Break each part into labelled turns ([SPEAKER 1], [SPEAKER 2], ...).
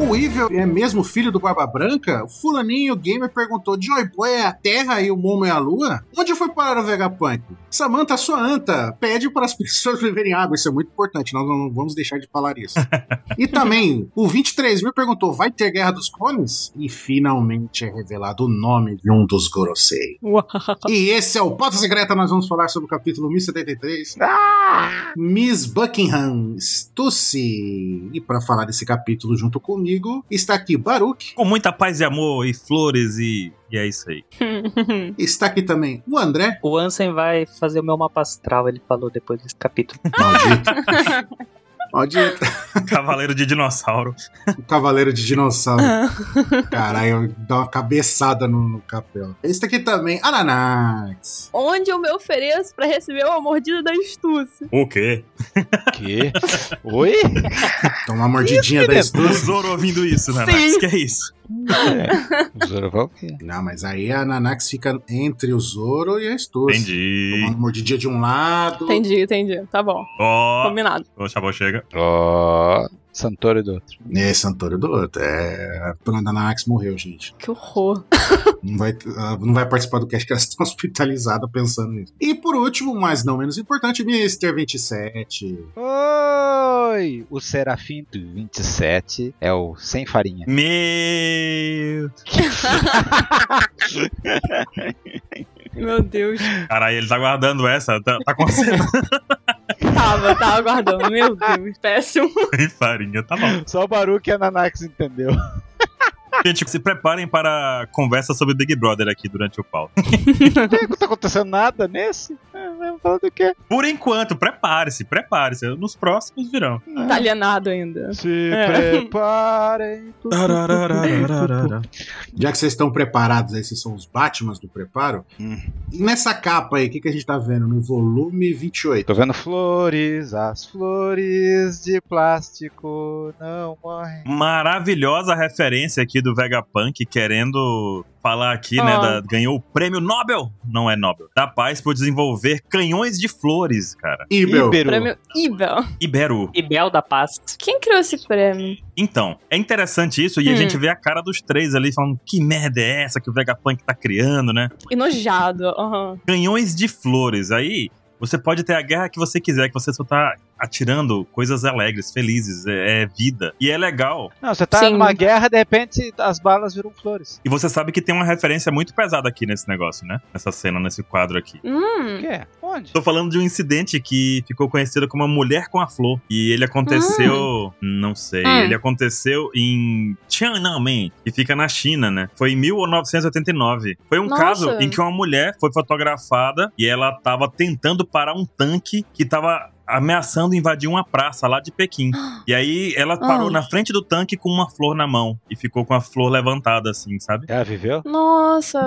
[SPEAKER 1] O Evil é mesmo filho do Barba Branca? O fulaninho gamer perguntou: Joy Boy é a Terra e o Momo é a Lua? Onde foi parar o Vegapunk? Samantha, sua anta, pede para as pessoas beberem água. Isso é muito importante, nós não vamos deixar de falar isso. e também, o 23 mil perguntou: vai ter Guerra dos Clones? E finalmente é revelado o nome de um dos Gorosei.
[SPEAKER 2] Uau.
[SPEAKER 1] E esse é o Pauta Secreta, nós vamos falar sobre o capítulo 1073. Miss Buckingham, Stussy. E para falar desse capítulo junto comigo, está aqui Baruch,
[SPEAKER 3] Com muita paz e amor e flores e. E é isso aí.
[SPEAKER 1] está aqui também o André,
[SPEAKER 2] O Ansem vai fazer o meu mapa astral, ele falou depois desse capítulo.
[SPEAKER 1] maldito, maldito,
[SPEAKER 3] Cavaleiro de dinossauro.
[SPEAKER 1] o cavaleiro de dinossauro. Caralho, dá uma cabeçada no, no capel. Esse aqui também, Aranax.
[SPEAKER 4] Onde eu me ofereço pra receber uma mordida da astúcia?
[SPEAKER 3] O quê?
[SPEAKER 5] Quê? Oi?
[SPEAKER 1] Então uma mordidinha da
[SPEAKER 3] O
[SPEAKER 1] Stussy.
[SPEAKER 3] Zoro ouvindo isso, Nanax.
[SPEAKER 4] Sim.
[SPEAKER 3] Que é isso?
[SPEAKER 5] É. Zoroval?
[SPEAKER 1] Não, mas aí a Nanax fica entre o Zoro e a Stussy.
[SPEAKER 3] Entendi.
[SPEAKER 1] Uma mordidinha de um lado.
[SPEAKER 4] Entendi, entendi. Tá bom.
[SPEAKER 3] Ó,
[SPEAKER 4] Combinado.
[SPEAKER 3] o Chabal chega.
[SPEAKER 5] Ó. Santoro do outro.
[SPEAKER 1] É, Santoro do outro. É. A dona Nanax morreu, gente.
[SPEAKER 4] Que horror.
[SPEAKER 1] Não vai, ela não vai participar do cast que ela está hospitalizada pensando nisso. E por último, mas não menos importante, Mr. 27.
[SPEAKER 5] Oi! O Serafim do 27 é o sem farinha.
[SPEAKER 3] Meu.
[SPEAKER 4] Meu Deus.
[SPEAKER 3] Caralho, ele tá guardando essa. Tá, tá com a cena
[SPEAKER 4] Tava, tava aguardando. Meu Deus. Péssimo.
[SPEAKER 3] em farinha. Tá bom.
[SPEAKER 5] Só o Baru que a Nanax entendeu.
[SPEAKER 3] Gente, se preparem para a conversa sobre Big Brother aqui durante o pau.
[SPEAKER 5] Não tá acontecendo nada nesse? É, Vamos falar do quê?
[SPEAKER 3] Por enquanto, prepare-se, prepare-se. Nos próximos virão.
[SPEAKER 4] Tá alienado ainda.
[SPEAKER 5] É. Se
[SPEAKER 4] É.
[SPEAKER 5] preparem.
[SPEAKER 1] Já que vocês estão preparados aí, vocês são os Batmans do preparo.
[SPEAKER 5] Hum.
[SPEAKER 1] E nessa capa aí, o que, que a gente tá vendo? No volume 28.
[SPEAKER 5] Tô vendo flores, as flores de plástico não morrem.
[SPEAKER 3] Maravilhosa referência aqui do Vegapunk querendo falar aqui, né?
[SPEAKER 4] Ah.
[SPEAKER 3] da- ganhou o prêmio Nobel. Não é Nobel. Da paz por desenvolver canhões de flores, cara.
[SPEAKER 1] Ibel.
[SPEAKER 5] Íbero.
[SPEAKER 4] Prêmio Ibel.
[SPEAKER 3] Iberu.
[SPEAKER 2] E Bel da Paz.
[SPEAKER 4] Quem criou esse prêmio?
[SPEAKER 3] Então, é interessante isso e a
[SPEAKER 4] Hum.
[SPEAKER 3] gente vê a cara dos três ali falando que merda é essa que o Vegapunk tá criando, né?
[SPEAKER 4] Enojado. aham.
[SPEAKER 3] canhões de flores. Aí você pode ter a guerra que você quiser, que você só tá atirando coisas alegres, felizes, é, é vida. E é legal.
[SPEAKER 5] Não, você tá
[SPEAKER 4] Sim.
[SPEAKER 5] numa guerra, de repente as balas viram flores.
[SPEAKER 3] E você sabe que tem uma referência muito pesada aqui nesse negócio, né? Nessa cena, nesse quadro aqui.
[SPEAKER 5] O
[SPEAKER 4] Hum.
[SPEAKER 5] quê? Onde?
[SPEAKER 3] Tô falando de um incidente que ficou conhecido como a mulher com a flor. E ele aconteceu. Não sei.
[SPEAKER 4] Hum.
[SPEAKER 3] Ele aconteceu em Tiananmen, que fica na China, né? Foi em 1989. Foi um
[SPEAKER 4] Nossa.
[SPEAKER 3] caso em que uma mulher foi fotografada e ela tava tentando parar um tanque que tava. Ameaçando invadir uma praça lá de Pequim. E aí ela parou
[SPEAKER 4] Ah.
[SPEAKER 3] na frente do tanque com uma flor na mão. E ficou com a flor levantada, assim, sabe?
[SPEAKER 5] Ela viveu?
[SPEAKER 4] Nossa.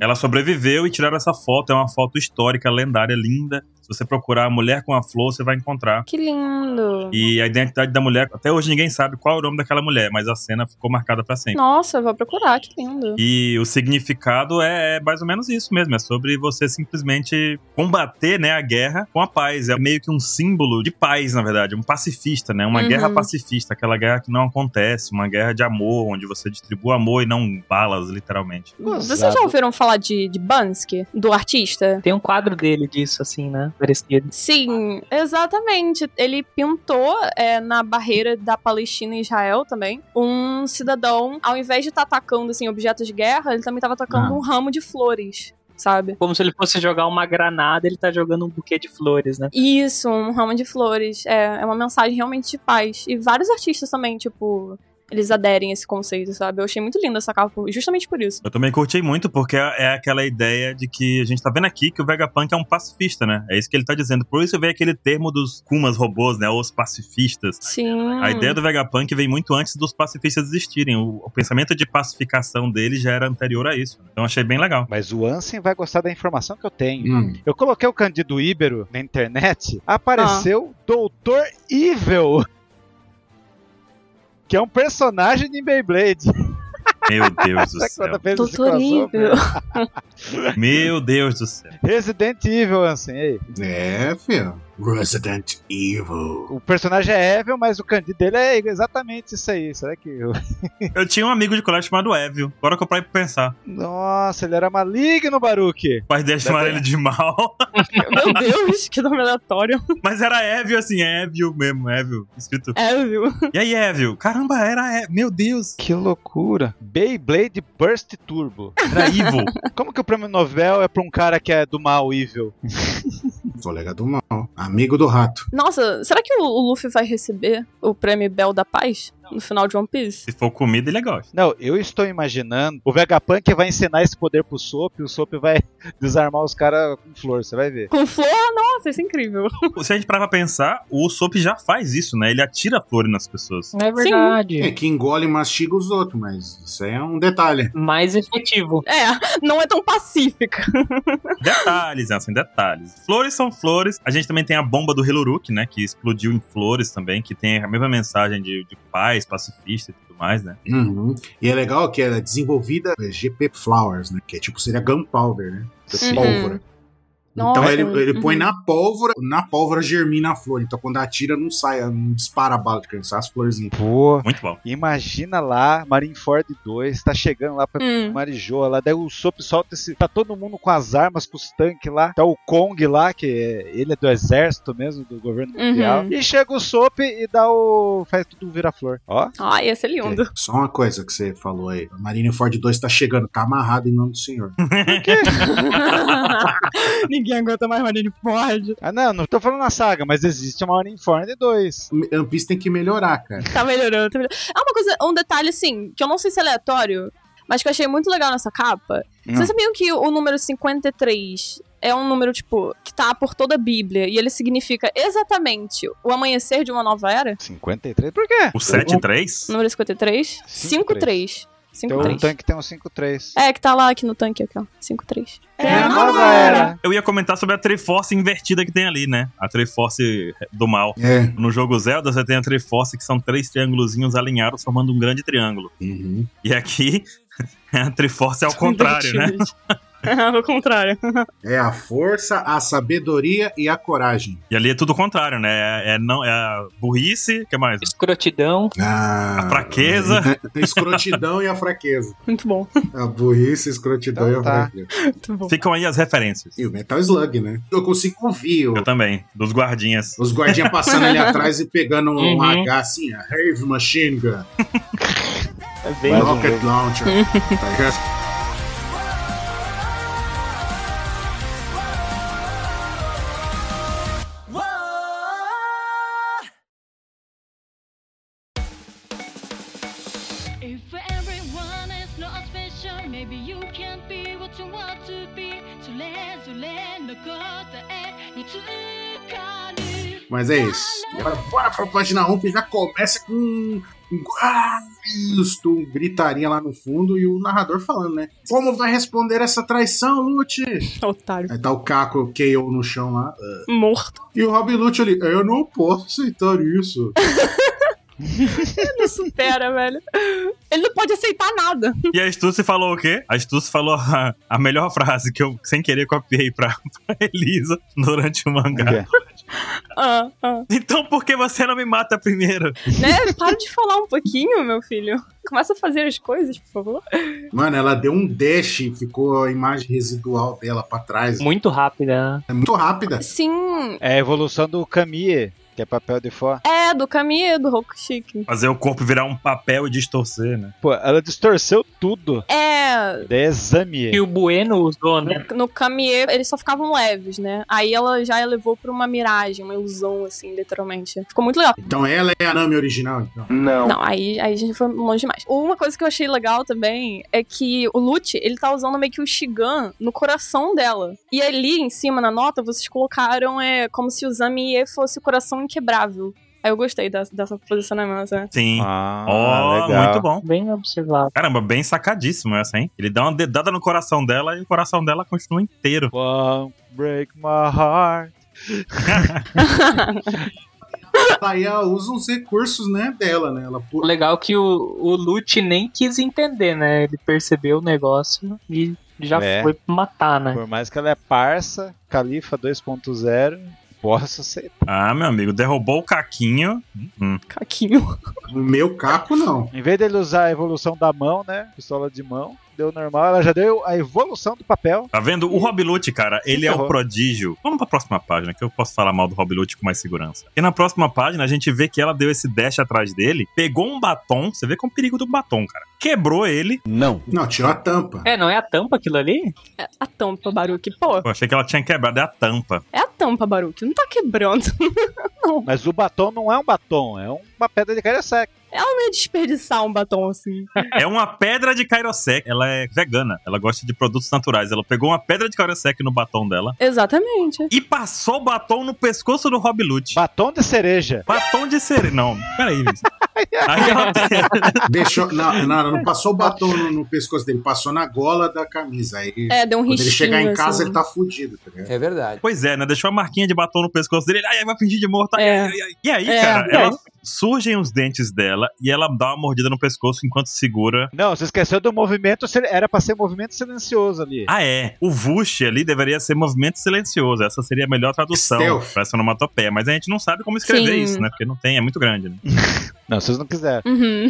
[SPEAKER 3] Ela sobreviveu e tiraram essa foto. É uma foto histórica, lendária, linda. Se você procurar a mulher com a flor, você vai encontrar.
[SPEAKER 4] Que lindo.
[SPEAKER 3] E a identidade da mulher, até hoje ninguém sabe qual é o nome daquela mulher, mas a cena ficou marcada pra sempre.
[SPEAKER 4] Nossa, eu vou procurar. Que lindo.
[SPEAKER 3] E o significado é, é mais ou menos isso mesmo. É sobre você simplesmente combater né, a guerra com a paz. É meio que um símbolo de paz, na verdade. Um pacifista, né? Uma
[SPEAKER 4] Uhum.
[SPEAKER 3] guerra pacifista. Aquela guerra que não acontece. Uma guerra de amor, onde você distribui amor e não balas, literalmente.
[SPEAKER 4] Vocês já ouviram falar de, de Bansky, do artista?
[SPEAKER 2] Tem um quadro dele disso, assim, né? Parecido.
[SPEAKER 4] Sim, exatamente. Ele pintou é, na barreira da Palestina e Israel também um cidadão, ao invés de estar atacando assim, objetos de guerra, ele também estava atacando
[SPEAKER 1] Ah.
[SPEAKER 4] um ramo de flores, sabe?
[SPEAKER 2] Como se ele fosse jogar uma granada, ele tá jogando um buquê de flores, né?
[SPEAKER 4] Isso, um ramo de flores. É, é uma mensagem realmente de paz. E vários artistas também, tipo, eles aderem a esse conceito, sabe? Eu achei muito linda essa capa, justamente por isso.
[SPEAKER 3] Eu também curti muito, porque é aquela ideia de que a gente tá vendo aqui que o Vegapunk é um pacifista, né? É isso que ele tá dizendo. Por isso veio aquele termo dos Kumas robôs, né? Os pacifistas.
[SPEAKER 4] Sim.
[SPEAKER 5] Hum.
[SPEAKER 3] A ideia do Vegapunk vem muito antes dos pacifistas existirem. O, o pensamento de pacificação dele já era anterior a isso. Então achei bem legal.
[SPEAKER 5] Mas o Ansem vai gostar da informação que eu tenho.
[SPEAKER 1] Hum.
[SPEAKER 5] Eu coloquei o Candido Íbero na internet, apareceu Doutor Evil. Que é um personagem de Beyblade.
[SPEAKER 3] Meu Deus do
[SPEAKER 5] Será que toda
[SPEAKER 3] céu.
[SPEAKER 5] vez esse
[SPEAKER 4] Doutor
[SPEAKER 5] crossover?
[SPEAKER 4] Evil.
[SPEAKER 3] Meu Deus do céu.
[SPEAKER 5] Resident Evil, Ansem. Ei,
[SPEAKER 1] É, filho. Resident Evil.
[SPEAKER 5] O personagem é Evil, mas o candido dele é exatamente isso aí. Será que. eu-
[SPEAKER 3] Eu tinha um amigo de colégio chamado Évio. Agora que eu parei pra pensar.
[SPEAKER 5] Nossa, ele era maligno, Baruque!
[SPEAKER 3] O pai dele chamava ele de mal.
[SPEAKER 4] Meu Deus, que nome aleatório.
[SPEAKER 3] Mas era Évio, assim, Évio mesmo, Évio, escrito.
[SPEAKER 4] É, viu?
[SPEAKER 3] E aí, Évio? Caramba, era Évio. Meu Deus.
[SPEAKER 5] Que loucura! Beyblade Burst Turbo.
[SPEAKER 3] Era Evil.
[SPEAKER 5] Como que o prêmio Nobel é pra um cara que é do mal, evil?
[SPEAKER 1] Colega do mal. Amigo do rato.
[SPEAKER 4] Nossa, será que o, o Luffy vai receber o prêmio Bel da Paz no final de One Piece?
[SPEAKER 3] Se for comida, ele gosta.
[SPEAKER 5] Não, eu estou imaginando. O Vegapunk vai ensinar esse poder pro Sop, o Sop vai desarmar os caras com flor, você vai ver.
[SPEAKER 4] Com flor? Nossa, isso é incrível.
[SPEAKER 3] Se a gente parar pra pensar, o Sop já faz isso, né? Ele atira flores nas pessoas.
[SPEAKER 6] É verdade.
[SPEAKER 1] É que engole e mastiga os outros, mas isso aí é um detalhe.
[SPEAKER 6] Mais efetivo.
[SPEAKER 4] É, não é tão pacífica.
[SPEAKER 3] Detalhes, né? Assim, detalhes. Flores são flores. A gente também tem a bomba do Hiluruk, né? Que explodiu em flores também, que tem a mesma mensagem de, de paz, pacifista e tudo mais, né?
[SPEAKER 1] Uhum. E é legal que ela é desenvolvida é, GP Flowers, né? Que é tipo, seria gunpowder, né?
[SPEAKER 5] Sim.
[SPEAKER 1] Pólvora. Então
[SPEAKER 4] Uhum. Nossa,
[SPEAKER 1] ele, ele põe
[SPEAKER 4] uhum.
[SPEAKER 1] na pólvora, na pólvora germina a flor. Então quando atira, não sai, não dispara a bala, porque sai as florzinhas.
[SPEAKER 5] Pô,
[SPEAKER 3] Muito bom.
[SPEAKER 5] imagina lá, Marineford 2, tá chegando lá pra
[SPEAKER 4] Hum.
[SPEAKER 5] Marijoa lá, daí o Sop solta esse. Tá todo mundo com as armas, com os tanques lá. Tá o Kong lá, que é- ele é do exército mesmo, do governo
[SPEAKER 4] Uhum.
[SPEAKER 5] mundial. E chega o Sop e dá o. faz tudo um vira-flor. Ó,
[SPEAKER 4] Ai, esse é lindo.
[SPEAKER 1] Só uma coisa que você falou aí. A Marineford 2 tá chegando, tá amarrado em nome do senhor.
[SPEAKER 4] Ninguém aguenta mais Marineford.
[SPEAKER 5] Ah, não, não tô falando na saga, mas existe uma Marineford 2.
[SPEAKER 1] One Piece tem que melhorar, cara.
[SPEAKER 4] Tá melhorando, tá melhorando. É uma coisa, um detalhe assim, que eu não sei se é aleatório, mas que eu achei muito legal nessa capa.
[SPEAKER 5] Hum.
[SPEAKER 4] Vocês sabiam que o número 53 é um número, tipo, que tá por toda a Bíblia e ele significa exatamente o amanhecer de uma nova era?
[SPEAKER 5] 53? Por quê?
[SPEAKER 3] O 7 e 3?
[SPEAKER 4] O número 53?
[SPEAKER 5] Cinco,
[SPEAKER 4] 53.
[SPEAKER 5] Então o
[SPEAKER 4] 53.
[SPEAKER 5] tanque tem um 5-3.
[SPEAKER 4] É, que tá lá aqui no tanque, aqui, ó. 53.
[SPEAKER 5] É,
[SPEAKER 1] a
[SPEAKER 4] nova
[SPEAKER 5] era.
[SPEAKER 3] Eu ia comentar sobre a Triforce invertida que tem ali, né? A Triforce do mal.
[SPEAKER 1] É.
[SPEAKER 3] No jogo Zelda, você tem a Triforce, que são três triângulozinhos alinhados formando um grande triângulo.
[SPEAKER 1] Uhum.
[SPEAKER 3] E aqui, a Triforce é ao contrário, né?
[SPEAKER 4] Ao contrário.
[SPEAKER 1] É a força, a sabedoria e a coragem.
[SPEAKER 3] E ali é tudo o contrário, né? É, é não, é a burrice, o que mais?
[SPEAKER 6] Escrotidão.
[SPEAKER 1] Ah,
[SPEAKER 3] A fraqueza.
[SPEAKER 1] A escrotidão e a fraqueza.
[SPEAKER 4] Muito bom,
[SPEAKER 1] A burrice, a escrotidão
[SPEAKER 5] Então
[SPEAKER 1] e a
[SPEAKER 5] tá.
[SPEAKER 1] fraqueza.
[SPEAKER 4] muito bom.
[SPEAKER 3] Ficam aí as referências.
[SPEAKER 1] E o Metal Slug, né? Eu consigo ouvir o-
[SPEAKER 3] Eu também, dos guardinhas.
[SPEAKER 1] os guardinhas passando ali atrás e pegando um
[SPEAKER 6] Uhum.
[SPEAKER 1] H assim, a Heavy Machine Gun,
[SPEAKER 6] É bem
[SPEAKER 5] Mais um
[SPEAKER 1] Rocket
[SPEAKER 5] jogo.
[SPEAKER 1] Launcher. tá ligado?
[SPEAKER 7] If everyone is not special, maybe you can be what you want to be. それぞれの答えにつかる。
[SPEAKER 1] Mas é isso. E agora bora pra página 1 que já começa com um gosto, um gritaria lá no fundo e o narrador falando, né? Como vai responder essa traição, Lute?
[SPEAKER 4] É Otário.
[SPEAKER 1] Aí tá o Caco KO no chão lá.
[SPEAKER 4] Morto.
[SPEAKER 1] E o Robin Lute ali, eu não posso aceitar isso.
[SPEAKER 4] Não supera, velho. Ele não pode aceitar nada.
[SPEAKER 3] E a Stussy falou o quê? A Stussy falou a, a melhor frase que eu, sem querer, copiei pra, pra Elisa durante o mangá.
[SPEAKER 5] É.
[SPEAKER 4] Ah, ah.
[SPEAKER 3] Então por que você não me mata primeiro?
[SPEAKER 4] Né? Para de falar um pouquinho, meu filho. Começa a fazer as coisas, por favor.
[SPEAKER 1] Mano, ela deu um dash e ficou a imagem residual dela pra trás.
[SPEAKER 6] muito rápida. né?
[SPEAKER 1] É muito rápida.
[SPEAKER 4] Sim.
[SPEAKER 5] É a evolução do Camille, que é papel de fora.
[SPEAKER 4] É, do Camille, do Rokushiki.
[SPEAKER 3] Fazer o corpo virar um papel e distorcer, né?
[SPEAKER 5] Pô, ela distorceu tudo.
[SPEAKER 4] É,
[SPEAKER 5] Daí é Zamie.
[SPEAKER 6] Que o Bueno usou, né?
[SPEAKER 4] no Camille eles só ficavam leves, né? Aí ela já elevou pra uma miragem, uma ilusão, assim, literalmente. Ficou muito legal.
[SPEAKER 1] Então ela é a Nami original, então.
[SPEAKER 4] Não, aí, aí a gente foi longe demais. Uma coisa que eu achei legal também é que o Lute, ele tá usando meio que o Shigan no coração dela. E ali em cima na nota, vocês colocaram é, como se o Zamie fosse o coração inquebrável. Aí eu gostei dessa, dessa posicionamento, né?
[SPEAKER 3] Sim.
[SPEAKER 5] Ah,
[SPEAKER 3] Ó,
[SPEAKER 5] legal.
[SPEAKER 3] muito bom.
[SPEAKER 6] É Bem observado.
[SPEAKER 3] Caramba, bem sacadíssimo essa, hein? Ele dá uma dedada no coração dela e o coração dela continua inteiro.
[SPEAKER 5] Won't break my heart.
[SPEAKER 1] Aí ela usa os recursos, né, dela, né? Ela
[SPEAKER 6] O
[SPEAKER 1] pula.
[SPEAKER 6] legal é que o, o Lute nem quis entender, né? Ele percebeu o negócio e já
[SPEAKER 5] É.
[SPEAKER 6] foi matar, né?
[SPEAKER 5] Por mais que ela é parça, Califa 2.0, posso aceitar.
[SPEAKER 3] Ah, meu amigo, derrubou o caquinho. Uhum.
[SPEAKER 4] Caquinho.
[SPEAKER 1] O meu caco, não.
[SPEAKER 5] Em vez dele usar a evolução da mão, né? Pistola de mão, deu normal, ela já deu a evolução do papel.
[SPEAKER 3] Tá vendo? O Rob Lute, cara, ele é o
[SPEAKER 5] Ferrou.
[SPEAKER 3] prodígio. Vamos pra próxima página, que eu posso falar mal do Rob Lute com mais segurança. E na próxima página, a gente vê que ela deu esse dash atrás dele, pegou um batom, você vê com o perigo do batom, cara. Quebrou ele.
[SPEAKER 1] Não, tirou a tampa.
[SPEAKER 6] É, não é a tampa aquilo ali?
[SPEAKER 4] É a tampa, Baruque. Pô,
[SPEAKER 3] Eu achei que ela tinha quebrado é a tampa.
[SPEAKER 4] é a tampa, Baruque. Não tá quebrando.
[SPEAKER 5] Mas o batom não é um batom, é uma pedra de cara seca.
[SPEAKER 4] Ela não ia desperdiçar um batom assim.
[SPEAKER 3] É uma pedra de Kairosek. Ela é vegana. Ela gosta de produtos naturais. Ela pegou uma pedra de Kairosek no batom dela
[SPEAKER 4] Exatamente.
[SPEAKER 3] e passou o batom no pescoço do Rob Lute.
[SPEAKER 5] Batom de cereja.
[SPEAKER 3] Batom de cereja. Não, peraí, Vinícius. Aí ela tem-
[SPEAKER 1] Deixou. Não, não, não passou o batom no, no pescoço dele, passou na gola da camisa. Aí
[SPEAKER 4] É, deu um
[SPEAKER 1] quando
[SPEAKER 4] risquinho.
[SPEAKER 1] ele chegar em casa,
[SPEAKER 4] assim.
[SPEAKER 1] ele tá fudido, tá ligado?
[SPEAKER 8] É verdade.
[SPEAKER 3] Pois é, né? Deixou a marquinha de batom no pescoço dele. Ele, ai, ai, vai fingir de morto. ai,
[SPEAKER 4] É.
[SPEAKER 3] ai, ai, ai." E aí,
[SPEAKER 4] É,
[SPEAKER 3] cara,
[SPEAKER 4] é.
[SPEAKER 3] ela surgem os dentes dela e ela dá uma mordida no pescoço enquanto segura.
[SPEAKER 5] Não, você esqueceu do movimento, sil- era pra ser movimento silencioso ali.
[SPEAKER 3] Ah, é. O Vush ali deveria ser movimento silencioso. Essa seria a melhor tradução
[SPEAKER 1] Stealth.
[SPEAKER 3] pra essa onomatopeia. Mas a gente não sabe como escrever
[SPEAKER 4] Sim.
[SPEAKER 3] isso, né? Porque não tem, é muito grande. Né?
[SPEAKER 5] Não, vocês não quiseram.
[SPEAKER 4] Uhum.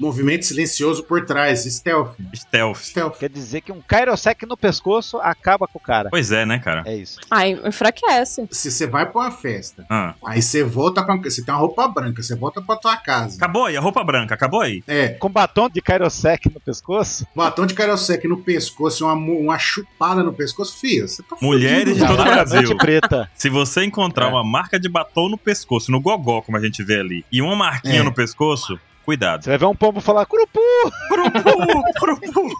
[SPEAKER 1] Movimento silencioso por trás, stealth.
[SPEAKER 3] Stealth.
[SPEAKER 1] Stealth.
[SPEAKER 5] Quer dizer que um Kairosek no pescoço acaba com o cara.
[SPEAKER 3] Pois é, né, cara?
[SPEAKER 5] É isso.
[SPEAKER 4] Ai, enfraquece.
[SPEAKER 1] Se você vai pra uma festa,
[SPEAKER 3] Ah.
[SPEAKER 1] aí você volta pra. um Você tem uma roupa branca, você volta pra tua casa.
[SPEAKER 3] Acabou aí, a roupa branca, acabou aí.
[SPEAKER 1] É,
[SPEAKER 5] Com batom de Kairosek no pescoço?
[SPEAKER 1] batom de carossec no pescoço, uma, mo- uma chupada no pescoço, filho, você tá
[SPEAKER 3] Mulheres de
[SPEAKER 1] fudido,
[SPEAKER 3] todo o
[SPEAKER 1] cara.
[SPEAKER 3] Brasil.
[SPEAKER 5] Noite preta.
[SPEAKER 3] Se você encontrar
[SPEAKER 5] É.
[SPEAKER 3] uma marca de batom no pescoço, no gogó, como a gente vê ali, e uma marquinha
[SPEAKER 1] É.
[SPEAKER 3] no pescoço, cuidado.
[SPEAKER 5] Você vai ver um pombo falar curupu.
[SPEAKER 3] Curupu, curupu.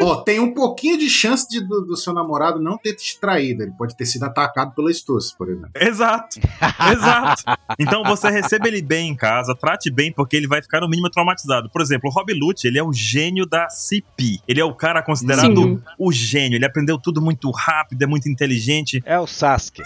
[SPEAKER 1] Ó, tem um pouquinho de chance de, do, do seu namorado não ter te traído. Ele pode ter sido atacado pela estosse, por exemplo.
[SPEAKER 3] Exato, exato. Então você receba ele bem em casa, trate bem, porque ele vai ficar no mínimo traumatizado. Por exemplo, o Rob Lute, ele é o gênio da CP. Ele é o cara considerado
[SPEAKER 4] Sim.
[SPEAKER 3] o gênio. Ele aprendeu tudo muito rápido, é muito inteligente.
[SPEAKER 5] É o Sasuke.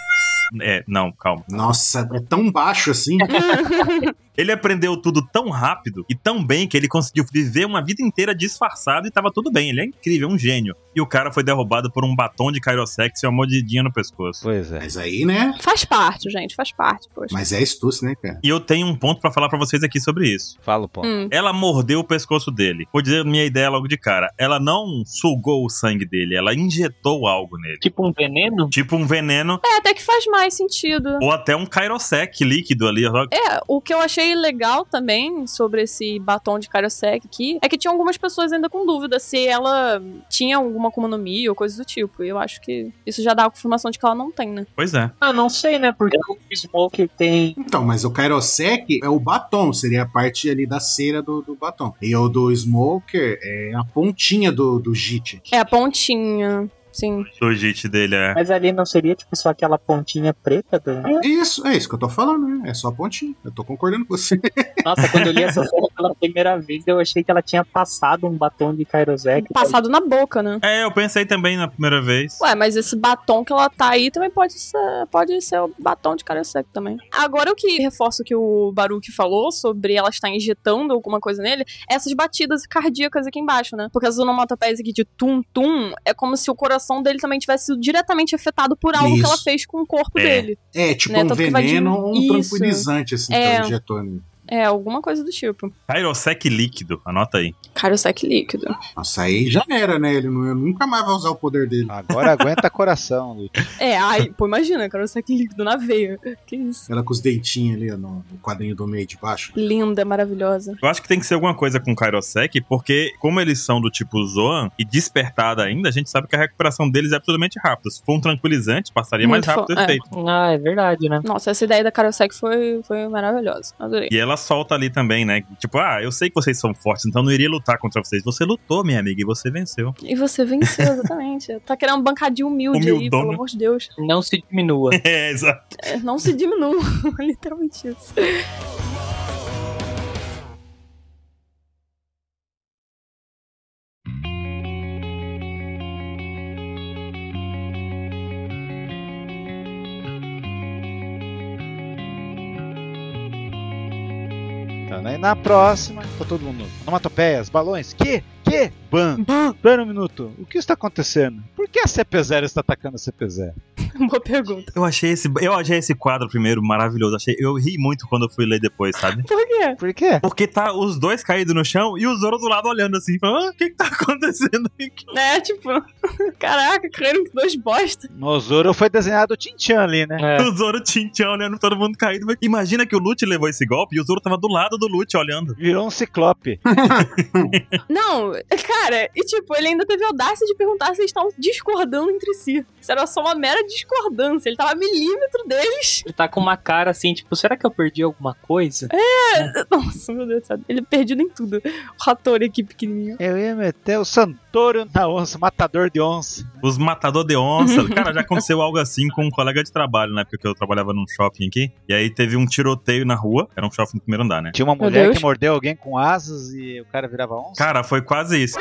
[SPEAKER 3] É, não, calma.
[SPEAKER 1] Nossa, é tão baixo assim.
[SPEAKER 4] É.
[SPEAKER 3] Ele aprendeu tudo tão rápido e tão bem que ele conseguiu viver uma vida inteira disfarçado e tava tudo bem. Ele é incrível, um gênio. E o cara foi derrubado por um batom de Kairosex e uma mordidinha no pescoço.
[SPEAKER 5] Pois é.
[SPEAKER 1] Mas aí, né?
[SPEAKER 4] Faz parte, gente, faz parte, poxa.
[SPEAKER 1] Mas é estusse, né, cara?
[SPEAKER 3] E eu tenho um ponto pra falar pra vocês aqui sobre isso.
[SPEAKER 5] Fala o pombo.
[SPEAKER 4] Hum.
[SPEAKER 3] Ela mordeu o pescoço dele. Vou dizer minha ideia logo de cara. Ela não sugou o sangue dele, ela injetou algo nele.
[SPEAKER 6] Tipo um veneno?
[SPEAKER 3] Tipo um veneno
[SPEAKER 4] É, até que faz mais sentido.
[SPEAKER 3] ou até um Kairosec líquido ali. ó.
[SPEAKER 4] É, o que eu achei legal também sobre esse batom de Karosek aqui é que tinha algumas pessoas ainda com dúvida se ela tinha alguma comonomia ou coisa do tipo. E eu acho que isso já dá a confirmação de que ela não tem, né?
[SPEAKER 3] Pois é.
[SPEAKER 6] Ah, não sei, né? Porque o Smoker tem.
[SPEAKER 1] Então, mas o Kairosek é o batom, seria a parte ali da cera do, do batom. E o do Smoker é a pontinha do, do JIT.
[SPEAKER 4] É a pontinha, sim.
[SPEAKER 3] O jit dele é.
[SPEAKER 6] Mas ali não seria, tipo, só aquela pontinha preta do.
[SPEAKER 1] Isso, é isso que eu tô falando, né? É só a pontinha. Eu tô concordando com você.
[SPEAKER 6] Nossa, quando eu li essa foto pela primeira vez, eu achei que ela tinha passado um batom de Kairosek.
[SPEAKER 4] Passado na boca, né?
[SPEAKER 3] É, eu pensei também na primeira vez.
[SPEAKER 4] Ué, mas esse batom que ela tá aí também pode ser, pode ser o batom de cara seco também. Agora o que reforça o que o Baruque falou sobre ela estar injetando alguma coisa nele, é essas batidas cardíacas aqui embaixo, né? Porque as onomatopeias aqui de tum-tum é como se o coração dele também tivesse sido diretamente afetado por algo
[SPEAKER 1] Isso.
[SPEAKER 4] que ela fez com o corpo
[SPEAKER 3] É.
[SPEAKER 4] dele.
[SPEAKER 1] É, tipo
[SPEAKER 4] Né,
[SPEAKER 1] um
[SPEAKER 4] tanto que vai de-
[SPEAKER 1] veneno ou um
[SPEAKER 4] Isso.
[SPEAKER 1] tranquilizante, assim,
[SPEAKER 4] É.
[SPEAKER 1] que eu injetou nele.
[SPEAKER 4] É, alguma coisa do tipo.
[SPEAKER 3] Kairosec líquido, anota aí.
[SPEAKER 4] Cara seco líquido.
[SPEAKER 1] Nossa, aí já era, né? Ele não- nunca mais vai usar o poder dele.
[SPEAKER 5] Agora aguenta coração, Lute.
[SPEAKER 4] É, ai, pô, imagina, cara seco líquido na veia. Que isso.
[SPEAKER 1] Ela com os dentinhos ali ó, no, no quadrinho do meio de baixo.
[SPEAKER 4] Linda, maravilhosa.
[SPEAKER 3] Eu acho que tem que ser alguma coisa com Kairosek, porque como eles são do tipo Zoan e despertada ainda, a gente sabe que a recuperação deles é absolutamente rápida. Se for um tranquilizante, passaria
[SPEAKER 4] Muito
[SPEAKER 3] mais rápido o
[SPEAKER 4] fo- é.
[SPEAKER 3] efeito.
[SPEAKER 6] Ah, é verdade, né?
[SPEAKER 4] Nossa, essa ideia da Karosek foi, foi maravilhosa. Adorei.
[SPEAKER 3] E ela solta ali também, né? Tipo, ah, eu sei que vocês são fortes, então eu não iria lutar contra vocês. Você lutou, minha amiga, e você venceu.
[SPEAKER 4] E você venceu, exatamente. tá querendo bancar de humilde aí,
[SPEAKER 3] Humildona.
[SPEAKER 4] pelo amor de Deus.
[SPEAKER 6] Não se diminua.
[SPEAKER 3] É, exato.
[SPEAKER 4] É, Não se diminua, literalmente isso.
[SPEAKER 5] tá Então, né? E na próxima, tá todo mundo. Onomatopeias, balões, que? que ban? Espera um minuto. O que está acontecendo? Por que a CP0 está atacando a CP0?
[SPEAKER 4] Boa pergunta.
[SPEAKER 3] Eu achei esse, eu achei esse quadro primeiro maravilhoso. Achei, eu ri muito quando eu fui ler depois, sabe?
[SPEAKER 4] Por quê?
[SPEAKER 5] Por quê?
[SPEAKER 3] Porque tá os dois caídos no chão e o Zoro do lado olhando assim, falando, ah, o que que tá acontecendo aqui?
[SPEAKER 4] É, tipo, caraca, creram que dois bosta.
[SPEAKER 5] No Zoro foi desenhado o Tinchan ali, né?
[SPEAKER 6] É.
[SPEAKER 3] O Zoro tchim-tcham olhando todo mundo caído. Imagina que o Lute levou esse golpe e o Zoro tava do lado do Lute olhando.
[SPEAKER 5] Virou um ciclope.
[SPEAKER 4] Não, cara, e tipo, ele ainda teve a audácia de perguntar se eles estavam discordando entre si. Isso era só uma mera discordância. Ele tava a milímetro deles.
[SPEAKER 6] Ele tá com uma cara assim, tipo, será que eu perdi alguma coisa?
[SPEAKER 4] Nossa, meu Deus do céu. Ele é perdido em tudo. O Hattori aqui pequenininho.
[SPEAKER 5] Eu ia meter o Santoro da onça, matador de onça.
[SPEAKER 3] Os matador de onça. Cara, já aconteceu algo assim com um colega de trabalho, na época que eu trabalhava num shopping aqui. E aí teve um tiroteio na rua. Era um shopping no primeiro andar, né?
[SPEAKER 5] Tinha uma
[SPEAKER 4] Meu
[SPEAKER 5] mulher
[SPEAKER 4] Deus.
[SPEAKER 5] que mordeu alguém com asas e o cara virava onça.
[SPEAKER 3] Cara, foi quase isso.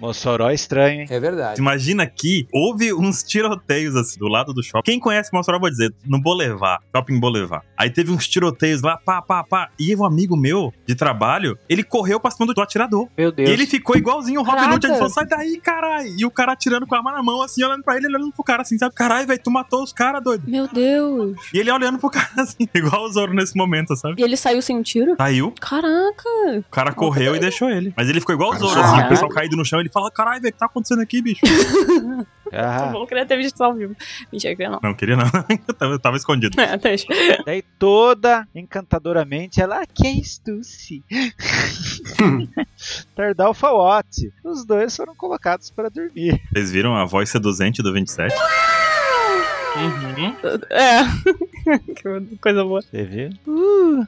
[SPEAKER 5] Mossoró é estranho, hein?
[SPEAKER 8] É verdade.
[SPEAKER 3] Imagina que houve uns tiroteios assim do lado do shopping. Quem conhece Mossoró, vou dizer, no Bolevar, Shopping Bolevar. Aí teve uns tiroteios lá, pá, pá, pá. E um amigo meu de trabalho, ele correu pra cima do atirador.
[SPEAKER 6] Meu Deus.
[SPEAKER 3] E ele ficou igualzinho o Robin Hood.
[SPEAKER 4] Caraca.
[SPEAKER 3] Ele falou, sai daí, caralho. E o cara atirando com a arma na mão, assim, olhando pra ele, ele olhando pro cara assim, sabe? Caralho, velho, tu matou os caras, doido.
[SPEAKER 4] Meu Deus.
[SPEAKER 3] E ele olhando pro cara assim, igual o Zoro nesse momento, sabe?
[SPEAKER 4] E ele saiu sem um tiro?
[SPEAKER 3] Saiu,
[SPEAKER 4] Caraca.
[SPEAKER 3] o cara correu e deixou ele. Mas ele ficou igual o
[SPEAKER 8] Cara,
[SPEAKER 3] Zoro, assim,
[SPEAKER 6] caralho.
[SPEAKER 3] o pessoal caído no chão. Ele fala, caralho, velho, o que tá acontecendo aqui, bicho?
[SPEAKER 4] Tá
[SPEAKER 5] Ah,
[SPEAKER 4] bom que ele teve visto ao vivo. Mentira, que ele não.
[SPEAKER 3] Não, queria não. Eu tava, eu tava escondido.
[SPEAKER 4] É, até isso.
[SPEAKER 5] daí toda encantadoramente ela, "Ah, que estuce. Tardalfa Watt. Os dois foram colocados para dormir.
[SPEAKER 3] Vocês viram a voz seduzente do 27?
[SPEAKER 6] Uhum.
[SPEAKER 4] É. que coisa boa.
[SPEAKER 5] Você viu?
[SPEAKER 3] Uhum.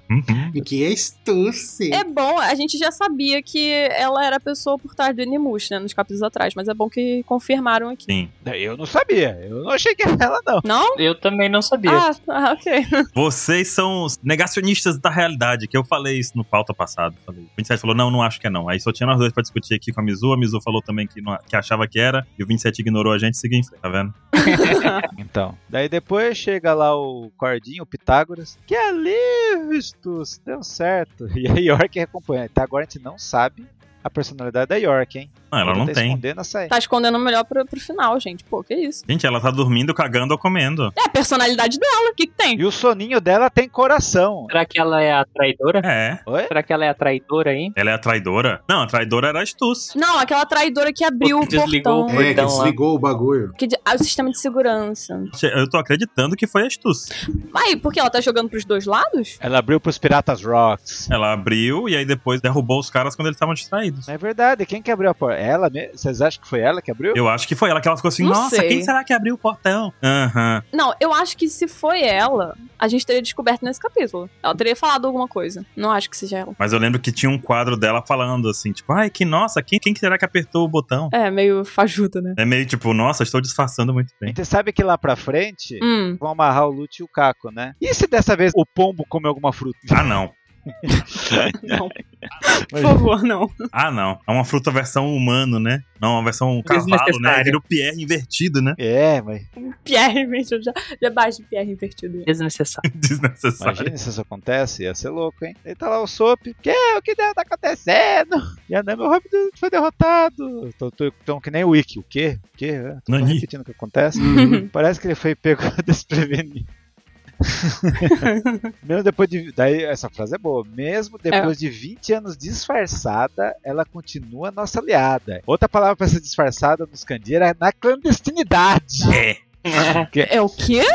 [SPEAKER 1] que é estuce.
[SPEAKER 4] É bom, a gente já sabia que ela era a pessoa por trás do Inimush, né? Nos capítulos atrás, mas é bom que confirmaram aqui.
[SPEAKER 3] Sim.
[SPEAKER 5] Eu não sabia. Eu não achei que era ela, não.
[SPEAKER 4] Não?
[SPEAKER 6] Eu também não sabia.
[SPEAKER 4] Ah, ah, ok.
[SPEAKER 3] Vocês são os negacionistas da realidade, que eu falei isso no pauta passado. Falei. O 27 falou, não, não acho que é não. Aí só tinha nós dois pra discutir aqui com a Mizu. A Mizu falou também que, não- que achava que era. E o 27 ignorou a gente. Seguiu em frente, tá vendo?
[SPEAKER 5] Então. Daí depois chega lá o Cordinho, o Pitágoras. Que alívio, estuce. Deu certo. E a York acompanha. Até agora a gente não sabe a personalidade da York, hein?
[SPEAKER 3] Não, ela não
[SPEAKER 5] tá
[SPEAKER 3] tem.
[SPEAKER 5] escondendo essa aí.
[SPEAKER 4] tá escondendo melhor pro, pro final, gente. Pô, que isso?
[SPEAKER 3] Gente, ela tá dormindo, cagando ou comendo.
[SPEAKER 4] É a personalidade dela, o que, que tem?
[SPEAKER 5] E o soninho dela tem coração.
[SPEAKER 6] Será que ela é a traidora?
[SPEAKER 3] É.
[SPEAKER 5] Oi?
[SPEAKER 6] Será que ela é a traidora, hein?
[SPEAKER 3] Ela é a traidora? Não, a traidora era a Stuss.
[SPEAKER 4] Não, aquela traidora que abriu o
[SPEAKER 6] Desligou.
[SPEAKER 4] portão.
[SPEAKER 1] É, que
[SPEAKER 6] Então,
[SPEAKER 1] desligou o bagulho.
[SPEAKER 4] Que de- ah, o sistema de segurança.
[SPEAKER 3] Eu tô acreditando que foi a Stuss.
[SPEAKER 4] Aí, por que ela tá jogando pros dois lados?
[SPEAKER 5] Ela abriu pros Piratas Rocks.
[SPEAKER 3] Ela abriu e aí depois derrubou os caras quando eles estavam distraídos.
[SPEAKER 5] É verdade, quem que abriu a porta? Ela mesmo? Vocês acham que foi ela que abriu?
[SPEAKER 3] Eu acho que foi ela que ela ficou assim,
[SPEAKER 4] Não
[SPEAKER 3] nossa,
[SPEAKER 4] sei.
[SPEAKER 3] quem será que abriu o portão? Aham.
[SPEAKER 4] Não, eu acho que se foi ela, a gente teria descoberto nesse capítulo. Ela teria falado alguma coisa. Não acho que seja ela.
[SPEAKER 3] Mas eu lembro que tinha um quadro dela falando assim, tipo, ai, que nossa, quem, quem será que apertou o botão?
[SPEAKER 4] É, meio fajuta, né?
[SPEAKER 3] É meio tipo, nossa, estou disfarçando muito
[SPEAKER 5] A
[SPEAKER 3] bem.
[SPEAKER 5] gente sabe que lá pra frente
[SPEAKER 4] Hum.
[SPEAKER 5] vão amarrar o Lute e o Caco, né? E se dessa vez o pombo come alguma fruta?
[SPEAKER 3] Ah, não.
[SPEAKER 4] Não. Por favor, não.
[SPEAKER 3] Ah, não. É uma fruta versão humano, né? Não, uma versão cavalo, né?
[SPEAKER 6] Desnecessário.
[SPEAKER 3] Vira o Pierre invertido, né?
[SPEAKER 5] É, mas
[SPEAKER 4] Pierre, gente, eu já, já baixo de Pierre invertido.
[SPEAKER 6] Desnecessário.
[SPEAKER 3] Desnecessário.
[SPEAKER 5] imagina se isso acontece, ia ser louco, hein? Ele tá lá o Soap, que o que deu, tá acontecendo? E a Nami, o Robin foi derrotado. Tô, tô, tão que nem o Wiki, o quê? O quê? Eu Tô
[SPEAKER 3] Nani.
[SPEAKER 5] repetindo o que acontece. Parece que ele foi pego desprevenido. Mesmo depois de. Daí, essa frase é boa. Mesmo depois de 20 anos disfarçada, ela continua nossa aliada. Outra palavra pra ser disfarçada nos Candeeira é na clandestinidade.
[SPEAKER 3] É.
[SPEAKER 4] É o quê?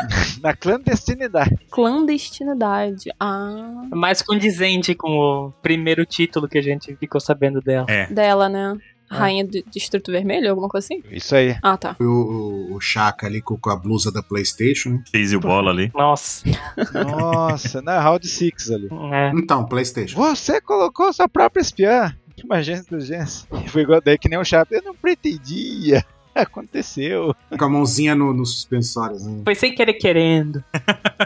[SPEAKER 5] Na clandestinidade.
[SPEAKER 4] Clandestinidade. Ah.
[SPEAKER 6] É Mais condizente com o primeiro título que a gente ficou sabendo dela.
[SPEAKER 3] é.
[SPEAKER 4] Dela, né? Rainha do Distrito Vermelho, alguma coisa assim?
[SPEAKER 5] Isso aí.
[SPEAKER 4] Ah, tá.
[SPEAKER 1] Foi o, o, o Chaka ali com, com a blusa da PlayStation. né?
[SPEAKER 3] Fez o bola ali.
[SPEAKER 6] Nossa.
[SPEAKER 5] Nossa, na Round 6 ali.
[SPEAKER 6] É.
[SPEAKER 1] Então, PlayStation.
[SPEAKER 5] Você colocou sua própria espiã. Imagina a inteligência. Foi igual daí que nem o Chapo. Eu não pretendia. Aconteceu.
[SPEAKER 1] Com a mãozinha no, no suspensório. assim.
[SPEAKER 6] Foi sem querer querendo.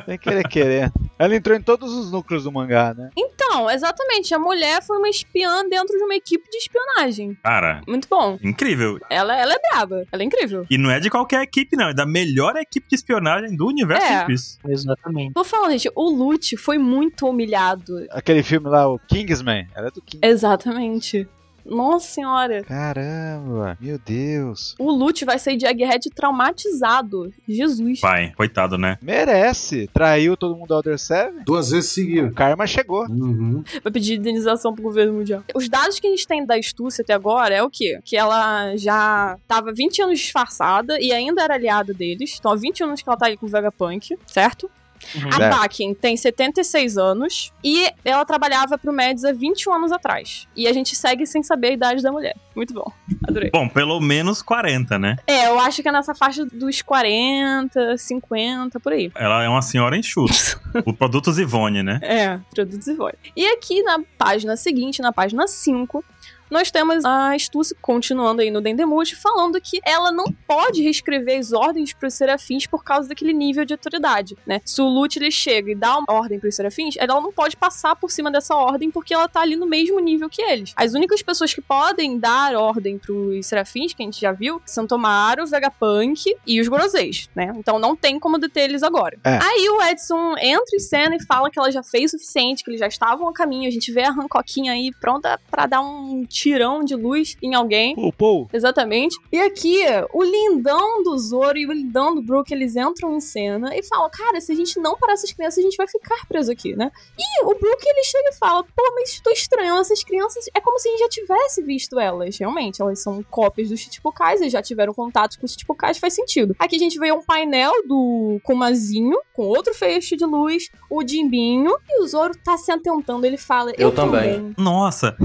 [SPEAKER 5] Sem querer querer. Ela entrou em todos os núcleos do mangá, né?
[SPEAKER 4] Então, exatamente. A mulher foi uma espiã dentro de uma equipe de espionagem.
[SPEAKER 3] Cara,
[SPEAKER 4] Muito bom.
[SPEAKER 3] incrível.
[SPEAKER 4] Ela, ela é braba. Ela é incrível.
[SPEAKER 3] E não é de qualquer equipe, não. É da melhor equipe de espionagem do universo
[SPEAKER 4] É.
[SPEAKER 3] de Piece.
[SPEAKER 6] Exatamente.
[SPEAKER 4] Tô falando, gente, o Lute foi muito humilhado.
[SPEAKER 5] Aquele filme lá, o Kingsman. Ela é do Kingsman.
[SPEAKER 4] Exatamente. Nossa senhora.
[SPEAKER 5] Caramba, meu Deus.
[SPEAKER 4] O Lute vai sair de Egghead traumatizado. Jesus.
[SPEAKER 3] Pai, coitado, né?
[SPEAKER 5] Merece. Traiu todo mundo Elder Seven?
[SPEAKER 1] Duas vezes seguidas.
[SPEAKER 5] O karma chegou.
[SPEAKER 1] Uhum.
[SPEAKER 4] Vai pedir indenização pro governo mundial. Os dados que a gente tem da astúcia até agora é o quê? Que ela já tava 20 anos disfarçada e ainda era aliada deles. Então há 20 anos que ela tá ali com o Vegapunk, certo? A
[SPEAKER 6] Hum,
[SPEAKER 4] Ah,
[SPEAKER 5] Certo.
[SPEAKER 4] Bakken tem 76 anos e ela trabalhava pro Mads há 21 anos atrás. E a gente segue sem saber a idade da mulher. Muito bom. Adorei.
[SPEAKER 3] Bom, pelo menos 40, né?
[SPEAKER 4] É, eu acho que é nessa faixa dos 40, 50, por aí.
[SPEAKER 3] Ela é uma senhora enxuta. o produto Zivone, né?
[SPEAKER 4] É, produtos e voz. E aqui na página seguinte, na página 5, nós temos a Estúcia continuando aí no Dendemuth, falando que ela não pode reescrever as ordens pros serafins por causa daquele nível de autoridade, né? Se o Lute ele chega e dá uma ordem pros serafins, ela não pode passar por cima dessa ordem porque ela tá ali no mesmo nível que eles. As únicas pessoas que podem dar ordem pros serafins, que a gente já viu, são Tomaro, Vegapunk e os Goroseis, né? Então não tem como deter eles agora.
[SPEAKER 5] É.
[SPEAKER 4] Aí o Edson entra em cena e fala que ela já fez o suficiente, que eles já estavam a caminho. A gente vê a Hancoquinha aí pronta pra dar um tirão de luz em alguém.
[SPEAKER 5] Pô, pô.
[SPEAKER 4] Exatamente. E aqui, o lindão do Zoro e o lindão do Brook, eles entram em cena e falam: Cara, se a gente não parar essas crianças, a gente vai ficar preso aqui, né? E o Brook, ele chega e fala: Pô, mas tô estranho, essas crianças. É como se a gente já tivesse visto elas. Realmente, elas são cópias dos Chichipukais, eles já tiveram contato com os Chichipukais, faz sentido. Aqui a gente vê um painel do Kumazinho, com outro feixe de luz, o Jimbinho, e o Zoro tá se atentando. Ele fala: Eu,
[SPEAKER 8] Eu também."
[SPEAKER 3] Nossa.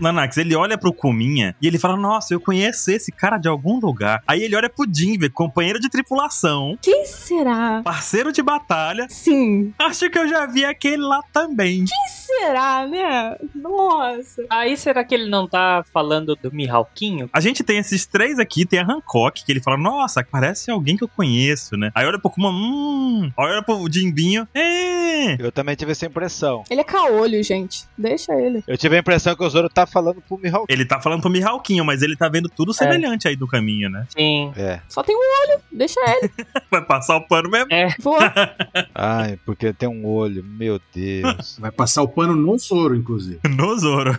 [SPEAKER 3] Nanax, ele olha pro Cominha e ele fala: Nossa, eu conheço esse cara de algum lugar. Aí ele olha pro Jinbe, companheiro de tripulação,
[SPEAKER 4] Quem será?
[SPEAKER 3] parceiro de batalha.
[SPEAKER 4] Sim,
[SPEAKER 3] Acho que eu já vi aquele lá também.
[SPEAKER 4] será, né? Nossa.
[SPEAKER 6] Aí será que ele não tá falando do Mihawkinho?
[SPEAKER 3] A gente tem esses três aqui, tem a Hancock, que ele fala, nossa, parece alguém que eu conheço, né? Aí olha pro Kuma, hum. Aí olha pro Jimbinho, é.
[SPEAKER 5] Eu também tive essa impressão.
[SPEAKER 4] Ele é caolho, gente. Deixa ele.
[SPEAKER 5] Eu tive a impressão que o Zoro tá falando pro Mihawk.
[SPEAKER 3] Ele tá falando pro Mihawkinho, mas ele tá vendo tudo semelhante aí do caminho, né?
[SPEAKER 6] Sim.
[SPEAKER 5] É.
[SPEAKER 4] Só tem um olho. Deixa ele.
[SPEAKER 3] Vai passar o pano mesmo.
[SPEAKER 4] Voa.
[SPEAKER 5] Ai, porque tem um olho. Meu Deus.
[SPEAKER 1] Vai passar o pano no soro, inclusive.
[SPEAKER 3] No Zoro.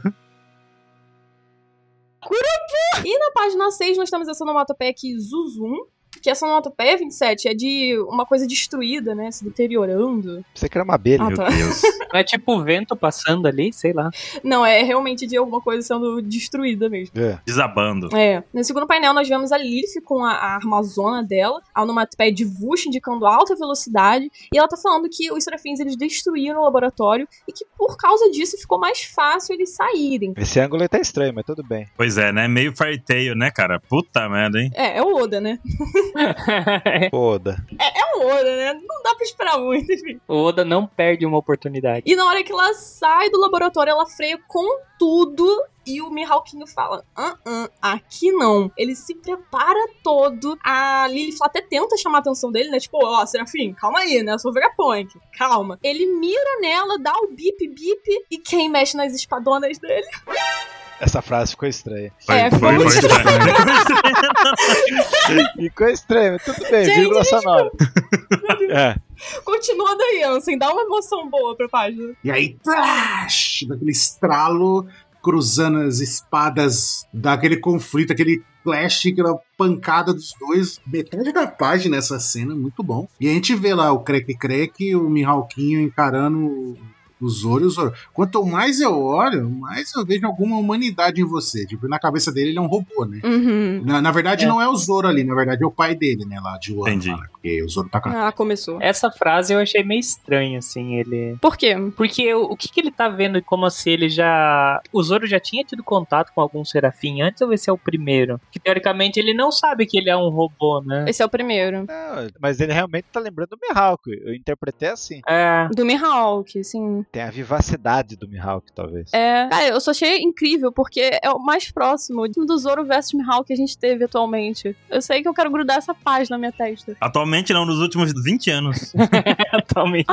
[SPEAKER 4] e na página 6 nós temos essa onomatopeia aqui, Zuzum. Que essa onomatopeia 27 é de uma coisa destruída, né? Se deteriorando.
[SPEAKER 5] Você que era uma abelha.
[SPEAKER 4] Ah,
[SPEAKER 3] Meu
[SPEAKER 4] tá.
[SPEAKER 3] Deus.
[SPEAKER 6] Não é tipo o vento passando ali, sei lá.
[SPEAKER 4] Não, é realmente de alguma coisa sendo destruída mesmo.
[SPEAKER 5] É.
[SPEAKER 3] Desabando.
[SPEAKER 4] É. No segundo painel, nós vemos a Lilith com a, a armazona dela, a onomatopeia de Vush indicando alta velocidade, e ela tá falando que os serafins eles destruíram o laboratório e que por causa disso ficou mais fácil eles saírem.
[SPEAKER 5] Esse ângulo aí tá estranho, mas tudo bem.
[SPEAKER 3] Pois é, né? Meio fairy tail, né, cara? Puta merda, hein?
[SPEAKER 4] É, é o Oda, né?
[SPEAKER 5] Foda.
[SPEAKER 4] É o Oda, né? Não dá pra esperar muito, enfim.
[SPEAKER 6] o Oda não perde uma oportunidade.
[SPEAKER 4] E na hora que ela sai do laboratório, ela freia com tudo e o Mihawkinho fala: ah, ah, aqui não. Ele se prepara todo. A Lilith até tenta chamar a atenção dele, né? Tipo, ó, Serafim, calma aí, né? Eu sou Vegapunk, calma. Ele mira nela, dá o bip, bip, e quem mexe nas espadonas dele?
[SPEAKER 5] Essa frase ficou estranha.
[SPEAKER 4] É, ficou muito
[SPEAKER 5] Ficou estranha, mas tudo bem.
[SPEAKER 4] Gente,
[SPEAKER 5] Vírgula sonora. É.
[SPEAKER 4] Continua daí, Ansem, dá uma emoção boa pra página.
[SPEAKER 1] E aí, trash! Daquele estralo, cruzando as espadas, daquele conflito, aquele clash, aquela pancada dos dois. Metade da página essa cena, muito bom. E a gente vê lá o Crack Crack, o Mihawkinho encarando o Zoro e o Zoro. Quanto mais eu olho, mais eu vejo alguma humanidade em você. Tipo, na cabeça dele ele é um robô, né?
[SPEAKER 4] Uhum.
[SPEAKER 1] Na, na verdade,
[SPEAKER 6] É.
[SPEAKER 1] não é o Zoro ali, na verdade é o pai dele, né? Lá de Wano.
[SPEAKER 3] Entendi.
[SPEAKER 1] lá, Porque o Zoro tá com a
[SPEAKER 4] Ah, começou.
[SPEAKER 6] Essa frase eu achei meio estranha, assim, ele.
[SPEAKER 4] Por quê?
[SPEAKER 6] Porque o, o que, que ele tá vendo como se ele já. O Zoro já tinha tido contato com algum serafim antes ou esse é o primeiro? Que teoricamente ele não sabe que ele é um robô, né?
[SPEAKER 4] Esse é o primeiro.
[SPEAKER 5] Não, mas ele realmente tá lembrando do Mihawk. Eu interpretei assim.
[SPEAKER 6] É.
[SPEAKER 4] Do Mihawk, assim. sim.
[SPEAKER 5] Tem a vivacidade do Mihawk, talvez.
[SPEAKER 4] É, cara, eu só achei incrível, porque é o mais próximo do Zoro versus Mihawk que a gente teve atualmente. Eu sei que eu quero grudar essa paz na minha testa.
[SPEAKER 3] Atualmente não, nos últimos 20 anos.
[SPEAKER 6] Totalmente.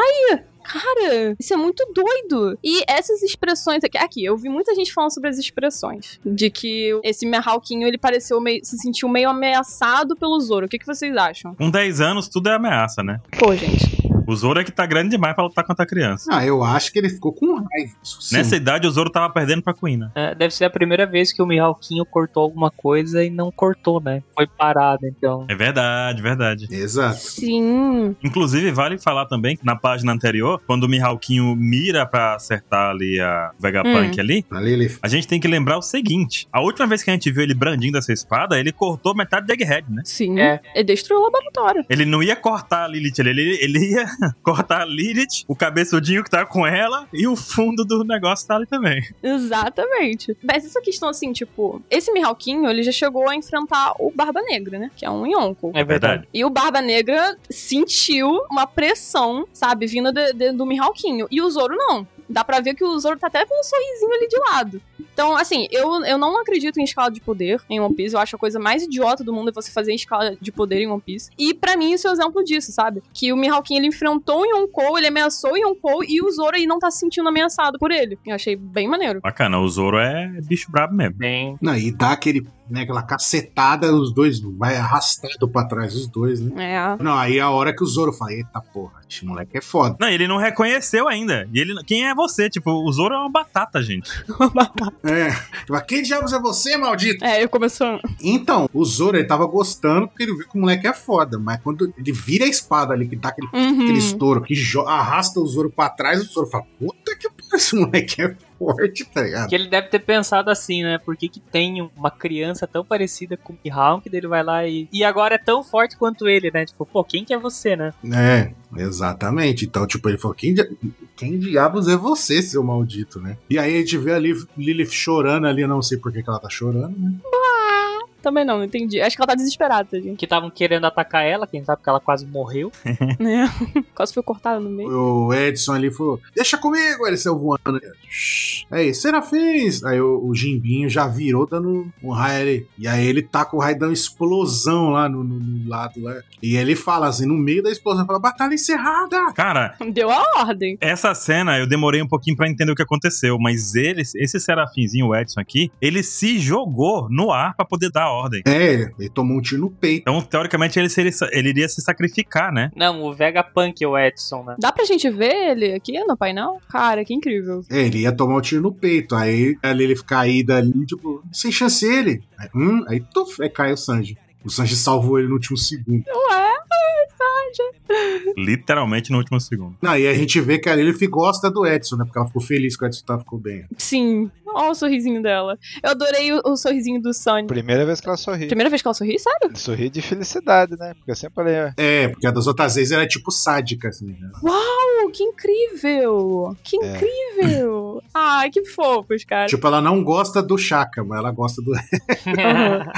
[SPEAKER 4] Cara, isso é muito doido. E essas expressões aqui, aqui, eu vi muita gente falando sobre as expressões. De que esse Mihawkinho, ele pareceu meio, se sentiu meio ameaçado pelo Zoro. O que, que vocês acham?
[SPEAKER 3] Com 10 anos, tudo é ameaça, né?
[SPEAKER 4] Pô, gente.
[SPEAKER 3] O Zoro é que tá grande demais pra lutar contra a criança.
[SPEAKER 1] Ah, eu acho que ele ficou com raiva. isso sim.
[SPEAKER 3] Nessa idade, o Zoro tava perdendo pra né? Kuina.
[SPEAKER 6] É, deve ser a primeira vez que o Mihawkinho cortou alguma coisa e não cortou, né? Foi parado, então.
[SPEAKER 3] É verdade, verdade.
[SPEAKER 1] Exato.
[SPEAKER 4] Sim.
[SPEAKER 3] Inclusive, vale falar também que na página anterior, quando o Mihawkinho mira pra acertar ali a
[SPEAKER 4] Hum.
[SPEAKER 3] Vegapunk ali,
[SPEAKER 1] Ali ele.
[SPEAKER 3] a gente tem que lembrar o seguinte. A última vez que a gente viu ele brandindo essa espada, ele cortou metade da Egghead, né?
[SPEAKER 4] Sim.
[SPEAKER 6] É.
[SPEAKER 4] Ele destruiu o laboratório.
[SPEAKER 3] Ele não ia cortar a Lilith, ele, ele, ele ia cortar a Lilith, o cabeçudinho que tá com ela e o fundo do negócio tá ali também.
[SPEAKER 4] Exatamente. Mas essa questão, assim, tipo, esse Mihawkinho, ele já chegou a enfrentar o Barba Negra, né? Que é um Yonko.
[SPEAKER 6] É verdade.
[SPEAKER 4] E o Barba Negra sentiu uma pressão, sabe, vindo de- de- do Mihawkinho. E o Zoro não. Dá pra ver que o Zoro tá até com um sorrisinho ali de lado. Então, assim, eu, eu não acredito em escala de poder em One Piece. Eu acho a coisa mais idiota do mundo é você fazer escala de poder em One Piece. E pra mim, isso é um exemplo disso, sabe? Que o Mihawking, ele enfrentou o Yonkou, ele ameaçou o Yonkou e o Zoro aí não tá se sentindo ameaçado por ele. Eu achei bem maneiro.
[SPEAKER 3] Bacana, o Zoro é bicho brabo mesmo.
[SPEAKER 6] Bem.
[SPEAKER 1] Não, e dá aquele, né, aquela cacetada, os dois, vai arrastando pra trás os dois, né?
[SPEAKER 4] É.
[SPEAKER 1] Não, aí é a hora que o Zoro fala: Eita porra, esse moleque é foda.
[SPEAKER 3] Não, ele não reconheceu ainda. E ele, quem é você? Tipo, o Zoro é uma batata, gente.
[SPEAKER 1] É. Mas quem diabos é você, maldito?
[SPEAKER 4] É, eu começou.
[SPEAKER 1] Então, o Zoro, ele tava gostando porque ele viu que o moleque é foda. Mas quando ele vira a espada ali, que dá aquele, aquele
[SPEAKER 4] Uhum.
[SPEAKER 1] estouro, que jo- arrasta o Zoro pra trás, o Zoro fala: Puta que pariu, esse moleque é forte, tá ligado?
[SPEAKER 6] Que ele deve ter pensado assim, né? Por que, que tem uma criança tão parecida com o Mihawk, daí ele vai lá e. E agora é tão forte quanto ele, né? Tipo, pô, quem que é você, né?
[SPEAKER 1] É, exatamente. Então, tipo, ele falou: quem, dia- quem diabos é você, seu maldito, né? E aí a gente vê a Liv- Lilith chorando ali, eu não sei por que, que ela tá chorando, né?
[SPEAKER 4] Também não, não entendi. Acho que ela tá desesperada, gente.
[SPEAKER 6] Que estavam querendo atacar ela, quem sabe que ela quase morreu.
[SPEAKER 4] Né? Quase foi cortada no meio.
[SPEAKER 1] O Edson ali falou: deixa comigo, ele saiu voando. Aí, Serafins! Aí o, o Jimbinho já virou dando um raio ali. E aí ele tá com o raio dando explosão lá no, no- no lado lá. E ele fala assim: no meio da explosão, fala: batalha encerrada!
[SPEAKER 3] Cara,
[SPEAKER 4] Deu a ordem.
[SPEAKER 3] Essa cena eu demorei um pouquinho pra entender o que aconteceu, mas ele, esse serafinzinho, o Edson aqui, ele se jogou no ar pra poder dar a ordem.
[SPEAKER 1] É, ele, ele tomou um tiro no peito.
[SPEAKER 3] Então, teoricamente, ele, seria, ele iria se sacrificar, né?
[SPEAKER 6] Não, o Vegapunk, o Edson, né?
[SPEAKER 4] Dá pra gente ver ele aqui no painel? Cara, que incrível.
[SPEAKER 1] É, ele ia tomar um tiro no peito. Aí ali ele caída ali, tipo, sem chance ele. Aí, hum, aí tuf, aí cai o Sanji. O Sanji salvou ele no último segundo.
[SPEAKER 4] Ué,
[SPEAKER 3] Literalmente no último segundo.
[SPEAKER 1] Não, e a gente vê que a Lilith gosta do Edson, né? Porque ela ficou feliz que o Edson tá, ficou bem.
[SPEAKER 4] sim. Olha o sorrisinho dela. Eu adorei o, o sorrisinho do Sunny.
[SPEAKER 5] Primeira vez que ela sorri.
[SPEAKER 4] Primeira vez que ela sorri, sabe?
[SPEAKER 5] Sorri de felicidade, né? Porque eu sempre falei, ó,
[SPEAKER 1] É, porque das outras vezes ela é tipo sádica, assim, né?
[SPEAKER 4] Uau, Uh, que incrível! Que
[SPEAKER 5] É.
[SPEAKER 4] incrível! Ai, que fofos, cara.
[SPEAKER 1] Tipo, ela não gosta do Chaka, mas ela gosta do.
[SPEAKER 4] Aham.
[SPEAKER 6] Então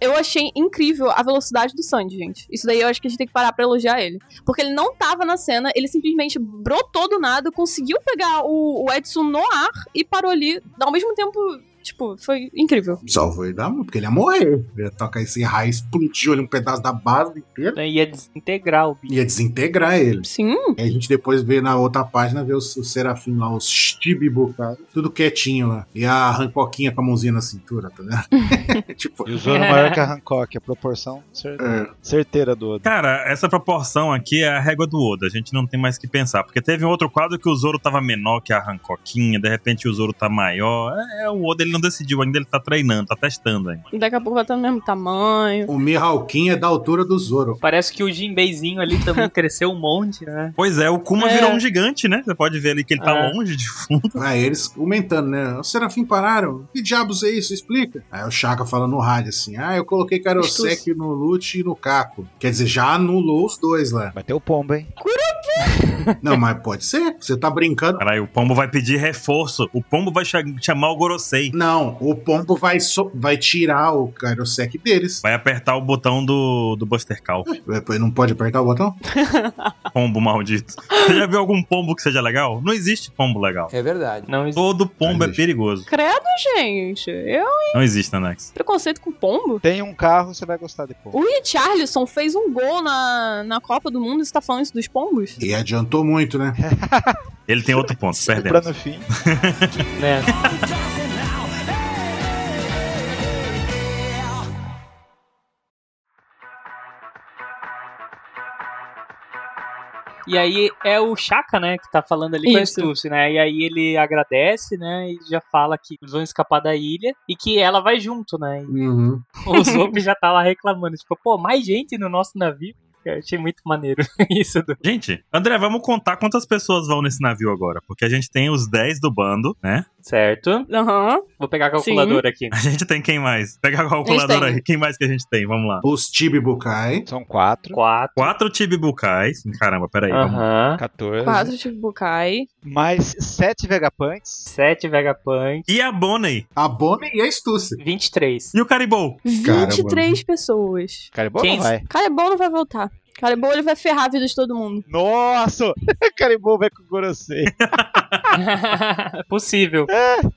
[SPEAKER 4] Eu achei incrível a velocidade do Sandy, gente. Isso daí eu acho que a gente tem que parar pra elogiar ele. Porque ele não tava na cena, ele simplesmente brotou do nada, conseguiu pegar o, o Edson no ar e parou ali. Ao mesmo tempo, tipo, foi incrível.
[SPEAKER 1] Salvou ele da mão, porque ele ia morrer. Ele ia tocar esse raio, explodiu ali um pedaço da base inteira.
[SPEAKER 6] Ia desintegrar o bicho.
[SPEAKER 1] Ia desintegrar ele.
[SPEAKER 4] Sim,
[SPEAKER 1] Aí a gente depois vê na outra página, vê os, os serafim lá, os Stibibu, cara, tudo quietinho lá. E a Rancoquinha com a mãozinha na cintura, tá ligado? tipo,
[SPEAKER 5] e o Zoro maior que a Hancock, a proporção cer-
[SPEAKER 1] é,
[SPEAKER 5] certeira do Oda.
[SPEAKER 3] Cara, essa proporção aqui é a régua do Oda, a gente não tem mais que pensar. Porque teve um outro quadro que o Zoro tava menor que a Hancoquinha, de repente o Zoro tá maior. É, é, o Oda ele não decidiu ainda, ele tá treinando, tá testando ainda.
[SPEAKER 4] daqui a pouco vai estar no mesmo tamanho.
[SPEAKER 1] o Mihawkinho é da altura do Zoro.
[SPEAKER 6] Parece que o Jinbeizinho ali também cresceu um monte, né?
[SPEAKER 3] Pois é, o Kuma
[SPEAKER 4] É.
[SPEAKER 3] virou um gigante, né? Você pode ver ali que ele tá
[SPEAKER 6] É.
[SPEAKER 3] longe de fundo.
[SPEAKER 1] Aí eles comentando, né? Os serafim pararam. Que diabos é isso? Explica. Aí o Chaka fala no rádio assim: Ah, eu coloquei Karosek no Lute e no Caco. Quer dizer, já anulou os dois lá.
[SPEAKER 5] Bateu o pombo, hein?
[SPEAKER 1] Não, mas pode ser. Você tá brincando.
[SPEAKER 3] Caralho, o Pombo vai pedir reforço. O Pombo vai cha- chamar o Gorosei.
[SPEAKER 1] Não, o Pombo vai, so- vai tirar o Karosek deles.
[SPEAKER 3] Vai apertar o botão do, do Buster Call.
[SPEAKER 1] Ele Não pode apertar o botão?
[SPEAKER 3] Pombo maldito. Você já viu algum pombo que seja legal? Não existe pombo legal.
[SPEAKER 8] É verdade.
[SPEAKER 6] Não existe.
[SPEAKER 3] Todo
[SPEAKER 1] Não
[SPEAKER 3] pombo é
[SPEAKER 1] existe.
[SPEAKER 3] perigoso.
[SPEAKER 4] Credo, gente. Eu.
[SPEAKER 3] Não existe, Anax.
[SPEAKER 4] Preconceito com pombo?
[SPEAKER 5] Tem um carro, você vai gostar de pombo.
[SPEAKER 4] O Richarlison fez um gol na, na Copa do Mundo e você tá falando isso dos pombos?
[SPEAKER 1] E adiantou muito, né?
[SPEAKER 3] Ele tem outro ponto,
[SPEAKER 5] Pra
[SPEAKER 3] perdemos.
[SPEAKER 5] no fim.
[SPEAKER 6] né? E E aí é o Chaka, né, que tá falando ali com a
[SPEAKER 4] Isso.
[SPEAKER 6] Stussy, né? E aí ele agradece, né, e já fala que eles vão escapar da ilha e que ela vai junto, né?
[SPEAKER 1] Uhum.
[SPEAKER 6] E o Zop já tá lá reclamando, tipo, pô, mais gente no nosso navio. Eu achei muito maneiro isso. do-
[SPEAKER 3] Gente, André, vamos contar quantas pessoas vão nesse navio agora. Porque a gente tem os 10 do bando, né?
[SPEAKER 6] Certo.
[SPEAKER 4] Aham.
[SPEAKER 1] Uhum.
[SPEAKER 6] Vou pegar a calculadora aqui.
[SPEAKER 3] A gente tem quem mais? Pega a calculadora
[SPEAKER 4] tem.
[SPEAKER 3] aí. Quem mais que a gente tem? Vamos lá.
[SPEAKER 1] Os Tibibukai.
[SPEAKER 5] São 4,
[SPEAKER 6] Quatro.
[SPEAKER 3] Quatro Tibibukais. Caramba, peraí. vamos lá.
[SPEAKER 6] Aham.
[SPEAKER 5] 14.
[SPEAKER 4] Quatro Chibukai.
[SPEAKER 5] Mais 7 Vegapunks.
[SPEAKER 6] Sete Vegapunk.
[SPEAKER 3] E a Bonnie?
[SPEAKER 1] A Bonnie e a Stussy.
[SPEAKER 6] 23.
[SPEAKER 3] E o Caribou?
[SPEAKER 4] 23 pessoas.
[SPEAKER 5] Caribou não
[SPEAKER 6] Quinze.
[SPEAKER 5] vai.
[SPEAKER 4] Calebão não vai voltar. Calebão ele vai ferrar a vida de todo mundo.
[SPEAKER 5] Nossa! Caribou vai com o Gorosei.
[SPEAKER 6] Possível.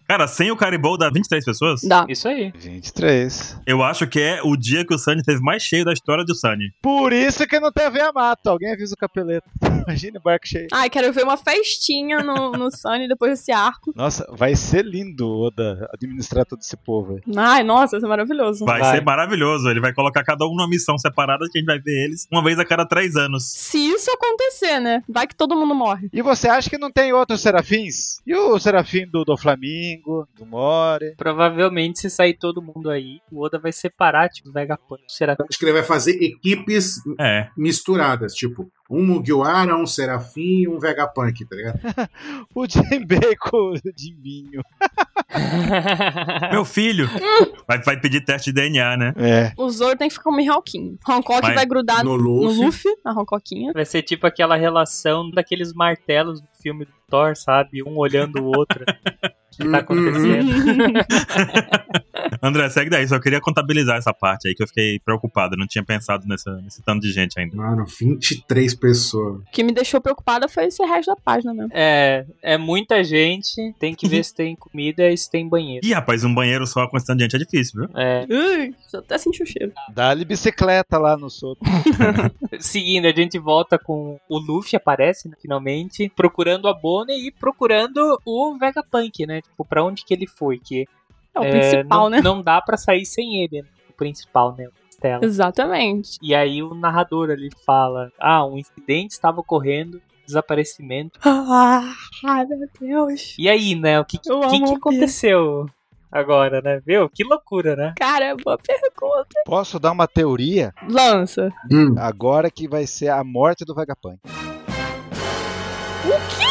[SPEAKER 3] Cara, sem o Caribou dá 23 pessoas?
[SPEAKER 4] Dá.
[SPEAKER 6] Isso aí.
[SPEAKER 5] 23.
[SPEAKER 3] Eu acho que é o dia que o Sunny teve mais cheio da história do Sunny.
[SPEAKER 5] Por isso que não tem a veia mata. Alguém avisa o capeleto. Imagina o barco cheio.
[SPEAKER 4] Ai, quero ver uma festinha no, no Sunny depois desse arco.
[SPEAKER 5] Nossa, vai ser lindo, Oda, administrar todo esse povo. aí.
[SPEAKER 4] Ai, nossa, isso é maravilhoso.
[SPEAKER 3] Vai,
[SPEAKER 6] Vai.
[SPEAKER 3] ser maravilhoso. Ele vai colocar cada um numa missão separada que a gente vai ver eles uma vez a cada três anos.
[SPEAKER 4] Se isso acontecer, né? Vai que todo mundo morre.
[SPEAKER 5] E você acha que não tem outros serafins? E o serafim do, do Flamingo, do More?
[SPEAKER 6] Provavelmente, se sair todo mundo aí, o Oda vai separar, tipo, Vegapunk. Será
[SPEAKER 1] Acho que ele vai fazer equipes
[SPEAKER 3] É.
[SPEAKER 1] misturadas, tipo, um Mugiwara, um Serafim e um Vegapunk, tá ligado?
[SPEAKER 5] O Jinbei com o Jimbinho.
[SPEAKER 6] É.
[SPEAKER 3] Meu filho vai, vai pedir teste de DNA, né?
[SPEAKER 5] É.
[SPEAKER 4] O Zoro tem que ficar um Mihawkinho. Hancock
[SPEAKER 3] Vai.
[SPEAKER 4] vai grudar
[SPEAKER 1] No
[SPEAKER 4] no,
[SPEAKER 1] Luffy.
[SPEAKER 4] Luffy, Ah, na Hancoquinha.
[SPEAKER 6] Vai ser tipo aquela relação daqueles martelos do filme do Thor, sabe? Um olhando o outro. O que tá acontecendo?
[SPEAKER 3] André, segue daí. Só queria contabilizar essa parte aí que eu fiquei preocupado. Não tinha pensado nessa, nesse tanto de gente ainda.
[SPEAKER 1] Mano, 23 pessoas.
[SPEAKER 4] O que me deixou preocupada foi esse resto da página mesmo.
[SPEAKER 6] É, é muita gente. Tem que ver se tem comida e se tem banheiro.
[SPEAKER 3] Ih, rapaz, um banheiro só com esse tanto de gente é difícil, viu?
[SPEAKER 6] É.
[SPEAKER 4] Ui, só até senti o cheiro.
[SPEAKER 5] Dá-lhe bicicleta lá no soco.
[SPEAKER 6] Seguindo, a gente volta com o Luffy, aparece né, finalmente, procurando a Bonnie e procurando o Vegapunk, né? Tipo, pra onde que ele foi? Que
[SPEAKER 4] É o
[SPEAKER 6] é,
[SPEAKER 4] principal,
[SPEAKER 6] não,
[SPEAKER 4] né?
[SPEAKER 6] Não dá pra sair sem ele. né? O principal, né? o Stella.
[SPEAKER 4] Exatamente.
[SPEAKER 6] E aí o narrador ali fala: Ah, um incidente estava ocorrendo, desaparecimento.
[SPEAKER 4] Ah, Ai, meu Deus.
[SPEAKER 6] E aí, né? O que, que,
[SPEAKER 4] Eu
[SPEAKER 6] que
[SPEAKER 4] amo
[SPEAKER 6] aconteceu agora, né? Viu? Que loucura, né?
[SPEAKER 4] Cara, é boa pergunta.
[SPEAKER 5] Posso dar uma teoria?
[SPEAKER 4] Lança.
[SPEAKER 1] Hum,
[SPEAKER 5] Agora que vai ser a morte do Vegapunk.
[SPEAKER 4] O quê?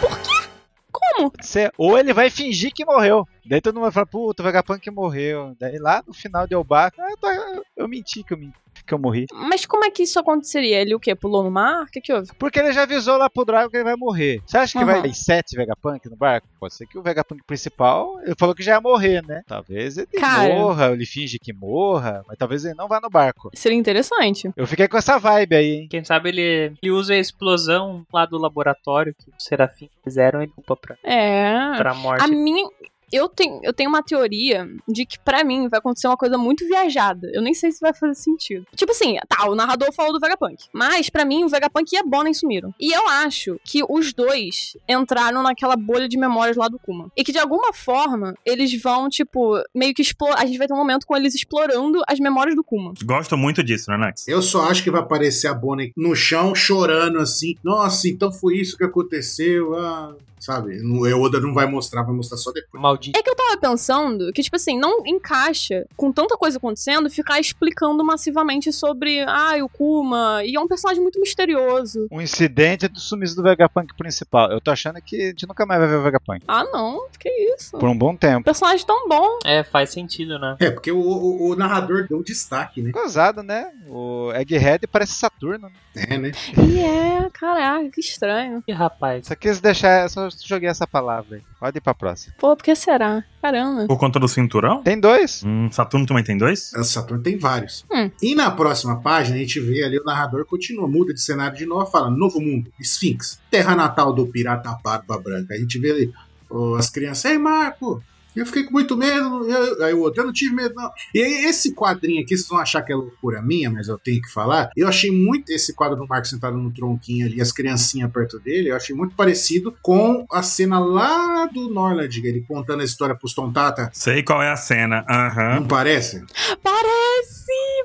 [SPEAKER 4] Por quê? Como?
[SPEAKER 5] Cê- ou ele vai fingir que morreu. Daí todo mundo vai falar, puta, o Vegapunk morreu. Daí lá no final deu barco. Ah, tá, eu menti que eu, menti, que eu morri.
[SPEAKER 4] Mas como é que isso aconteceria? Ele o quê? Pulou no mar? O que, que houve?
[SPEAKER 5] Porque ele já avisou lá pro Drago que ele vai morrer. Você acha que
[SPEAKER 4] Aham.
[SPEAKER 5] vai ter sete Vegapunk no barco? Pode ser que o Vegapunk principal, ele falou que já ia morrer, né? Talvez ele
[SPEAKER 4] Cara.
[SPEAKER 5] morra, ele finge que morra, mas talvez ele não vá no barco.
[SPEAKER 4] Seria interessante.
[SPEAKER 5] Eu fiquei com essa vibe aí, hein?
[SPEAKER 6] Quem sabe ele, ele usa a explosão lá do laboratório que os serafins fizeram e culpa pra,
[SPEAKER 4] É.
[SPEAKER 6] pra morte.
[SPEAKER 4] A minha. Eu tenho, eu tenho uma teoria de que, pra mim, vai acontecer uma coisa muito viajada. Eu nem sei se vai fazer sentido. Tipo assim, tá, o narrador falou do Vegapunk. Mas, pra mim, o Vegapunk e a Bonnie sumiram. E eu acho que os dois entraram naquela bolha de memórias lá do Kuma. E que, de alguma forma, eles vão, tipo, meio que explorar. A gente vai ter um momento com eles explorando as memórias do Kuma.
[SPEAKER 3] Gosto muito disso, né, Nax?
[SPEAKER 1] eu só acho que vai aparecer a Bonnie no chão chorando assim. Nossa, então foi isso que aconteceu. Ah. Sabe? O Oda não vai mostrar, vai mostrar só depois.
[SPEAKER 6] Maldito.
[SPEAKER 4] É que eu tava pensando que, tipo assim, não encaixa com tanta coisa acontecendo ficar explicando massivamente sobre, ai, o Kuma, e é um personagem muito misterioso.
[SPEAKER 5] Um incidente do sumiço do Vegapunk principal. Eu tô achando que a gente nunca mais vai ver o Vegapunk.
[SPEAKER 4] Ah, não, que isso.
[SPEAKER 5] Por um bom tempo.
[SPEAKER 4] Personagem tão bom.
[SPEAKER 6] É, faz sentido, né?
[SPEAKER 1] É, porque o, o- o narrador deu destaque, né?
[SPEAKER 5] Gozado, né? O Egghead parece Saturno. né?
[SPEAKER 1] É, né?
[SPEAKER 4] E é, caraca, que estranho.
[SPEAKER 6] Ih, rapaz.
[SPEAKER 5] Só quis deixar, só joguei essa palavra aí. Pode ir pra próxima.
[SPEAKER 4] Pô, por que será? Caramba.
[SPEAKER 3] Por conta do cinturão?
[SPEAKER 5] Tem dois.
[SPEAKER 3] Hum, Saturno também tem dois?
[SPEAKER 1] A Saturn tem vários.
[SPEAKER 4] Hum.
[SPEAKER 1] E na próxima página a gente vê ali o narrador continua, muda de cenário de novo, fala Novo Mundo, Esfinx, terra natal do pirata Barba Branca. A gente vê ali ó, as crianças, ei Marco, eu fiquei com muito medo, eu- aí o outro, eu não tive medo não. E aí esse quadrinho aqui, vocês vão achar que é loucura minha, mas eu tenho que falar, eu achei muito esse quadro do Marco sentado no tronquinho ali, as criancinhas perto dele, eu achei muito parecido com a cena lá do Norland, ele contando a história pros Tontata,
[SPEAKER 3] Sei qual é a cena. Aham.
[SPEAKER 1] não parece?
[SPEAKER 4] Parece,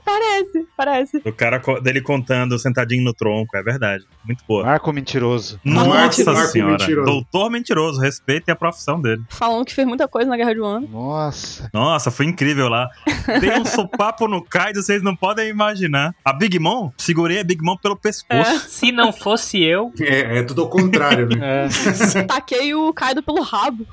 [SPEAKER 4] Parece, parece.
[SPEAKER 3] O cara co- dele contando sentadinho no tronco, é verdade. Muito boa.
[SPEAKER 5] Marco mentiroso.
[SPEAKER 3] Nossa
[SPEAKER 1] Marco
[SPEAKER 3] senhora.
[SPEAKER 1] mentiroso.
[SPEAKER 3] Doutor mentiroso, respeitem a profissão dele.
[SPEAKER 4] Falam que fez muita coisa na Guerra de Wanda.
[SPEAKER 5] Nossa.
[SPEAKER 3] Nossa, foi incrível lá. Tem um sopapo no Kaido, vocês não podem imaginar. A Big Mom, segurei a Big Mom pelo
[SPEAKER 4] É.
[SPEAKER 3] pescoço.
[SPEAKER 6] Se não fosse eu,
[SPEAKER 1] É, é tudo ao contrário, né?
[SPEAKER 6] é,
[SPEAKER 4] Taquei o Kaido pelo rabo.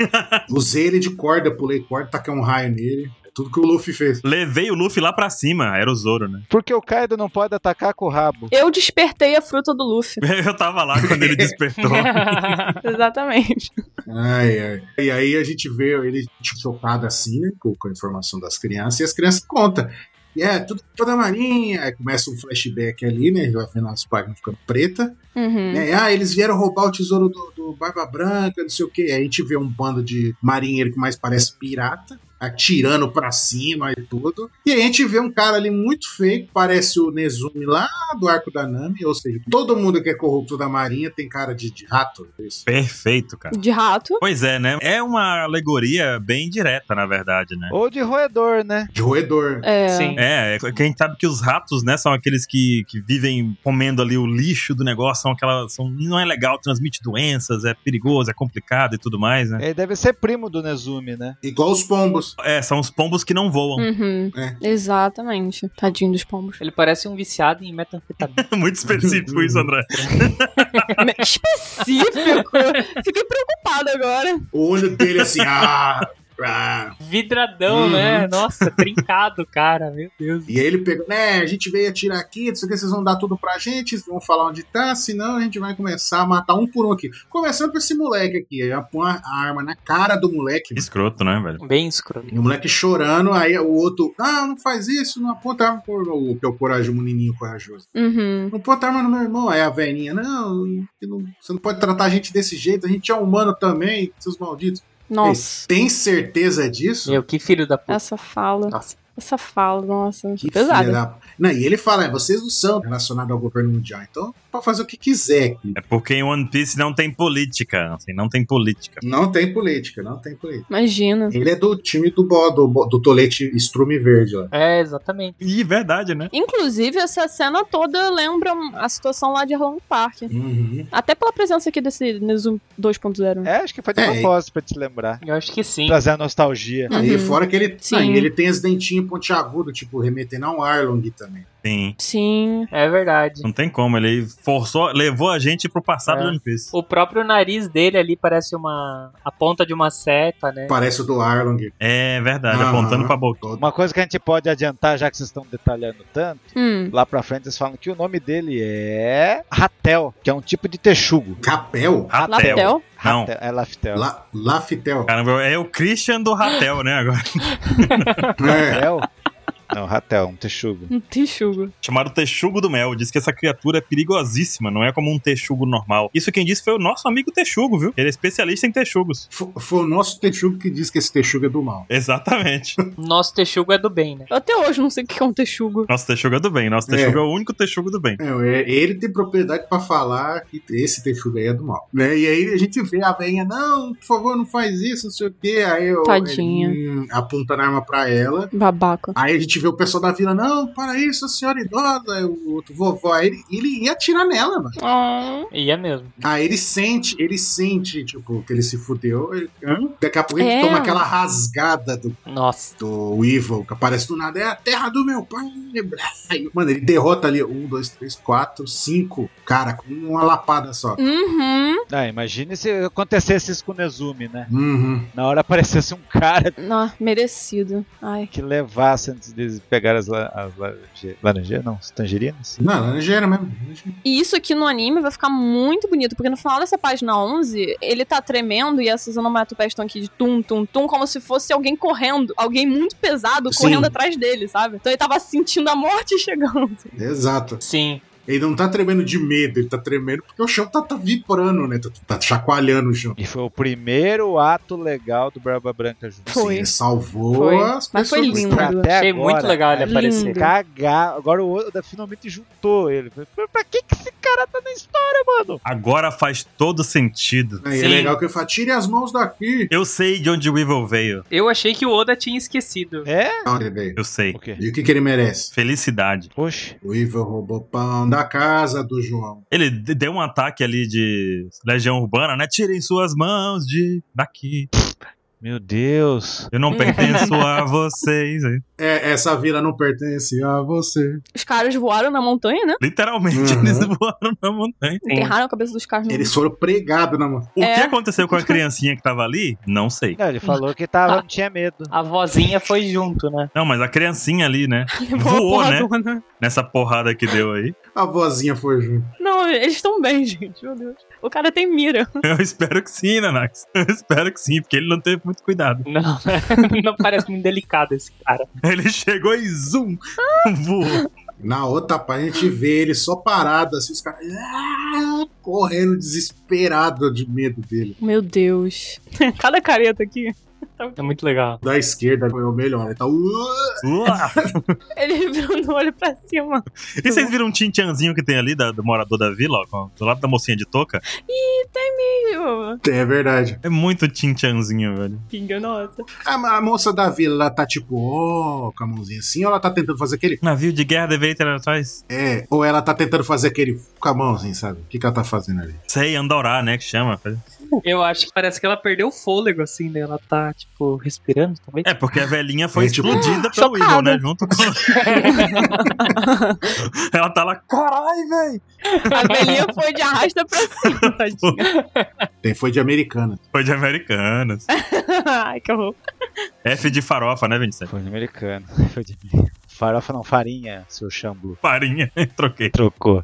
[SPEAKER 1] Usei ele de corda, pulei corda, taquei um raio nele. É tudo que o Luffy fez.
[SPEAKER 3] Levei o Luffy lá pra cima, era o Zoro, né?
[SPEAKER 5] Porque o Kaido não pode atacar com o rabo.
[SPEAKER 4] Eu despertei a fruta do Luffy.
[SPEAKER 3] Eu tava lá quando ele despertou.
[SPEAKER 4] Exatamente.
[SPEAKER 1] Ai, ai. E aí a gente vê ele tipo, chocado assim, né? Com, com a informação das crianças, e as crianças contam. E é, tudo toda marinha. Aí começa um flashback ali, né? Vai vendo as páginas ficando preta.
[SPEAKER 4] Uhum.
[SPEAKER 1] né? Ah, eles vieram roubar o tesouro do, do Barba Branca, não sei o quê. Aí a gente vê um bando de marinheiro que mais parece pirata, atirando pra cima e tudo. E aí a gente vê um cara ali muito feio, que parece o Nezumi lá do Arco da Nami. Ou seja, todo mundo que é corrupto da marinha tem cara de, de rato. é Isso.
[SPEAKER 3] Perfeito, cara.
[SPEAKER 4] De rato.
[SPEAKER 3] Pois é, né? É uma alegoria bem direta, na verdade, né?
[SPEAKER 5] Ou de roedor, né?
[SPEAKER 1] De roedor.
[SPEAKER 4] É.
[SPEAKER 6] sim.
[SPEAKER 3] É, é que a gente sabe que os ratos, né, são aqueles que, que vivem comendo ali o lixo do negócio, são aquelas. São, não é legal, transmite doenças, é perigoso, é complicado e tudo mais, né?
[SPEAKER 5] Ele deve ser primo do Nezumi, né?
[SPEAKER 1] Igual os pombos.
[SPEAKER 3] É, são os pombos que não voam.
[SPEAKER 4] Uhum.
[SPEAKER 1] É.
[SPEAKER 4] Exatamente. Tadinho dos pombos.
[SPEAKER 6] Ele parece um viciado em metanfetamina.
[SPEAKER 3] Muito específico isso, André.
[SPEAKER 4] Específico. Fiquei preocupada agora.
[SPEAKER 1] O olho dele assim, ah, ah.
[SPEAKER 6] Vidradão,
[SPEAKER 1] Uhum.
[SPEAKER 6] né? Nossa, trincado, cara. Meu Deus.
[SPEAKER 1] E aí ele pegou, né? A gente veio atirar aqui, não sei o que, vocês vão dar tudo pra gente, vocês vão falar onde tá, senão a gente vai começar a matar um por um aqui. Começando por esse moleque aqui, aí ela põe a a arma na cara do moleque. mano.
[SPEAKER 3] Escroto, né, velho?
[SPEAKER 6] Bem escroto.
[SPEAKER 1] E o moleque chorando, aí o outro, ah, não faz isso, não aponta a arma por o que é o corajoso, o menininho corajoso.
[SPEAKER 4] Uhum.
[SPEAKER 1] Não aponta a arma no meu irmão, aí a velhinha, não, que não- você não pode tratar a gente desse jeito, a gente é humano também, seus malditos.
[SPEAKER 4] Nossa.
[SPEAKER 1] Tem certeza disso?
[SPEAKER 6] Meu, que filho da puta.
[SPEAKER 4] Essa fala.
[SPEAKER 6] Nossa.
[SPEAKER 4] Essa fala, nossa.
[SPEAKER 1] Que filha
[SPEAKER 4] pesada.
[SPEAKER 1] da- Não, e ele fala, é, vocês não são relacionados ao governo mundial, então pode fazer o que quiser aqui.
[SPEAKER 3] É porque em One Piece não tem política, assim, não tem política.
[SPEAKER 1] Não tem política, não tem política.
[SPEAKER 4] Imagina.
[SPEAKER 1] Ele é do time do bo, do, bo- do Tolete Strume Verde lá.
[SPEAKER 6] É, exatamente.
[SPEAKER 3] Ih, verdade, né?
[SPEAKER 4] Inclusive, essa cena toda lembra a situação lá de Arlong Park. Até pela presença aqui desse Nezumi 2.0. né?
[SPEAKER 5] É, acho que foi de
[SPEAKER 1] É,
[SPEAKER 5] propósito pra te lembrar.
[SPEAKER 6] Eu acho que sim.
[SPEAKER 5] Trazer a nostalgia.
[SPEAKER 1] Não, E
[SPEAKER 4] Uhum.
[SPEAKER 1] fora que ele,
[SPEAKER 4] Sim.
[SPEAKER 1] não, e ele tem os dentinhos pontiagudos, tipo, remetendo a um Arlong também.
[SPEAKER 3] Sim.
[SPEAKER 4] Sim.
[SPEAKER 6] É verdade.
[SPEAKER 3] Não tem como, ele forçou, levou a gente pro passado
[SPEAKER 6] É.
[SPEAKER 3] do One Piece.
[SPEAKER 6] O próprio nariz dele ali parece uma. a ponta de uma seta, né?
[SPEAKER 1] Parece o do Arlong.
[SPEAKER 3] É verdade,
[SPEAKER 1] Aham.
[SPEAKER 3] apontando pra boca.
[SPEAKER 5] Uma coisa que a gente pode adiantar, já que vocês estão detalhando tanto,
[SPEAKER 4] Hum.
[SPEAKER 5] lá pra frente vocês falam que o nome dele é Ratel, que é um tipo de texugo.
[SPEAKER 1] Capel?
[SPEAKER 3] Ratel.
[SPEAKER 4] Laptel?
[SPEAKER 3] Não.
[SPEAKER 5] Ratel, é Laftel.
[SPEAKER 1] La, Laftel.
[SPEAKER 3] Caramba, é o Christian do Ratel, né? Agora.
[SPEAKER 1] É.
[SPEAKER 5] Ratel? Não, Ratel, um texugo.
[SPEAKER 4] Um texugo.
[SPEAKER 3] Chamaram Texugo do Mel. Diz que essa criatura é perigosíssima, não é como um texugo normal. Isso quem disse foi o nosso amigo Texugo, viu? Ele é especialista em texugos.
[SPEAKER 1] Fo- Foi o nosso Texugo que disse que esse Texugo é do mal.
[SPEAKER 3] Exatamente.
[SPEAKER 6] Nosso texugo é do bem, né?
[SPEAKER 4] Eu até hoje não sei o que é um texugo.
[SPEAKER 3] Nosso Texugo é do bem. Nosso
[SPEAKER 1] É.
[SPEAKER 3] Texugo é, o único Texugo do bem.
[SPEAKER 1] Não, é, ele tem propriedade pra falar que esse texugo aí é do mal. Né? E aí a gente vê a velhinha, não, por favor, não faz isso, não sei o quê. Aí eu,
[SPEAKER 4] Tadinha.
[SPEAKER 1] ele, hum, apontando a arma pra ela.
[SPEAKER 4] Babaca.
[SPEAKER 1] Aí a gente vê o pessoal da vila, não, para isso, a senhora é idosa, Aí o outro vovó. Aí ele, ele ia atirar nela, mano.
[SPEAKER 4] Ah.
[SPEAKER 6] E é mesmo.
[SPEAKER 1] Aí ele sente, ele sente, tipo, que ele se fudeu. Ele, hã? Daqui a pouco ele
[SPEAKER 4] É.
[SPEAKER 1] toma aquela rasgada do,
[SPEAKER 6] Nossa.
[SPEAKER 1] do Evil, que aparece do nada, é a terra do meu pai. blá. Aí, Mano, ele derrota ali um, dois, três, quatro, cinco, cara, com uma lapada só.
[SPEAKER 6] Hum?
[SPEAKER 4] Uhum.
[SPEAKER 5] Ah, imagine se acontecesse isso com o Nezumi, né?
[SPEAKER 1] Uhum.
[SPEAKER 5] Na hora aparecesse um cara
[SPEAKER 4] Ah, merecido. Ai.
[SPEAKER 5] que levasse antes de pegar as, la- as laranje- laranjeiras, não, as tangerinas.
[SPEAKER 1] Não, laranjeira mesmo.
[SPEAKER 4] E isso aqui no anime vai ficar muito bonito, porque no final dessa página 11, ele tá tremendo e essas onomatopeias estão aqui de tum, tum, tum, como se fosse alguém correndo, alguém muito pesado
[SPEAKER 1] Sim.
[SPEAKER 4] correndo atrás dele, sabe? Então ele tava sentindo a morte chegando.
[SPEAKER 1] Exato.
[SPEAKER 6] Sim.
[SPEAKER 1] Ele não tá tremendo de medo, ele tá tremendo porque o chão tá, tá vibrando, né? Tá, tá chacoalhando o chão.
[SPEAKER 5] E foi o primeiro ato legal do Barba Branca junto.
[SPEAKER 4] Foi.
[SPEAKER 1] Sim, Assim, salvou
[SPEAKER 4] Foi.
[SPEAKER 1] as pessoas.
[SPEAKER 4] Mas foi lindo.
[SPEAKER 1] Pra-
[SPEAKER 5] Até
[SPEAKER 6] Achei
[SPEAKER 5] agora,
[SPEAKER 6] muito legal ele
[SPEAKER 4] Lindo.
[SPEAKER 6] aparecer.
[SPEAKER 5] Cagar. Agora o Oda finalmente juntou ele. Falei, Pra que, que esse cara tá na história, mano?
[SPEAKER 3] Agora faz todo sentido.
[SPEAKER 1] Aí é
[SPEAKER 6] Sim.
[SPEAKER 1] legal que ele fala, tire as mãos daqui.
[SPEAKER 3] Eu sei de onde o Evil veio.
[SPEAKER 6] Eu achei que o Oda tinha esquecido.
[SPEAKER 5] É?
[SPEAKER 1] Não, ele veio.
[SPEAKER 3] Eu sei.
[SPEAKER 5] O quê?
[SPEAKER 1] E o que, que ele merece?
[SPEAKER 3] Felicidade.
[SPEAKER 5] Oxe.
[SPEAKER 1] O Ivan roubou pão da casa do João.
[SPEAKER 3] Ele d- deu um ataque ali de Legião Urbana, né? Tirem suas mãos de daqui.
[SPEAKER 5] Meu Deus.
[SPEAKER 3] Eu não pertenço a vocês. hein?
[SPEAKER 1] É, essa vila não pertence a você.
[SPEAKER 4] Os caras voaram na montanha, né?
[SPEAKER 3] Literalmente,
[SPEAKER 1] Uhum.
[SPEAKER 3] eles voaram na montanha.
[SPEAKER 6] Sim.
[SPEAKER 4] Enterraram a cabeça dos caras no
[SPEAKER 1] Eles foram pregados na mão.
[SPEAKER 3] O
[SPEAKER 4] É.
[SPEAKER 3] que aconteceu com a criancinha que tava ali? Não sei.
[SPEAKER 5] Não, ele falou que tava, não tinha medo.
[SPEAKER 6] A vozinha foi junto, né?
[SPEAKER 3] Não, mas a criancinha ali, né?
[SPEAKER 4] Levou a
[SPEAKER 3] voou,
[SPEAKER 4] porradona.
[SPEAKER 3] Nessa porrada que deu aí.
[SPEAKER 1] A vozinha foi junto.
[SPEAKER 4] Não, eles estão bem, gente. Meu Deus. O cara tem mira.
[SPEAKER 3] Eu espero que sim, Nanax. Eu espero que sim, porque ele não teve muito cuidado.
[SPEAKER 6] Não, né? não parece muito delicado esse cara.
[SPEAKER 3] Ele chegou e zoom! Voou.
[SPEAKER 1] Na outra parte a gente vê ele só parado, assim, os caras ah, correndo desesperado de medo dele.
[SPEAKER 4] Meu Deus. Cada careta aqui.
[SPEAKER 6] É muito legal.
[SPEAKER 1] Da esquerda foi o melhor, ele tá. "Uah!"
[SPEAKER 3] Uá!
[SPEAKER 4] Ele virou no olho pra cima.
[SPEAKER 3] E vocês viram um tchan-tchanzinho que tem ali da- do morador da vila, ó, com- do lado da mocinha de touca?
[SPEAKER 4] Ih, temido.
[SPEAKER 1] É verdade.
[SPEAKER 3] É muito tchan-tchanzinho, velho.
[SPEAKER 4] Pinga, nossa.
[SPEAKER 1] A, a moça da vila, ela tá tipo, ó, com a mãozinha assim, ou ela tá tentando fazer aquele.
[SPEAKER 3] Navio de guerra deveria ter atrás.
[SPEAKER 1] É, ou ela tá tentando fazer aquele com a mão assim, sabe? O que, que ela tá fazendo ali?
[SPEAKER 3] Sei, Andorá, né? Que chama.
[SPEAKER 6] Eu acho que parece que ela perdeu o fôlego, assim, né? Ela tá, tipo, respirando também.
[SPEAKER 3] É, porque a velhinha foi
[SPEAKER 1] É, tipo,
[SPEAKER 3] explodida pelo
[SPEAKER 4] chocada.
[SPEAKER 3] Evil, né? Junto com. Ela tá lá, carai, velho!
[SPEAKER 4] A velhinha foi de arrasta pra cima, tadinha.
[SPEAKER 1] Tem foi de americana.
[SPEAKER 3] Foi de americanas.
[SPEAKER 4] Ai, que horror.
[SPEAKER 3] F de farofa, né, 27?
[SPEAKER 5] Foi de americano. Foi de... Farofa não, farinha, seu chambu.
[SPEAKER 3] Farinha, troquei.
[SPEAKER 5] Trocou.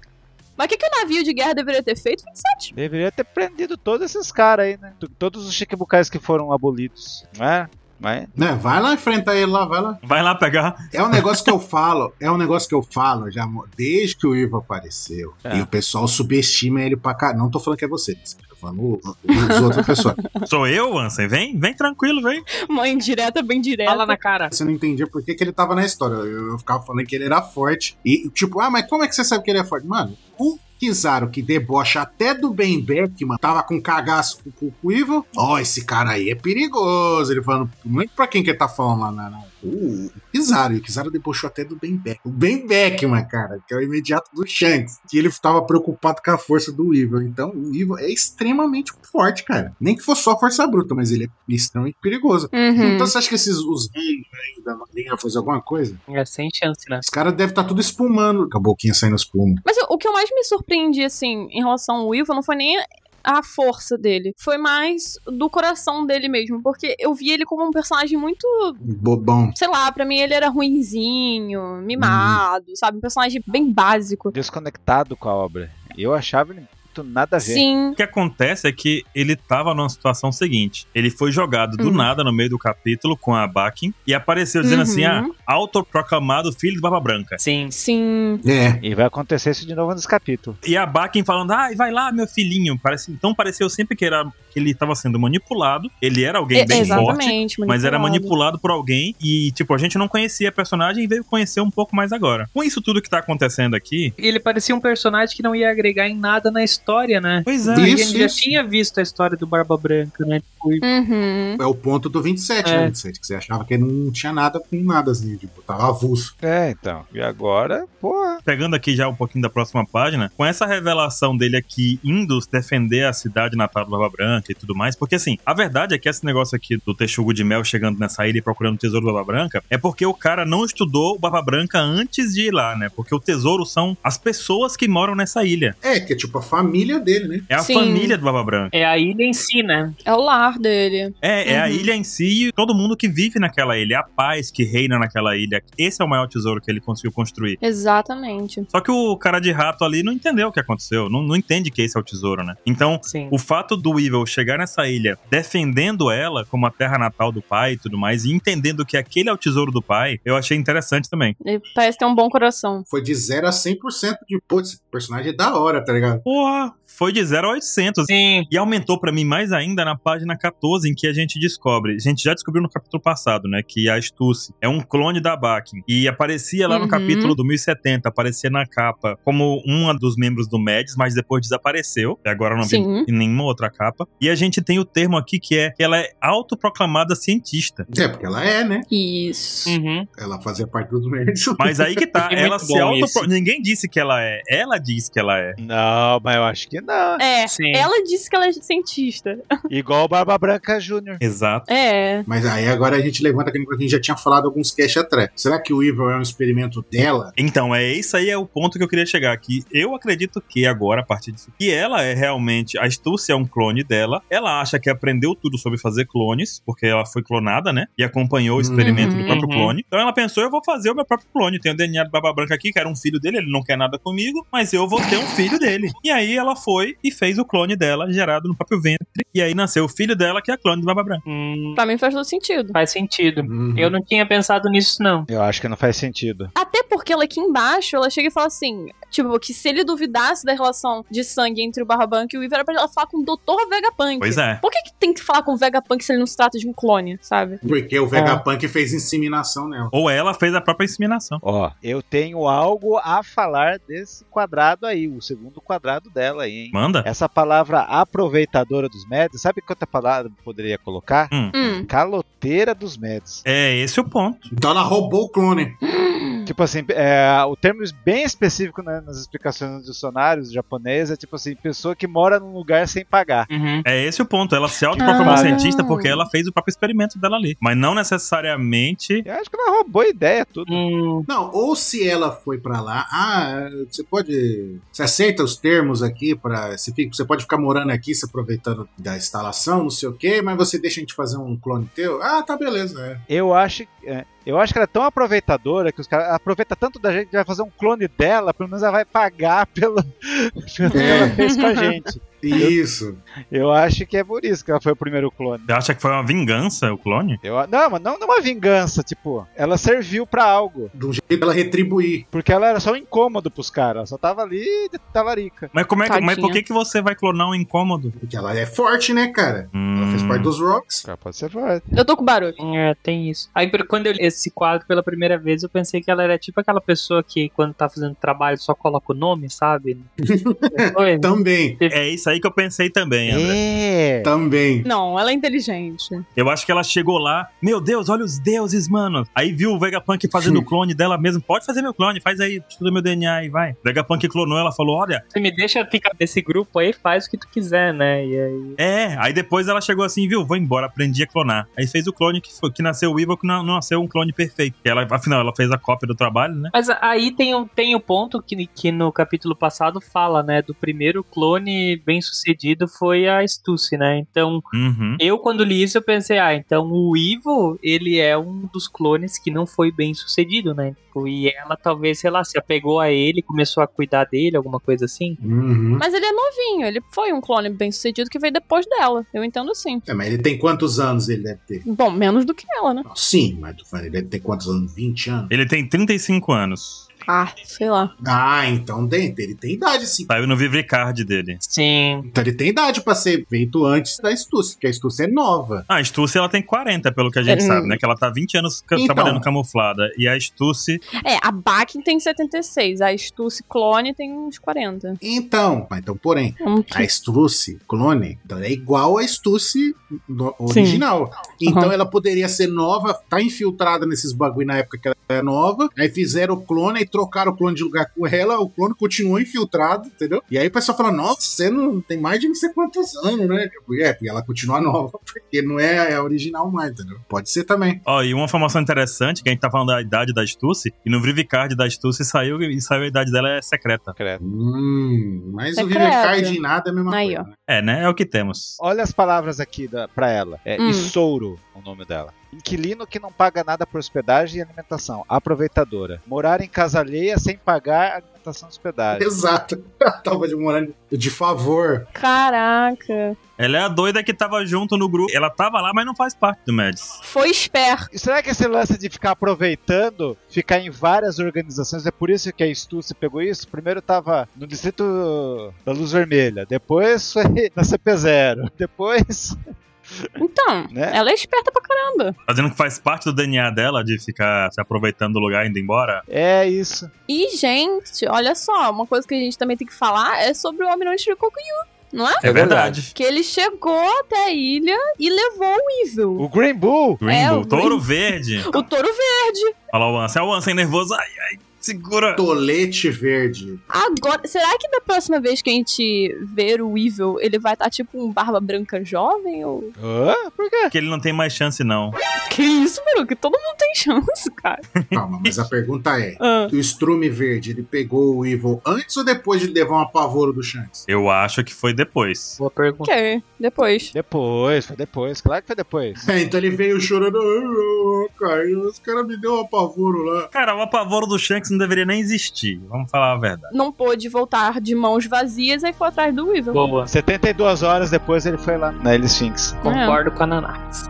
[SPEAKER 4] Mas o que, que o navio de guerra deveria ter feito? 27.
[SPEAKER 5] Deveria ter prendido todos esses caras aí, né? T- Todos os chiquibucais que foram abolidos. Não é? Mas
[SPEAKER 1] Né? Vai lá enfrentar ele lá, vai lá.
[SPEAKER 3] Vai lá pegar.
[SPEAKER 1] É um negócio que eu falo, é um negócio que eu falo já mo- desde que o Ivo apareceu.
[SPEAKER 5] É.
[SPEAKER 1] E o pessoal subestima ele pra cá. Não tô falando que é você, tô falando o- o- os outros pessoas.
[SPEAKER 3] Sou eu, Ansem? Vem, vem tranquilo, vem.
[SPEAKER 4] Uma indireta bem direta.
[SPEAKER 6] Fala na cara.
[SPEAKER 1] Você não entendia por que, que ele tava na história. Eu, eu ficava falando que ele era forte. E, tipo, ah, mas como é que você sabe que ele é forte? Mano, o Kizaru, que debocha até do Ben Beckman, tava com cagaço com- com com o Ivo. Ó, esse cara aí é perigoso. Ele falando, não lembro pra quem que ele tá falando lá na. na- o- o Kizaru, e o Kizaru debochou até do Ben Beckman. O Ben Beckman, cara, que é o imediato do Shanks. Que ele tava preocupado com a força do Evil. Então, o Evil é extremamente forte, cara. Nem que fosse só força bruta, mas ele é extremamente perigoso.
[SPEAKER 4] Uhum.
[SPEAKER 1] Então você acha que esses os reis aí da marinha vão fazer alguma coisa?
[SPEAKER 6] É sem chance, né?
[SPEAKER 1] Os caras devem estar tudo espumando. Caboquinha saindo espuma.
[SPEAKER 4] Mas o, o que eu mais me surpreendi, assim, em relação ao Ivo, não foi nem a força dele. Foi mais do coração dele mesmo. Porque eu vi ele como um personagem muito.
[SPEAKER 1] Bobão.
[SPEAKER 4] Sei lá, pra mim ele era ruinzinho, mimado,
[SPEAKER 3] Uhum.
[SPEAKER 4] sabe? Um personagem bem básico.
[SPEAKER 5] desconectado com a obra. Eu achava ele muito nada a ver.
[SPEAKER 4] Sim.
[SPEAKER 3] O que acontece é que ele tava numa situação seguinte. Ele foi jogado do
[SPEAKER 4] Uhum.
[SPEAKER 3] nada no meio do capítulo com a Bakin e apareceu dizendo
[SPEAKER 4] Uhum.
[SPEAKER 3] assim: ah, autoproclamado filho do Barba Branca.
[SPEAKER 6] Sim.
[SPEAKER 4] Sim.
[SPEAKER 1] É.
[SPEAKER 5] E vai acontecer isso de novo nesse capítulo.
[SPEAKER 3] E a Bakin falando: ai, vai lá, meu filhinho. Parece, então pareceu sempre que, era, que ele tava sendo manipulado. Ele era alguém
[SPEAKER 4] E-
[SPEAKER 3] bem forte.
[SPEAKER 4] É, exatamente.
[SPEAKER 3] Mas era manipulado por alguém e, tipo, a gente não conhecia a personagem e veio conhecer um pouco mais agora. Com isso tudo que tá acontecendo aqui.
[SPEAKER 6] Ele parecia um personagem que não ia agregar em nada na história, né?
[SPEAKER 3] Pois
[SPEAKER 1] é.
[SPEAKER 3] é.
[SPEAKER 6] Porque a
[SPEAKER 1] Isso,
[SPEAKER 6] gente já
[SPEAKER 1] isso.
[SPEAKER 6] tinha visto a história do Barba Branca, né? Tipo,
[SPEAKER 4] Uhum.
[SPEAKER 1] É o ponto do 27,
[SPEAKER 6] É.
[SPEAKER 1] né? 27, que você achava que ele não tinha nada com nada, assim, tipo, tava avulso.
[SPEAKER 5] É, então. E agora, porra.
[SPEAKER 3] Pegando aqui já um pouquinho da próxima página, com essa revelação dele aqui indo defender a cidade natal do Barba Branca e tudo mais, porque assim, a verdade é que esse negócio aqui do Texugo de Mel chegando nessa ilha e procurando o tesouro do Barba Branca é porque o cara não estudou o Barba Branca antes de ir lá, né? Porque o tesouro são as pessoas que moram nessa ilha.
[SPEAKER 1] É, que é tipo a família dele, né?
[SPEAKER 3] É a
[SPEAKER 4] Sim.
[SPEAKER 3] família do Barba Branca.
[SPEAKER 6] é a ilha em si, né?
[SPEAKER 4] É o lar dele.
[SPEAKER 3] É, é a
[SPEAKER 4] Uhum.
[SPEAKER 3] ilha em si e todo mundo que vive naquela ilha, É a paz que reina naquela ilha. Esse é o maior tesouro que ele conseguiu construir.
[SPEAKER 4] Exatamente.
[SPEAKER 3] Só que o cara de rato ali não entendeu o que aconteceu, não, não entende que esse é o tesouro, né? Então,
[SPEAKER 6] Sim.
[SPEAKER 3] O fato do Evil chegar nessa ilha defendendo ela como a terra natal do pai e tudo mais, e entendendo que aquele é o tesouro do pai, eu achei interessante também.
[SPEAKER 4] Ele parece ter um bom coração.
[SPEAKER 1] Foi de 0 a 100% de. Putz, esse personagem é da hora, tá ligado?
[SPEAKER 3] Porra, foi de 0 a 800.
[SPEAKER 6] Sim.
[SPEAKER 3] E aumentou pra mim mais ainda na página 14, em que a gente descobre. A gente já descobriu no capítulo passado, né? Que a Stussy é um clone da Bakken. E aparecia lá no
[SPEAKER 4] Uhum.
[SPEAKER 3] capítulo do 1070, aparecia na capa como uma dos membros do MEDS, mas depois desapareceu. E agora eu não
[SPEAKER 4] Sim.
[SPEAKER 3] vi em nenhuma outra capa. E a gente tem o termo aqui que é que ela é autoproclamada cientista.
[SPEAKER 1] É, porque ela é, né?
[SPEAKER 4] Isso.
[SPEAKER 3] Hum.
[SPEAKER 6] Uhum.
[SPEAKER 1] Ela fazia parte dos médicos.
[SPEAKER 3] Mas aí que tá,
[SPEAKER 6] É
[SPEAKER 3] ela
[SPEAKER 6] muito
[SPEAKER 3] se
[SPEAKER 6] bom
[SPEAKER 3] autopro...
[SPEAKER 6] isso.
[SPEAKER 3] Ninguém disse que ela é. Ela diz que ela é.
[SPEAKER 5] Não, mas eu acho que não.
[SPEAKER 4] É.
[SPEAKER 6] Sim.
[SPEAKER 4] Ela disse que ela é cientista.
[SPEAKER 5] Igual o Barba Branca Jr.
[SPEAKER 3] Exato.
[SPEAKER 4] É.
[SPEAKER 1] Mas aí agora a gente levanta aquele que a gente já tinha falado alguns cash atrás. Será que o Evil é um experimento dela?
[SPEAKER 3] Então, é isso aí é o ponto que eu queria chegar aqui. Eu acredito que agora, a partir disso, que ela é realmente. A Stúcia é um clone dela. Ela acha que aprendeu tudo sobre fazer clones, porque ela foi clonada, né? E acompanhou o experimento do
[SPEAKER 4] Uhum.
[SPEAKER 3] próprio
[SPEAKER 6] Uhum.
[SPEAKER 3] clone. Então ela pensou: eu vou fazer o meu próprio clone. Tem o DNA do Baba Branca aqui, que era um filho dele, ele não quer nada comigo, mas eu vou ter um filho dele. E aí ela foi e fez o clone dela, gerado no próprio ventre. E aí nasceu o filho dela, que é a clone do Baba Branca.
[SPEAKER 6] Hum,
[SPEAKER 4] Pra mim faz todo sentido.
[SPEAKER 6] faz sentido.
[SPEAKER 1] Uhum.
[SPEAKER 6] Eu não tinha pensado nisso, não.
[SPEAKER 5] Eu acho que não faz sentido.
[SPEAKER 4] Até porque ela aqui embaixo, ela chega e fala assim, tipo, que se ele duvidasse da relação de sangue entre o Barba Branca e o Weaver, era pra ela falar com o Dr. Vegapunk.
[SPEAKER 3] Pois é.
[SPEAKER 4] Por que, que tem que falar com o Vegapunk se ele não se trata de um clone, sabe?
[SPEAKER 1] Porque o Vegapunk fez inseminação nela.
[SPEAKER 3] Ou ela fez a própria inseminação.
[SPEAKER 5] Ó, eu tenho algo a falar desse quadrado aí, o segundo quadrado dela aí, hein?
[SPEAKER 3] Manda?
[SPEAKER 5] Essa palavra aproveitadora dos médios, sabe quanta palavra eu poderia colocar?
[SPEAKER 1] É.
[SPEAKER 4] Hum.
[SPEAKER 5] Caloteira dos médios.
[SPEAKER 3] É esse o ponto.
[SPEAKER 1] Então ela roubou o clone.
[SPEAKER 5] Tipo assim, é, o termo bem específico né, nas explicações dos dicionários japonês é tipo assim, pessoa que mora num lugar sem pagar.
[SPEAKER 6] Uhum.
[SPEAKER 3] É esse o ponto. Ela se autoproclamou
[SPEAKER 5] Ah.
[SPEAKER 3] cientista porque ela fez o próprio experimento dela ali. Mas não necessariamente.
[SPEAKER 5] Eu acho que ela roubou a ideia, tudo.
[SPEAKER 6] Hum,
[SPEAKER 1] Não, ou se ela foi pra lá, ah, você pode. Você aceita os termos aqui para você, fica- você pode ficar morando aqui, se aproveitando da instalação, não sei o quê, mas você deixa a gente fazer um clone teu? Ah, tá, beleza. É.
[SPEAKER 5] Eu acho, é, eu acho que ela é tão aproveitadora que os caras aproveita tanto da gente que vai fazer um clone dela, pelo menos ela vai pagar pelo pelo que ela fez com a gente.
[SPEAKER 1] Isso.
[SPEAKER 5] Eu acho que é por isso que ela foi o primeiro clone.
[SPEAKER 3] Você acha que foi uma vingança o clone?
[SPEAKER 5] Eu, a- não, mas não numa vingança, tipo, ela serviu pra algo,
[SPEAKER 1] De um jeito ela retribuir.
[SPEAKER 5] porque ela era só um incômodo pros caras, ela só tava ali de talarica.
[SPEAKER 3] Mas como é que, mas por
[SPEAKER 4] Tadinha.
[SPEAKER 3] que, que você vai clonar um incômodo?
[SPEAKER 1] Porque ela é forte, né, cara? Ela fez
[SPEAKER 3] Hum,
[SPEAKER 1] parte dos Rocks.
[SPEAKER 5] Cara, Ah, pode ser forte.
[SPEAKER 4] Eu tô com barulho.
[SPEAKER 6] é, tem isso. Aí por- quando eu li esse quadro pela primeira vez, eu pensei que ela era tipo aquela pessoa que quando tá fazendo trabalho só coloca o nome, sabe? Depois,
[SPEAKER 1] Então- Também,
[SPEAKER 3] É isso aí que eu pensei também, André.
[SPEAKER 5] É.
[SPEAKER 1] também.
[SPEAKER 4] Não, ela é inteligente.
[SPEAKER 3] Eu acho que ela chegou lá, meu Deus, olha os deuses, mano. Aí viu o Vegapunk fazendo o clone dela mesmo. Pode fazer meu clone, faz aí, estuda meu DNA e vai. Vegapunk clonou, ela falou, olha,
[SPEAKER 6] Você me deixa ficar nesse grupo aí, faz o que tu quiser, né? E aí,
[SPEAKER 3] É, aí depois ela chegou assim, viu? Vou embora, aprendi a clonar. Aí fez o clone que, foi, que nasceu o Evil, que não, não nasceu um clone perfeito. E Ela, afinal, ela fez a cópia do trabalho, né?
[SPEAKER 6] Mas aí tem o tem o ponto que, que no capítulo passado fala, né? Do primeiro clone bem sucedido foi a Stussy, né? Então,
[SPEAKER 3] Uhum.
[SPEAKER 6] eu quando li isso, eu pensei, ah, então o Ivo, ele é um dos clones que não foi bem sucedido, né? Tipo, E ela talvez, sei lá, se apegou a ele, começou a cuidar dele, alguma coisa assim.
[SPEAKER 1] Uhum.
[SPEAKER 4] Mas ele é novinho, ele foi um clone bem sucedido que veio depois dela. Eu entendo assim.
[SPEAKER 1] É, mas ele tem quantos anos ele deve ter?
[SPEAKER 4] Bom, menos do que ela, né?
[SPEAKER 1] Sim, mas tu fala, ele deve ter quantos anos? 20 anos?
[SPEAKER 3] Ele tem 35 anos.
[SPEAKER 4] Ah, sei lá.
[SPEAKER 1] Ah, então tem, ele tem idade, sim.
[SPEAKER 3] Saiu no Vivrecard dele.
[SPEAKER 6] Sim.
[SPEAKER 1] Então ele tem idade pra ser feito antes da Stussy, porque a Stussy é nova.
[SPEAKER 3] Ah, a Stussy, ela tem 40, pelo que a gente
[SPEAKER 4] É,
[SPEAKER 3] sabe, né? Que ela tá 20 anos ca-
[SPEAKER 1] Então.
[SPEAKER 3] trabalhando camuflada. E a Stussy...
[SPEAKER 4] É, a Bakken tem 76, a Stussy clone tem uns 40.
[SPEAKER 1] Então, mas então porém,
[SPEAKER 4] Hum,
[SPEAKER 1] a Stussy clone então ela é igual a Stussy no-
[SPEAKER 4] Sim.
[SPEAKER 1] original. Então
[SPEAKER 4] Uhum.
[SPEAKER 1] ela poderia ser nova, tá infiltrada nesses bagulho na época que ela é nova, aí fizeram o clone, aí trocaram o clone de lugar com ela, o clone continua infiltrado, entendeu? E aí o pessoal fala, nossa, você não tem mais de não sei quantos anos, né? Tipo, é, porque ela continua nova, porque não é a original mais, entendeu? Pode ser também.
[SPEAKER 3] Ó, e uma informação interessante, que a gente tá falando da idade da Stussy, e no Vivrecard da Stussy saiu, e saiu a idade dela é secreta.
[SPEAKER 5] Credo.
[SPEAKER 1] Hum, mas o
[SPEAKER 4] Secreto.
[SPEAKER 1] Vivecard de nada é a mesma
[SPEAKER 4] Aí,
[SPEAKER 1] coisa.
[SPEAKER 4] ó.
[SPEAKER 1] né?
[SPEAKER 3] É, né? É o que temos.
[SPEAKER 5] Olha as palavras aqui da, pra ela. É
[SPEAKER 4] Hum.
[SPEAKER 5] Isouro, o nome dela. Inquilino que não paga nada por hospedagem e alimentação. Aproveitadora. Morar em casa alheia sem pagar alimentação e hospedagem.
[SPEAKER 1] Exato. Tava de morando de favor.
[SPEAKER 4] Caraca.
[SPEAKER 3] Ela é a doida que tava junto no grupo. Ela tava lá, mas não faz parte do Mads.
[SPEAKER 4] Foi esperto.
[SPEAKER 5] E será que esse lance de ficar aproveitando, ficar em várias organizações, é por isso que a Stu se pegou isso? Primeiro tava no distrito da Luz Vermelha, depois foi na CP0, depois.
[SPEAKER 4] Então,
[SPEAKER 5] Né?
[SPEAKER 4] ela é esperta pra caramba.
[SPEAKER 3] Fazendo que faz parte do DNA dela de ficar se aproveitando do lugar e indo embora.
[SPEAKER 5] É isso.
[SPEAKER 4] E, gente, olha só, uma coisa que a gente também tem que falar é sobre o Almirante de Kokuyu, não é?
[SPEAKER 8] É verdade.
[SPEAKER 4] Que ele chegou até a ilha e levou o Evil.
[SPEAKER 5] O Green Bull.
[SPEAKER 4] É,
[SPEAKER 3] Rainbow,
[SPEAKER 4] o
[SPEAKER 3] touro
[SPEAKER 4] Green-
[SPEAKER 3] verde.
[SPEAKER 4] O touro verde.
[SPEAKER 3] Olha lá o Ansem. Olha o Ansem nervoso. Ai, ai, segura.
[SPEAKER 1] Tolete verde.
[SPEAKER 4] Agora, será que da próxima vez que a gente ver o Evil, ele vai estar tipo um barba branca jovem? Ou...
[SPEAKER 5] Hã? por quê?
[SPEAKER 3] Que ele não tem mais chance, não.
[SPEAKER 4] Que isso, Baruque? Todo mundo tem chance, cara.
[SPEAKER 1] Calma, mas a pergunta é:
[SPEAKER 4] Ah.
[SPEAKER 1] o Strume verde, ele pegou o Evil antes ou depois de levar um apavoro do Shanks?
[SPEAKER 3] Eu acho que foi depois.
[SPEAKER 6] Boa pergunta.
[SPEAKER 4] Ok, depois.
[SPEAKER 5] Depois, foi depois, claro que foi depois.
[SPEAKER 1] É, então ele veio chorando. "Ah, Cara, os caras me deu um apavoro lá.
[SPEAKER 3] Cara, o apavoro do Shanks não deveria nem existir. Vamos falar a verdade.
[SPEAKER 4] Não pôde voltar de mãos vazias e foi atrás do Evil.
[SPEAKER 6] Boa.
[SPEAKER 5] 72 horas depois ele foi lá na Ilha Sphinx.
[SPEAKER 6] Concordo com a Nanax.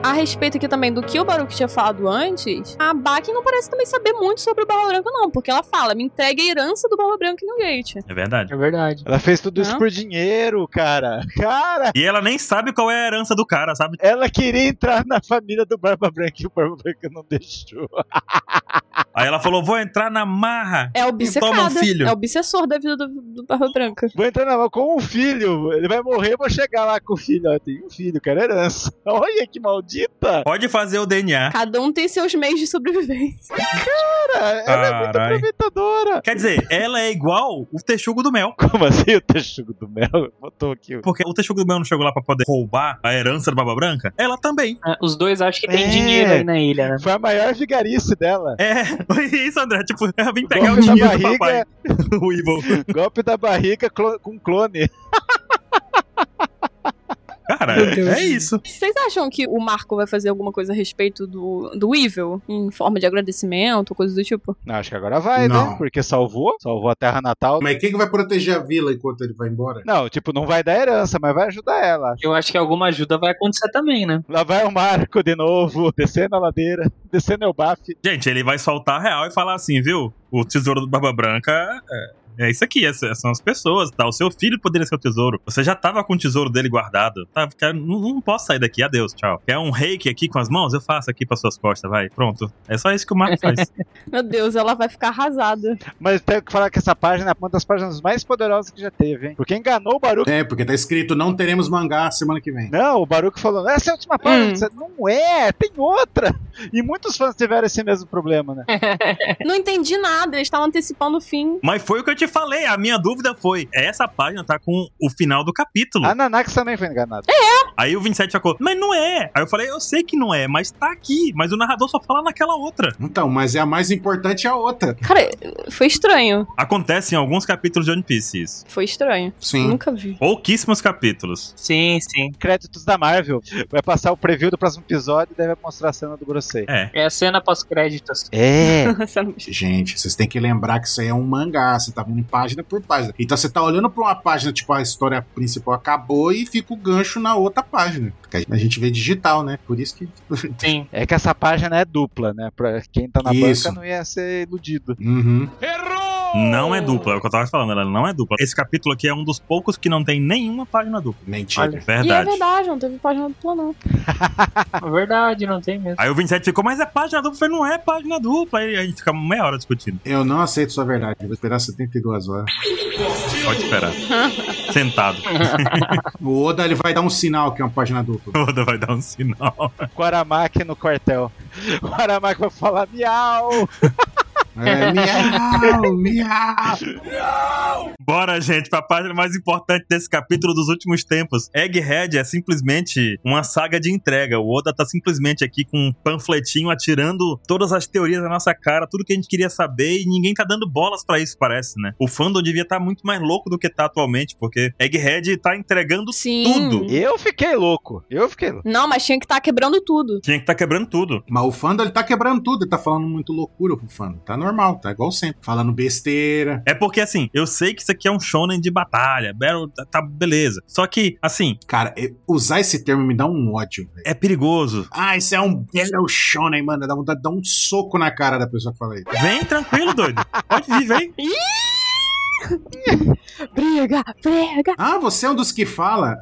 [SPEAKER 4] A respeito aqui também do que o Baruque tinha falado antes, a Baki não parece também saber muito sobre o Barba Branca, não, porque ela fala: me entregue a herança do Barba Branca e Gate.
[SPEAKER 3] É verdade.
[SPEAKER 6] É verdade.
[SPEAKER 5] Ela fez tudo isso
[SPEAKER 4] Não.
[SPEAKER 5] por dinheiro, cara. Cara,
[SPEAKER 3] E ela nem sabe qual é a herança do cara, sabe?
[SPEAKER 5] ela queria entrar na família do Barba Branca e o Barba Branca não deixou.
[SPEAKER 3] Aí ela falou: vou entrar na marra.
[SPEAKER 4] É
[SPEAKER 3] Toma um
[SPEAKER 4] obcecada.
[SPEAKER 3] filho.
[SPEAKER 4] É obsessor da vida do, do Barba Branca.
[SPEAKER 5] Vou entrar na mão com um filho. Ele vai morrer, eu vou chegar lá com o filho. Ó, tem um filho, quero herança. Olha que maldita.
[SPEAKER 3] Pode fazer o DNA.
[SPEAKER 4] Cada um tem seus meios de sobrevivência.
[SPEAKER 5] Cara, ela é muito
[SPEAKER 3] Carai.
[SPEAKER 5] aproveitadora.
[SPEAKER 3] Quer dizer, ela é igual o texugo do mel.
[SPEAKER 5] Como assim o texugo do mel? Botou aqui. o-
[SPEAKER 3] Porque o texugo do mel não chegou lá pra poder roubar a herança do Baba Branca? Ela também.
[SPEAKER 6] Ah, Os dois acham que tem
[SPEAKER 5] É.
[SPEAKER 6] dinheiro aí na ilha, né?
[SPEAKER 5] Foi a maior vigarice dela.
[SPEAKER 3] É, foi isso, André. Tipo, ela vim pegar o
[SPEAKER 5] golpe, da
[SPEAKER 3] dinheiro do papai.
[SPEAKER 5] barriga,
[SPEAKER 3] O Evil.
[SPEAKER 5] golpe da barriga clo- com clone.
[SPEAKER 3] Cara,
[SPEAKER 6] Meu Deus.
[SPEAKER 3] é isso.
[SPEAKER 4] Vocês acham que o Marco vai fazer alguma coisa a respeito do, do Evil? Em forma de agradecimento, coisa do tipo?
[SPEAKER 5] Não, acho que agora vai,
[SPEAKER 1] Não.
[SPEAKER 5] né? Porque salvou. Salvou a terra natal.
[SPEAKER 1] Mas quem que vai proteger a vila enquanto ele vai embora?
[SPEAKER 5] Não, tipo, não vai dar herança, mas vai ajudar ela.
[SPEAKER 6] Eu acho que alguma ajuda vai acontecer também, né?
[SPEAKER 5] Lá vai o Marco de novo, descendo a ladeira, descendo o baf.
[SPEAKER 3] Gente, ele vai soltar a real e falar assim, viu? O tesouro do Barba Branca é, é isso aqui, essas são as pessoas, tá? O seu filho poderia ser o tesouro. Você já tava com o tesouro dele guardado. Tá? Cara, Não, não posso sair daqui, adeus, tchau. Quer um reiki aqui com as mãos? Eu faço aqui pras suas costas, vai. Pronto. É só isso que o Marco faz.
[SPEAKER 4] Meu Deus, ela vai ficar arrasada.
[SPEAKER 5] Mas tenho que falar que essa página é uma das páginas mais poderosas que já teve, hein? Porque enganou o Baruco.
[SPEAKER 1] É, porque tá escrito não teremos mangá semana que vem.
[SPEAKER 5] Não, o Baruco falou, essa é a última página.
[SPEAKER 4] Hum.
[SPEAKER 5] Disse, Não é, tem outra. E muitos fãs tiveram esse mesmo problema, né?
[SPEAKER 4] Não entendi nada, eles estavam antecipando o fim.
[SPEAKER 3] Mas foi o que eu te falei, a minha dúvida foi: essa página tá com o final do capítulo.
[SPEAKER 5] A Nanax também foi enganada.
[SPEAKER 3] Aí o 27 sacou, mas não é. Aí eu falei, eu sei que não é, mas tá aqui. Mas o narrador só fala naquela outra.
[SPEAKER 1] Então, mas é a mais importante é a outra.
[SPEAKER 4] Cara, foi estranho.
[SPEAKER 3] Acontece em alguns capítulos de One Piece isso.
[SPEAKER 4] Foi estranho.
[SPEAKER 1] Sim.
[SPEAKER 4] Nunca vi.
[SPEAKER 3] Pouquíssimos capítulos.
[SPEAKER 6] Sim, sim.
[SPEAKER 5] Créditos da Marvel. Vai passar o preview do próximo episódio e daí vai mostrar a cena do Grossei.
[SPEAKER 3] É.
[SPEAKER 6] É a cena pós-créditos.
[SPEAKER 5] É.
[SPEAKER 4] Essa não-
[SPEAKER 1] Gente, vocês têm que lembrar que isso aí é um mangá, você tá vendo página por página. Então você tá olhando pra uma página, tipo, a história principal acabou e fica o gancho na outra página. Porque a gente vê digital, né? Por isso que.
[SPEAKER 6] Sim.
[SPEAKER 5] É que essa página é dupla, né? Pra quem tá na
[SPEAKER 1] Isso.
[SPEAKER 5] banca não ia ser iludido.
[SPEAKER 1] Uhum.
[SPEAKER 3] Não é dupla, é o que eu tava falando, ela não é dupla. Esse capítulo aqui é um dos poucos que não tem nenhuma página dupla.
[SPEAKER 1] Mentira.
[SPEAKER 6] Olha,
[SPEAKER 4] E é
[SPEAKER 3] Verdade.
[SPEAKER 4] verdade, não teve página dupla, não.
[SPEAKER 6] é verdade, não tem mesmo.
[SPEAKER 3] Aí o 27 ficou, mas é página dupla. Eu falei, não é página dupla. Aí a gente fica meia hora discutindo.
[SPEAKER 1] Eu não aceito sua verdade. Eu Vou esperar 72 horas.
[SPEAKER 3] Pode esperar. Sentado.
[SPEAKER 1] O Oda ele vai dar um sinal que é uma página dupla.
[SPEAKER 3] O Oda vai dar um sinal.
[SPEAKER 5] Guaramaki no quartel. O Guaramaki vai falar miau.
[SPEAKER 1] É, miau, miau.
[SPEAKER 3] Bora, gente, pra página mais importante desse capítulo dos últimos tempos. Egghead é simplesmente uma saga de entrega. O Oda tá simplesmente aqui com um panfletinho atirando todas as teorias na nossa cara, tudo que a gente queria saber, e ninguém tá dando bolas pra isso, parece, né? O fandom devia estar muito mais louco do que tá atualmente, porque Egghead tá entregando.
[SPEAKER 4] Sim.
[SPEAKER 3] Tudo.
[SPEAKER 5] Eu fiquei louco. Eu fiquei louco.
[SPEAKER 4] Não, mas tinha que estar quebrando tudo.
[SPEAKER 3] Tinha que tá quebrando tudo.
[SPEAKER 1] Mas o Fando, ele tá quebrando tudo, ele tá falando muito loucura pro Fando. Tá normal, tá igual sempre. Falando besteira.
[SPEAKER 3] É porque, assim, eu sei que isso aqui é um shonen de batalha, battle, tá- tá beleza. Só que, assim,
[SPEAKER 1] Cara, eu- usar esse termo me dá um ódio, velho.
[SPEAKER 3] é perigoso.
[SPEAKER 1] Ah, isso é um belo shonen, mano. Dá vontade de dar um soco na cara da pessoa que fala isso.
[SPEAKER 3] Vem tranquilo, doido. Pode vir, vem.
[SPEAKER 4] Briga, briga.
[SPEAKER 1] Ah, você é um dos que fala?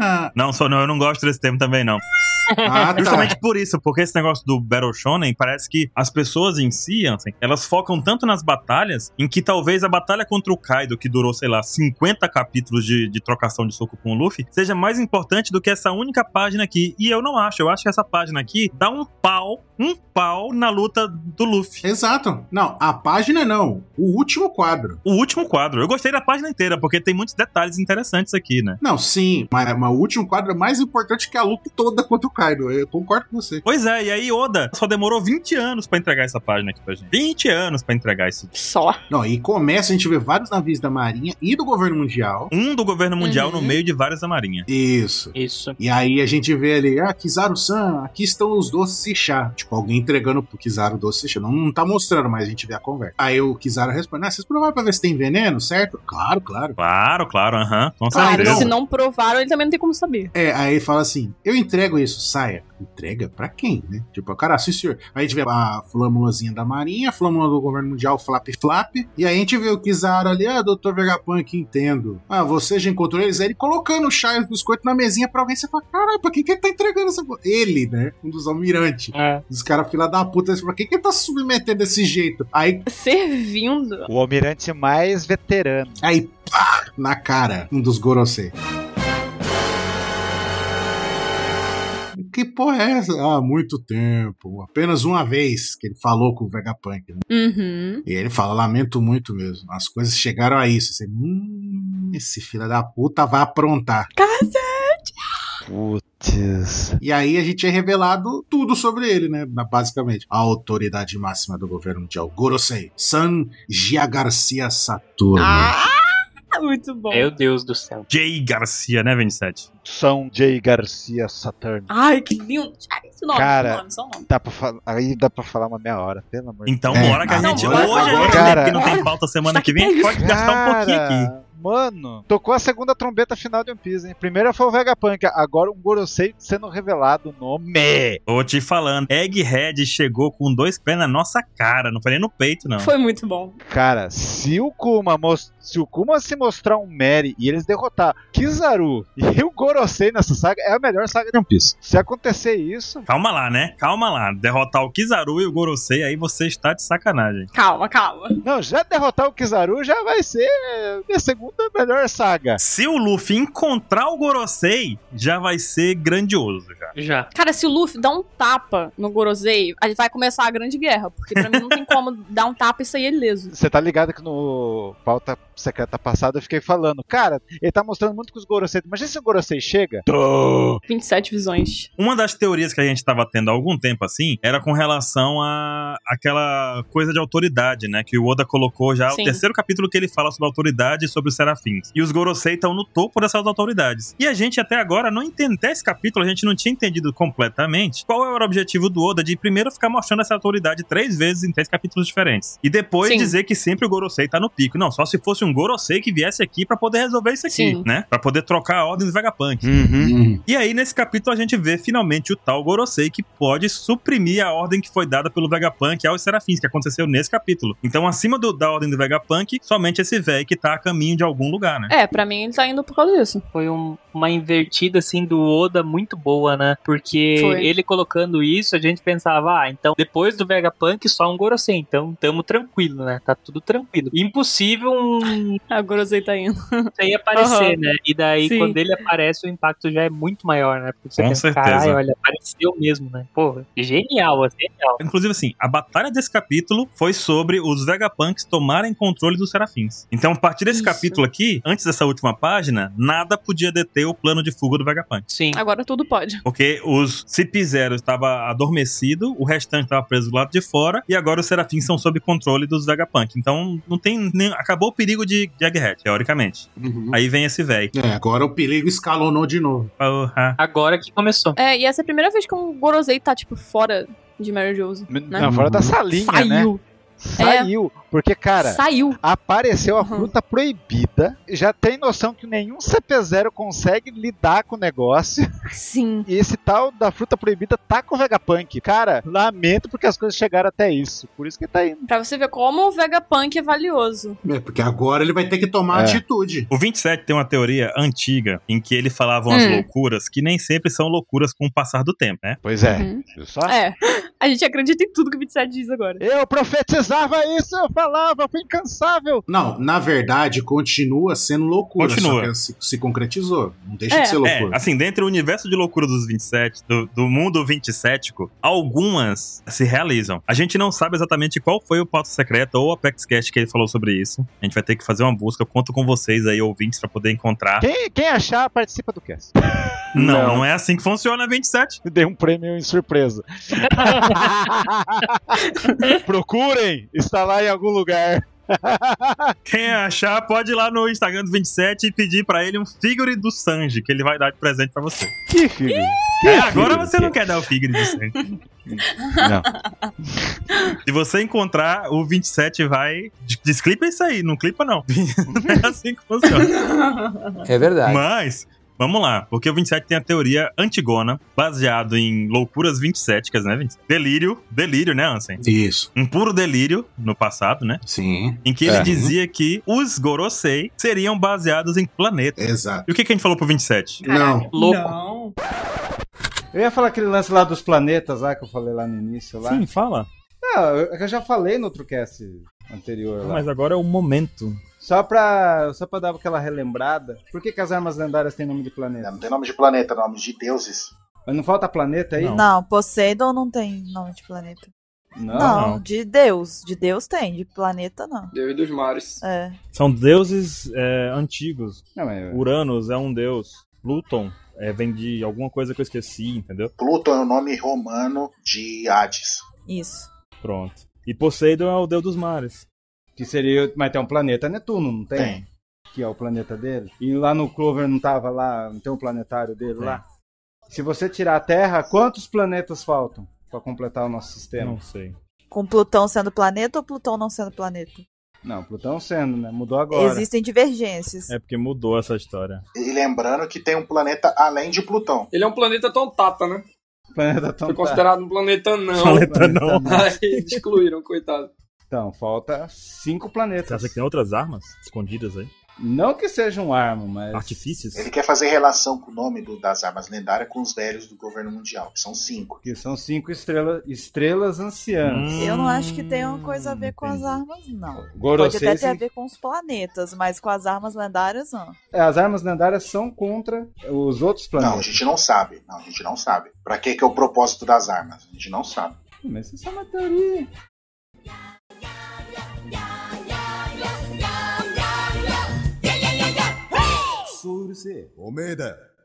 [SPEAKER 1] Ah,
[SPEAKER 3] Não, só não, eu não gosto desse termo também, não.
[SPEAKER 1] ah tá.
[SPEAKER 3] Justamente por isso, porque esse negócio do Battle Shonen parece que as pessoas em si, assim, elas focam tanto nas batalhas, em que talvez a batalha contra o Kaido, que durou, sei lá, 50 capítulos de, de trocação de soco com o Luffy, seja mais importante do que essa única página aqui. E eu não acho, eu acho que essa página aqui dá um pau, um pau na luta do Luffy.
[SPEAKER 1] Exato. Não, a página não. O último quadro.
[SPEAKER 3] O último quadro, eu gostei da página inteira, porque tem muitos detalhes interessantes aqui, né?
[SPEAKER 1] Não, sim, mas, mas o último quadro é mais importante que a luta toda contra o Kaido. Eu concordo com você.
[SPEAKER 3] Pois é, e aí Oda só demorou 20 anos pra entregar essa página aqui pra gente. 20 anos pra entregar isso.
[SPEAKER 4] Só.
[SPEAKER 1] Não, e começa, a gente vê vários navios da Marinha e do governo mundial.
[SPEAKER 3] Um do governo mundial
[SPEAKER 4] Uhum.
[SPEAKER 3] no meio de vários da marinha.
[SPEAKER 1] Isso.
[SPEAKER 6] Isso.
[SPEAKER 1] E aí a gente vê ali, ah, Kizaru-san, aqui estão os doces e chá. Tipo, alguém entregando pro Kizaru doce e chá. Não, não tá mostrando, mas a gente vê a conversa. Aí o Kizaru responde, ah, vocês provaram pra ver se tem veneno, certo? Claro, claro.
[SPEAKER 3] Claro, claro, aham. Com
[SPEAKER 1] Claro,
[SPEAKER 4] Claro,
[SPEAKER 3] certeza.
[SPEAKER 4] se não provaram, ele também não tem como saber.
[SPEAKER 1] É, aí ele fala assim, eu entrego isso, saia. Entrega pra quem, né? Tipo, cara, sim senhor. Aí a gente vê a flâmulazinha da marinha, a flâmula do governo mundial, flap flap. E aí a gente vê o Kizaru ali, ah, Dr. Vegapunk, entendo. Ah, você já encontrou eles? Aí ele colocando o chá e os biscoitos na mesinha pra alguém, você fala, caralho, pra quem que ele tá entregando essa... co-?" Ele, né? Um dos almirantes.
[SPEAKER 6] É.
[SPEAKER 1] Os caras fila da puta, eles falam, pra que que ele tá submetendo desse jeito? Aí,
[SPEAKER 4] Servindo.
[SPEAKER 5] O almirante mais veterano.
[SPEAKER 1] aí, pá, na cara, um dos Gorosei. Que porra é essa? Há muito tempo, apenas uma vez que ele falou com o Vegapunk. né?
[SPEAKER 4] Uhum.
[SPEAKER 1] E ele fala, lamento muito mesmo, as coisas chegaram a isso. Você, hum, esse filho da puta vai aprontar.
[SPEAKER 5] Putz.
[SPEAKER 1] E aí a gente é revelado tudo sobre ele, né? Na- Basicamente. A autoridade máxima do governo mundial, Gorosei, San Gia Garcia Saturno.
[SPEAKER 4] Ah! Muito bom.
[SPEAKER 6] Meu Deus do céu.
[SPEAKER 3] Jay Garcia, né, 27?
[SPEAKER 5] São J. Garcia Saturno.
[SPEAKER 4] Ai, que lindo. Ah, esse nome,
[SPEAKER 5] Cara.
[SPEAKER 4] esse nome, só o nome.
[SPEAKER 5] Dá pra falar, aí dá pra falar uma meia hora, pelo amor de
[SPEAKER 3] Então,
[SPEAKER 1] É,
[SPEAKER 3] bora que a
[SPEAKER 1] não,
[SPEAKER 3] gente.
[SPEAKER 1] bora,
[SPEAKER 3] hoje a gente
[SPEAKER 5] bora.
[SPEAKER 3] lê, porque não tem pauta semana
[SPEAKER 4] Está
[SPEAKER 3] que vem, a gente pode gastar um pouquinho aqui.
[SPEAKER 5] Cara, Mano, tocou a segunda trombeta final de One Piece, hein? Primeiro foi o Vegapunk, agora um Gorosei sendo revelado o nome.
[SPEAKER 3] Tô te falando, Egghead chegou com dois pés na nossa cara, não foi nem no peito, não.
[SPEAKER 4] Foi muito bom.
[SPEAKER 5] Cara, se o Kuma, mos- se, o Kuma se mostrar um Mary e eles derrotar Kizaru e o Gorosei nessa saga, é a melhor saga de One Piece. Se acontecer isso,
[SPEAKER 3] Calma lá, né? Calma lá. Derrotar o Kizaru e o Gorosei, aí você está de sacanagem.
[SPEAKER 4] Calma, calma.
[SPEAKER 5] não, já derrotar o Kizaru já vai ser minha segunda melhor saga.
[SPEAKER 3] Se o Luffy encontrar o Gorosei, já vai ser grandioso, já.
[SPEAKER 6] Já.
[SPEAKER 4] Cara, se o Luffy dá um tapa no Gorosei, aí vai começar a grande guerra. Porque pra mim não tem como dar um tapa e sair ileso.
[SPEAKER 5] Você tá ligado que no pauta secreta passada eu fiquei falando, cara, ele tá mostrando muito com os Gorosei. Imagina se o Gorosei chega.
[SPEAKER 4] 27 visões.
[SPEAKER 3] Uma das teorias que a gente estava tendo há algum tempo assim era com relação a aquela coisa de autoridade, né? Que o Oda colocou já
[SPEAKER 4] Sim.
[SPEAKER 3] o terceiro capítulo que ele fala sobre autoridade e sobre os serafins. E os Gorosei estão no topo dessas autoridades. E a gente até agora não entende. Até esse capítulo a gente não tinha entendido completamente qual era o objetivo do Oda de primeiro ficar mostrando essa autoridade três vezes em três capítulos diferentes. E depois
[SPEAKER 4] Sim.
[SPEAKER 3] dizer que sempre o Gorosei tá no pico. Não, só se fosse um Gorosei que viesse aqui pra poder resolver isso aqui,
[SPEAKER 4] Sim.
[SPEAKER 3] né? Pra poder trocar a ordem do Vegapunk.
[SPEAKER 5] Uhum.
[SPEAKER 1] Hum.
[SPEAKER 3] E aí, nesse capítulo, a gente vê finalmente o tal Gorosei que pode suprimir a ordem que foi dada pelo Vegapunk aos Serafins, que aconteceu nesse capítulo. Então, acima do- da ordem do Vegapunk, somente esse velho que tá a caminho de algum lugar, né?
[SPEAKER 4] É, pra mim ele tá indo por causa disso.
[SPEAKER 6] Foi um- uma invertida, assim, do Oda muito boa, né? Porque
[SPEAKER 4] Foi.
[SPEAKER 6] ele colocando isso, a gente pensava, ah, então depois do Vegapunk só um Gorosei, então tamo tranquilo, né? Tá tudo tranquilo. Impossível um
[SPEAKER 4] A Gorosei tá indo.
[SPEAKER 6] Gorosei aparecer, né? E daí,
[SPEAKER 4] Sim.
[SPEAKER 6] quando ele aparece, o impacto já é muito maior, né? Porque você
[SPEAKER 3] Com
[SPEAKER 6] pensa,
[SPEAKER 3] certeza.
[SPEAKER 6] caralho, olha, apareceu mesmo, né? Porra, genial, é genial.
[SPEAKER 3] Inclusive, assim, a batalha desse capítulo foi sobre os Vegapunks tomarem controle dos Serafins. Então, a partir desse
[SPEAKER 4] Isso.
[SPEAKER 3] capítulo aqui, antes dessa última página, nada podia deter o plano de fuga do Vegapunk.
[SPEAKER 6] Sim.
[SPEAKER 4] Agora tudo pode.
[SPEAKER 3] Porque os Cip Zero estava adormecido, o restante estava preso do lado de fora, e agora os Serafins são sob controle dos Vegapunk. Então, não tem nem... acabou o perigo de de Egghead, teoricamente.
[SPEAKER 1] Uhum.
[SPEAKER 3] Aí vem esse véi. "Ah,
[SPEAKER 1] É, agora o perigo escalonou de novo.
[SPEAKER 3] Porra.
[SPEAKER 6] Agora que começou.
[SPEAKER 4] É, e essa é a primeira vez que um Gorosei tá, tipo, fora de Mary Jose.
[SPEAKER 5] Não, fora da salinha, né?
[SPEAKER 4] Saiu.
[SPEAKER 5] Saiu. Porque, cara,
[SPEAKER 4] Saiu.
[SPEAKER 5] apareceu a
[SPEAKER 4] Uhum.
[SPEAKER 5] fruta proibida. Já tem noção que nenhum CP0 consegue lidar com o negócio.
[SPEAKER 4] Sim.
[SPEAKER 5] E esse tal da fruta proibida tá com o Vegapunk. Cara, lamento porque as coisas chegaram até isso. Por isso que tá indo.
[SPEAKER 4] Pra você ver como o Vegapunk é valioso.
[SPEAKER 1] É, porque agora ele vai ter que tomar
[SPEAKER 5] É.
[SPEAKER 1] atitude.
[SPEAKER 3] O 27 tem uma teoria antiga em que ele falava umas
[SPEAKER 4] Hum.
[SPEAKER 3] loucuras que nem sempre são loucuras com o passar do tempo, né?
[SPEAKER 5] Pois é.
[SPEAKER 4] Uhum.
[SPEAKER 5] Viu só?
[SPEAKER 4] É. A gente acredita em tudo que o 27 diz agora.
[SPEAKER 5] Eu profetizava isso, eu falava, fui incansável.
[SPEAKER 1] Não, na verdade, continua sendo loucura.
[SPEAKER 3] Continua.
[SPEAKER 1] Só que é se, se concretizou. Não deixa
[SPEAKER 4] É.
[SPEAKER 1] de ser
[SPEAKER 3] É,
[SPEAKER 1] loucura.
[SPEAKER 3] assim, dentro do universo de loucura dos 27, do, do mundo 27, algumas se realizam. A gente não sabe exatamente qual foi o pauta secreta ou o ApexCast que ele falou sobre isso. A gente vai ter que fazer uma busca. Eu conto com vocês aí, ouvintes, pra poder encontrar.
[SPEAKER 5] Quem, quem achar, participa do cast.
[SPEAKER 3] Não,
[SPEAKER 5] Não.
[SPEAKER 3] não é assim que funciona 27.
[SPEAKER 5] Dei um prêmio em surpresa. Procurem, está lá em algum lugar.
[SPEAKER 3] Quem achar, pode ir lá no Instagram do 27 e pedir pra ele um figure do Sanji, que ele vai dar de presente pra você.
[SPEAKER 5] Que filho.
[SPEAKER 3] É, agora você não quer dar o figure do Sanji.
[SPEAKER 5] Não.
[SPEAKER 3] Se você encontrar, o 27 vai. des- Desclipa isso aí, não clipa não. Não é assim que funciona.
[SPEAKER 8] É verdade.
[SPEAKER 3] Mas. Vamos lá, porque o 27 tem a teoria Antigona, baseado em loucuras 27, né, 27? Delírio, delírio, né, Ansem?
[SPEAKER 1] Isso.
[SPEAKER 3] Um puro delírio no passado, né?
[SPEAKER 1] Sim.
[SPEAKER 3] Em que ele
[SPEAKER 5] É.
[SPEAKER 3] dizia que os Gorosei seriam baseados em planetas.
[SPEAKER 1] Exato.
[SPEAKER 3] E o que, que a gente falou pro 27?
[SPEAKER 1] Não.
[SPEAKER 6] Louco.
[SPEAKER 9] Eu ia falar aquele lance lá dos planetas lá que eu falei lá no início lá.
[SPEAKER 3] Sim, fala.
[SPEAKER 9] Ah, eu, eu já falei no Trucast anterior lá.
[SPEAKER 3] Mas agora é o momento.
[SPEAKER 9] Só pra, só pra dar aquela relembrada. Por que, que as armas lendárias têm nome de planeta?
[SPEAKER 10] É, Não tem nome de planeta, nome de deuses.
[SPEAKER 9] Mas não falta planeta aí?
[SPEAKER 3] Não.
[SPEAKER 11] Não, Poseidon não tem nome de planeta. Não,
[SPEAKER 3] não.
[SPEAKER 11] de Deus. De Deus tem, de planeta não.
[SPEAKER 8] Deus dos mares.
[SPEAKER 11] É.
[SPEAKER 12] São deuses é, antigos.
[SPEAKER 9] Não, mas-
[SPEAKER 12] Uranus é um deus. Pluton é, vem de alguma coisa que eu esqueci, entendeu?
[SPEAKER 10] Pluton é o nome romano de Hades.
[SPEAKER 11] Isso.
[SPEAKER 12] Pronto. E Poseidon é o deus dos mares.
[SPEAKER 9] que seria, mas tem um planeta Netuno, não tem?
[SPEAKER 10] Tem.
[SPEAKER 9] Que é o planeta dele. E lá no Clover não tava lá, não tem um planetário dele lá? Se você tirar a Terra, quantos planetas faltam pra completar o nosso sistema?
[SPEAKER 12] Não sei.
[SPEAKER 11] Com Plutão sendo planeta ou Plutão não sendo planeta?
[SPEAKER 9] Não, Plutão sendo, né? Mudou agora.
[SPEAKER 11] Existem divergências.
[SPEAKER 12] É porque mudou essa história.
[SPEAKER 10] E lembrando que tem um planeta além de Plutão.
[SPEAKER 8] Ele é um planeta tão tata, né?
[SPEAKER 9] Planeta tão
[SPEAKER 8] Foi considerado um planeta não.
[SPEAKER 3] Planeta
[SPEAKER 10] tá
[SPEAKER 3] não.
[SPEAKER 8] Aí eles excluíram, coitado.
[SPEAKER 9] Então, falta cinco
[SPEAKER 12] Você
[SPEAKER 9] planetas.
[SPEAKER 12] acha que
[SPEAKER 3] é
[SPEAKER 12] tem outras armas escondidas aí?
[SPEAKER 9] Não que seja um arma, mas.
[SPEAKER 12] Artifícios?
[SPEAKER 10] Ele quer fazer relação com o nome do- das armas lendárias com os velhos do governo mundial, que são cinco.
[SPEAKER 9] Que são cinco estrela, estrelas
[SPEAKER 3] Hum.
[SPEAKER 9] anciãs.
[SPEAKER 11] Eu não acho que tenha uma coisa a ver com as armas, não. Pode
[SPEAKER 9] Gorosei,
[SPEAKER 11] até ter a
[SPEAKER 9] sim.
[SPEAKER 11] ver com os planetas, mas com as armas lendárias, não.
[SPEAKER 9] É, As armas lendárias são contra os outros
[SPEAKER 10] Não, a
[SPEAKER 9] planetas.
[SPEAKER 10] gente não sabe. Não, a gente não sabe. Pra que, que é o propósito das armas? A gente não sabe.
[SPEAKER 9] Mas isso é uma teoria.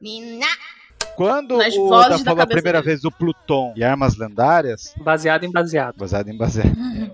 [SPEAKER 7] Mina.
[SPEAKER 5] Quando
[SPEAKER 4] Nas
[SPEAKER 5] o
[SPEAKER 4] vozes
[SPEAKER 5] Oda
[SPEAKER 4] da
[SPEAKER 5] falou a
[SPEAKER 4] cabeça
[SPEAKER 5] primeira
[SPEAKER 4] dele.
[SPEAKER 5] vez do Pluton e armas lendárias,
[SPEAKER 6] Baseado em baseado.
[SPEAKER 5] baseado em baseado,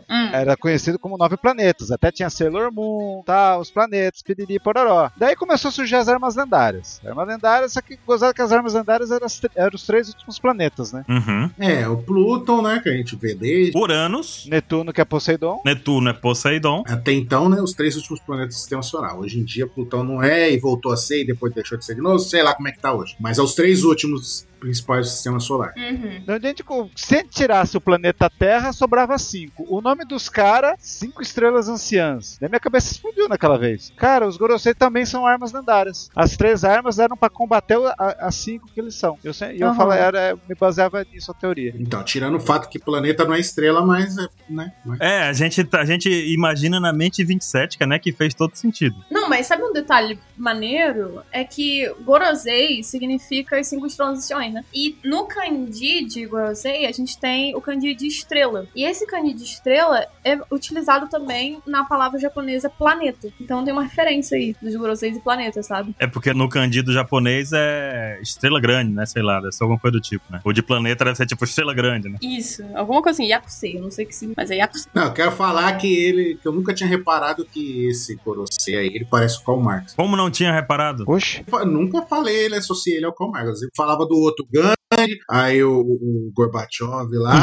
[SPEAKER 4] Hum,
[SPEAKER 5] era conhecido como Nove Planetas. Até tinha Sailor Moon, tal, os planetas, piriri, pororó. Daí começou a surgir as armas lendárias. Armas lendárias, só que gozado que as armas lendárias eram, as tr- eram os três últimos planetas, né?
[SPEAKER 3] Uhum.
[SPEAKER 1] É, o Pluton, né, que a gente vê desde.
[SPEAKER 3] Uranus,
[SPEAKER 5] Netuno, que é Poseidon.
[SPEAKER 3] Netuno é Poseidon.
[SPEAKER 1] Até então, né, os três últimos planetas do sistema solar. Hoje em dia, Plutão não é e voltou a ser e depois deixou de ser de novo. Sei lá como é que tá hoje. Mas é os três últimos principais do sistema solar.
[SPEAKER 4] uhum.
[SPEAKER 5] Então, a gente, com- se a gente tirasse o planeta Terra, sobrava cinco. O nome dos caras, cinco estrelas anciãs. Daí minha cabeça explodiu naquela vez. Cara, os Gorosei também são armas lendárias. As três armas eram pra combater o- a- as cinco que eles são. Eu, se- eu
[SPEAKER 1] Aham.
[SPEAKER 5] falo, era, eu me baseava nisso a teoria.
[SPEAKER 1] Então, tirando o fato que planeta não é estrela, mas é, né?
[SPEAKER 3] É, a gente, tá- a gente imagina na mente 27, né? Que fez todo sentido.
[SPEAKER 4] Não, mas sabe um detalhe maneiro? É que Gorosei significa as cinco transições, né? E no kanji de Gorosei, a gente tem o kanji de estrela. E esse kanji de estrela é utilizado também na palavra japonesa planeta. Então tem uma referência aí dos Goroseis e planeta, sabe?
[SPEAKER 3] É porque no candido japonês é estrela grande, né? Sei lá, deve ser alguma coisa do tipo, né? O de planeta deve ser tipo estrela grande, né?
[SPEAKER 4] Isso, alguma coisa assim, Yakusei, eu não sei o que se... Mas é Yakusei.
[SPEAKER 1] Não, eu quero falar que ele. que eu nunca tinha reparado que esse Gorosei aí, ele parece o Karl Marx.
[SPEAKER 3] Como não tinha reparado?
[SPEAKER 5] Oxe.
[SPEAKER 1] Nunca falei, ele associei ele ao Karl Marx. Eu falava do outro Gandhi, aí o, o Gorbachev lá.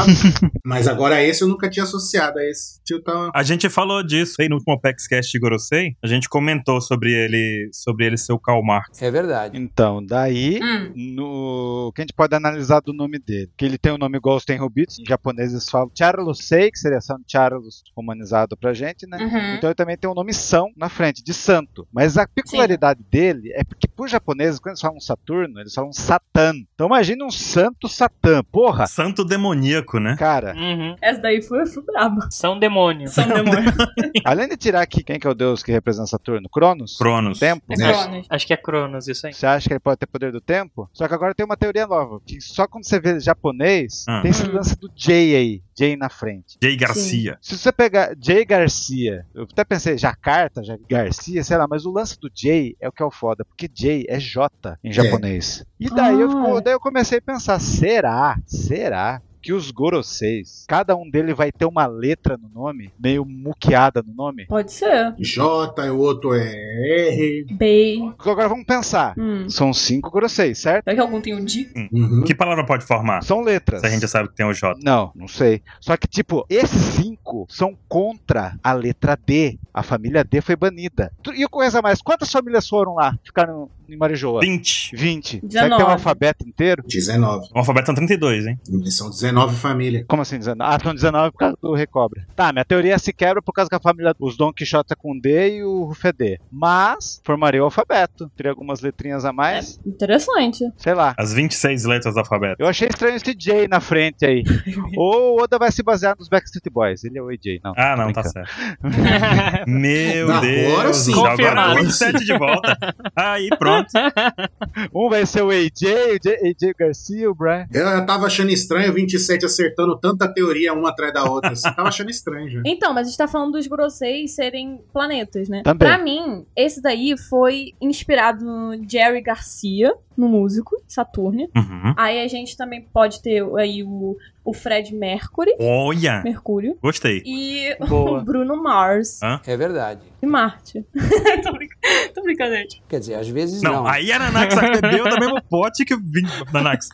[SPEAKER 1] mas agora esse eu nunca tinha associado. Aí esse tio tá.
[SPEAKER 3] A gente falou disso aí no último Cast de Gorosei. A gente comentou sobre ele, sobre ele ser o Karl Marx.
[SPEAKER 5] É verdade. Então, daí,
[SPEAKER 4] Hum,
[SPEAKER 5] no, o que a gente pode analisar do nome dele? Que ele tem o nome igual os Tenryubits, em japonês eles falam Charlosei, que seria São Charles romanizado pra gente, né?
[SPEAKER 13] Uhum.
[SPEAKER 5] Então ele também tem o nome São na frente, de santo. Mas a peculiaridade dele é porque pros japoneses, quando eles falam Saturno, eles falam Satã. Então imagina um santo Satã, porra!
[SPEAKER 3] Santo demoníaco, né?
[SPEAKER 5] Cara...
[SPEAKER 4] Essa daí foi, foi braba.
[SPEAKER 6] Uhum. São demônios.
[SPEAKER 4] São demônios.
[SPEAKER 5] Além de tirar aqui quem que é o deus que representa Saturno? Cronos?
[SPEAKER 3] Cronos.
[SPEAKER 5] Tempo?
[SPEAKER 6] É Cronos. Acho que é Cronos, isso aí.
[SPEAKER 5] Você acha que ele pode ter poder do tempo? Só que agora tem uma teoria nova, que só quando você vê japonês,
[SPEAKER 3] Ah.
[SPEAKER 5] tem esse lance do Jay aí, Jay na frente.
[SPEAKER 3] Jay Garcia.
[SPEAKER 5] Se você pegar Jay Garcia, eu até pensei Jacarta, Ja- Garcia, sei lá, mas o lance do Jay é o que é o foda, porque Jay é J em japonês. E daí, eu, fico- daí eu comecei a pensar, será, será que os Goroseis, cada um dele vai ter uma letra no nome, meio muqueada no nome?
[SPEAKER 4] Pode ser.
[SPEAKER 1] J, o outro é R.
[SPEAKER 4] B.
[SPEAKER 5] Agora vamos pensar.
[SPEAKER 4] Hum.
[SPEAKER 5] São cinco Goroseis, certo?
[SPEAKER 4] Será que algum tem um D?
[SPEAKER 1] uhum.
[SPEAKER 3] Que palavra pode formar?
[SPEAKER 5] São letras.
[SPEAKER 3] Ah, Se a gente já sabe que tem o J.
[SPEAKER 5] Não, não sei. Só que, tipo, esses cinco são contra a letra D. A família D foi banida. Tu- E coisa mais, quantas famílias foram lá? Ficaram em Marijoa?
[SPEAKER 3] 20.
[SPEAKER 5] 20. Será que tem um
[SPEAKER 1] 19.
[SPEAKER 5] alfabeto inteiro?
[SPEAKER 1] 19.
[SPEAKER 3] O alfabeto são 32, hein?
[SPEAKER 1] São 19 famílias.
[SPEAKER 5] Como assim 19? Ah, são 19 por causa do recobra. Tá, minha teoria se quebra por causa que a família os Don Quixote é com D e o Rufo é D. Mas formaria o alfabeto. Teria algumas letrinhas a
[SPEAKER 4] É.
[SPEAKER 5] mais.
[SPEAKER 4] Interessante.
[SPEAKER 5] Sei lá.
[SPEAKER 3] As 26 letras do alfabeto.
[SPEAKER 5] Eu achei estranho esse J na frente aí. Ou o Oda vai se basear nos Backstreet Boys. Ele é o AJ, não.
[SPEAKER 3] Ah, não, tá
[SPEAKER 5] Tô brincando.
[SPEAKER 3] certo. Meu Deus.
[SPEAKER 5] sim.
[SPEAKER 3] Agora
[SPEAKER 5] Confirmado.
[SPEAKER 3] 27 de volta. Aí, pronto.
[SPEAKER 5] Um vai ser o AJ, o J- AJ Garcia, o Brian.
[SPEAKER 1] Eu, eu tava achando estranho 27 acertando tanta teoria uma atrás da outra. Assim, tava achando estranho já.
[SPEAKER 4] Então, mas a gente tá falando dos Goroseis serem planetas, né?
[SPEAKER 1] Também.
[SPEAKER 4] Pra mim, esse daí foi inspirado no Jerry Garcia, no músico, Saturne. Aí a gente também pode ter aí o, o Fred Mercury.
[SPEAKER 3] Olha!
[SPEAKER 4] Mercúrio.
[SPEAKER 3] Gostei.
[SPEAKER 4] E
[SPEAKER 3] Boa.
[SPEAKER 4] o Bruno Mars.
[SPEAKER 9] É verdade.
[SPEAKER 4] E Marte. tô, brinca- tô brincando, gente.
[SPEAKER 9] Quer dizer, às vezes
[SPEAKER 3] Não,
[SPEAKER 9] não.
[SPEAKER 3] aí a Nanax bebeu do mesmo pote que o vinho. Nanax,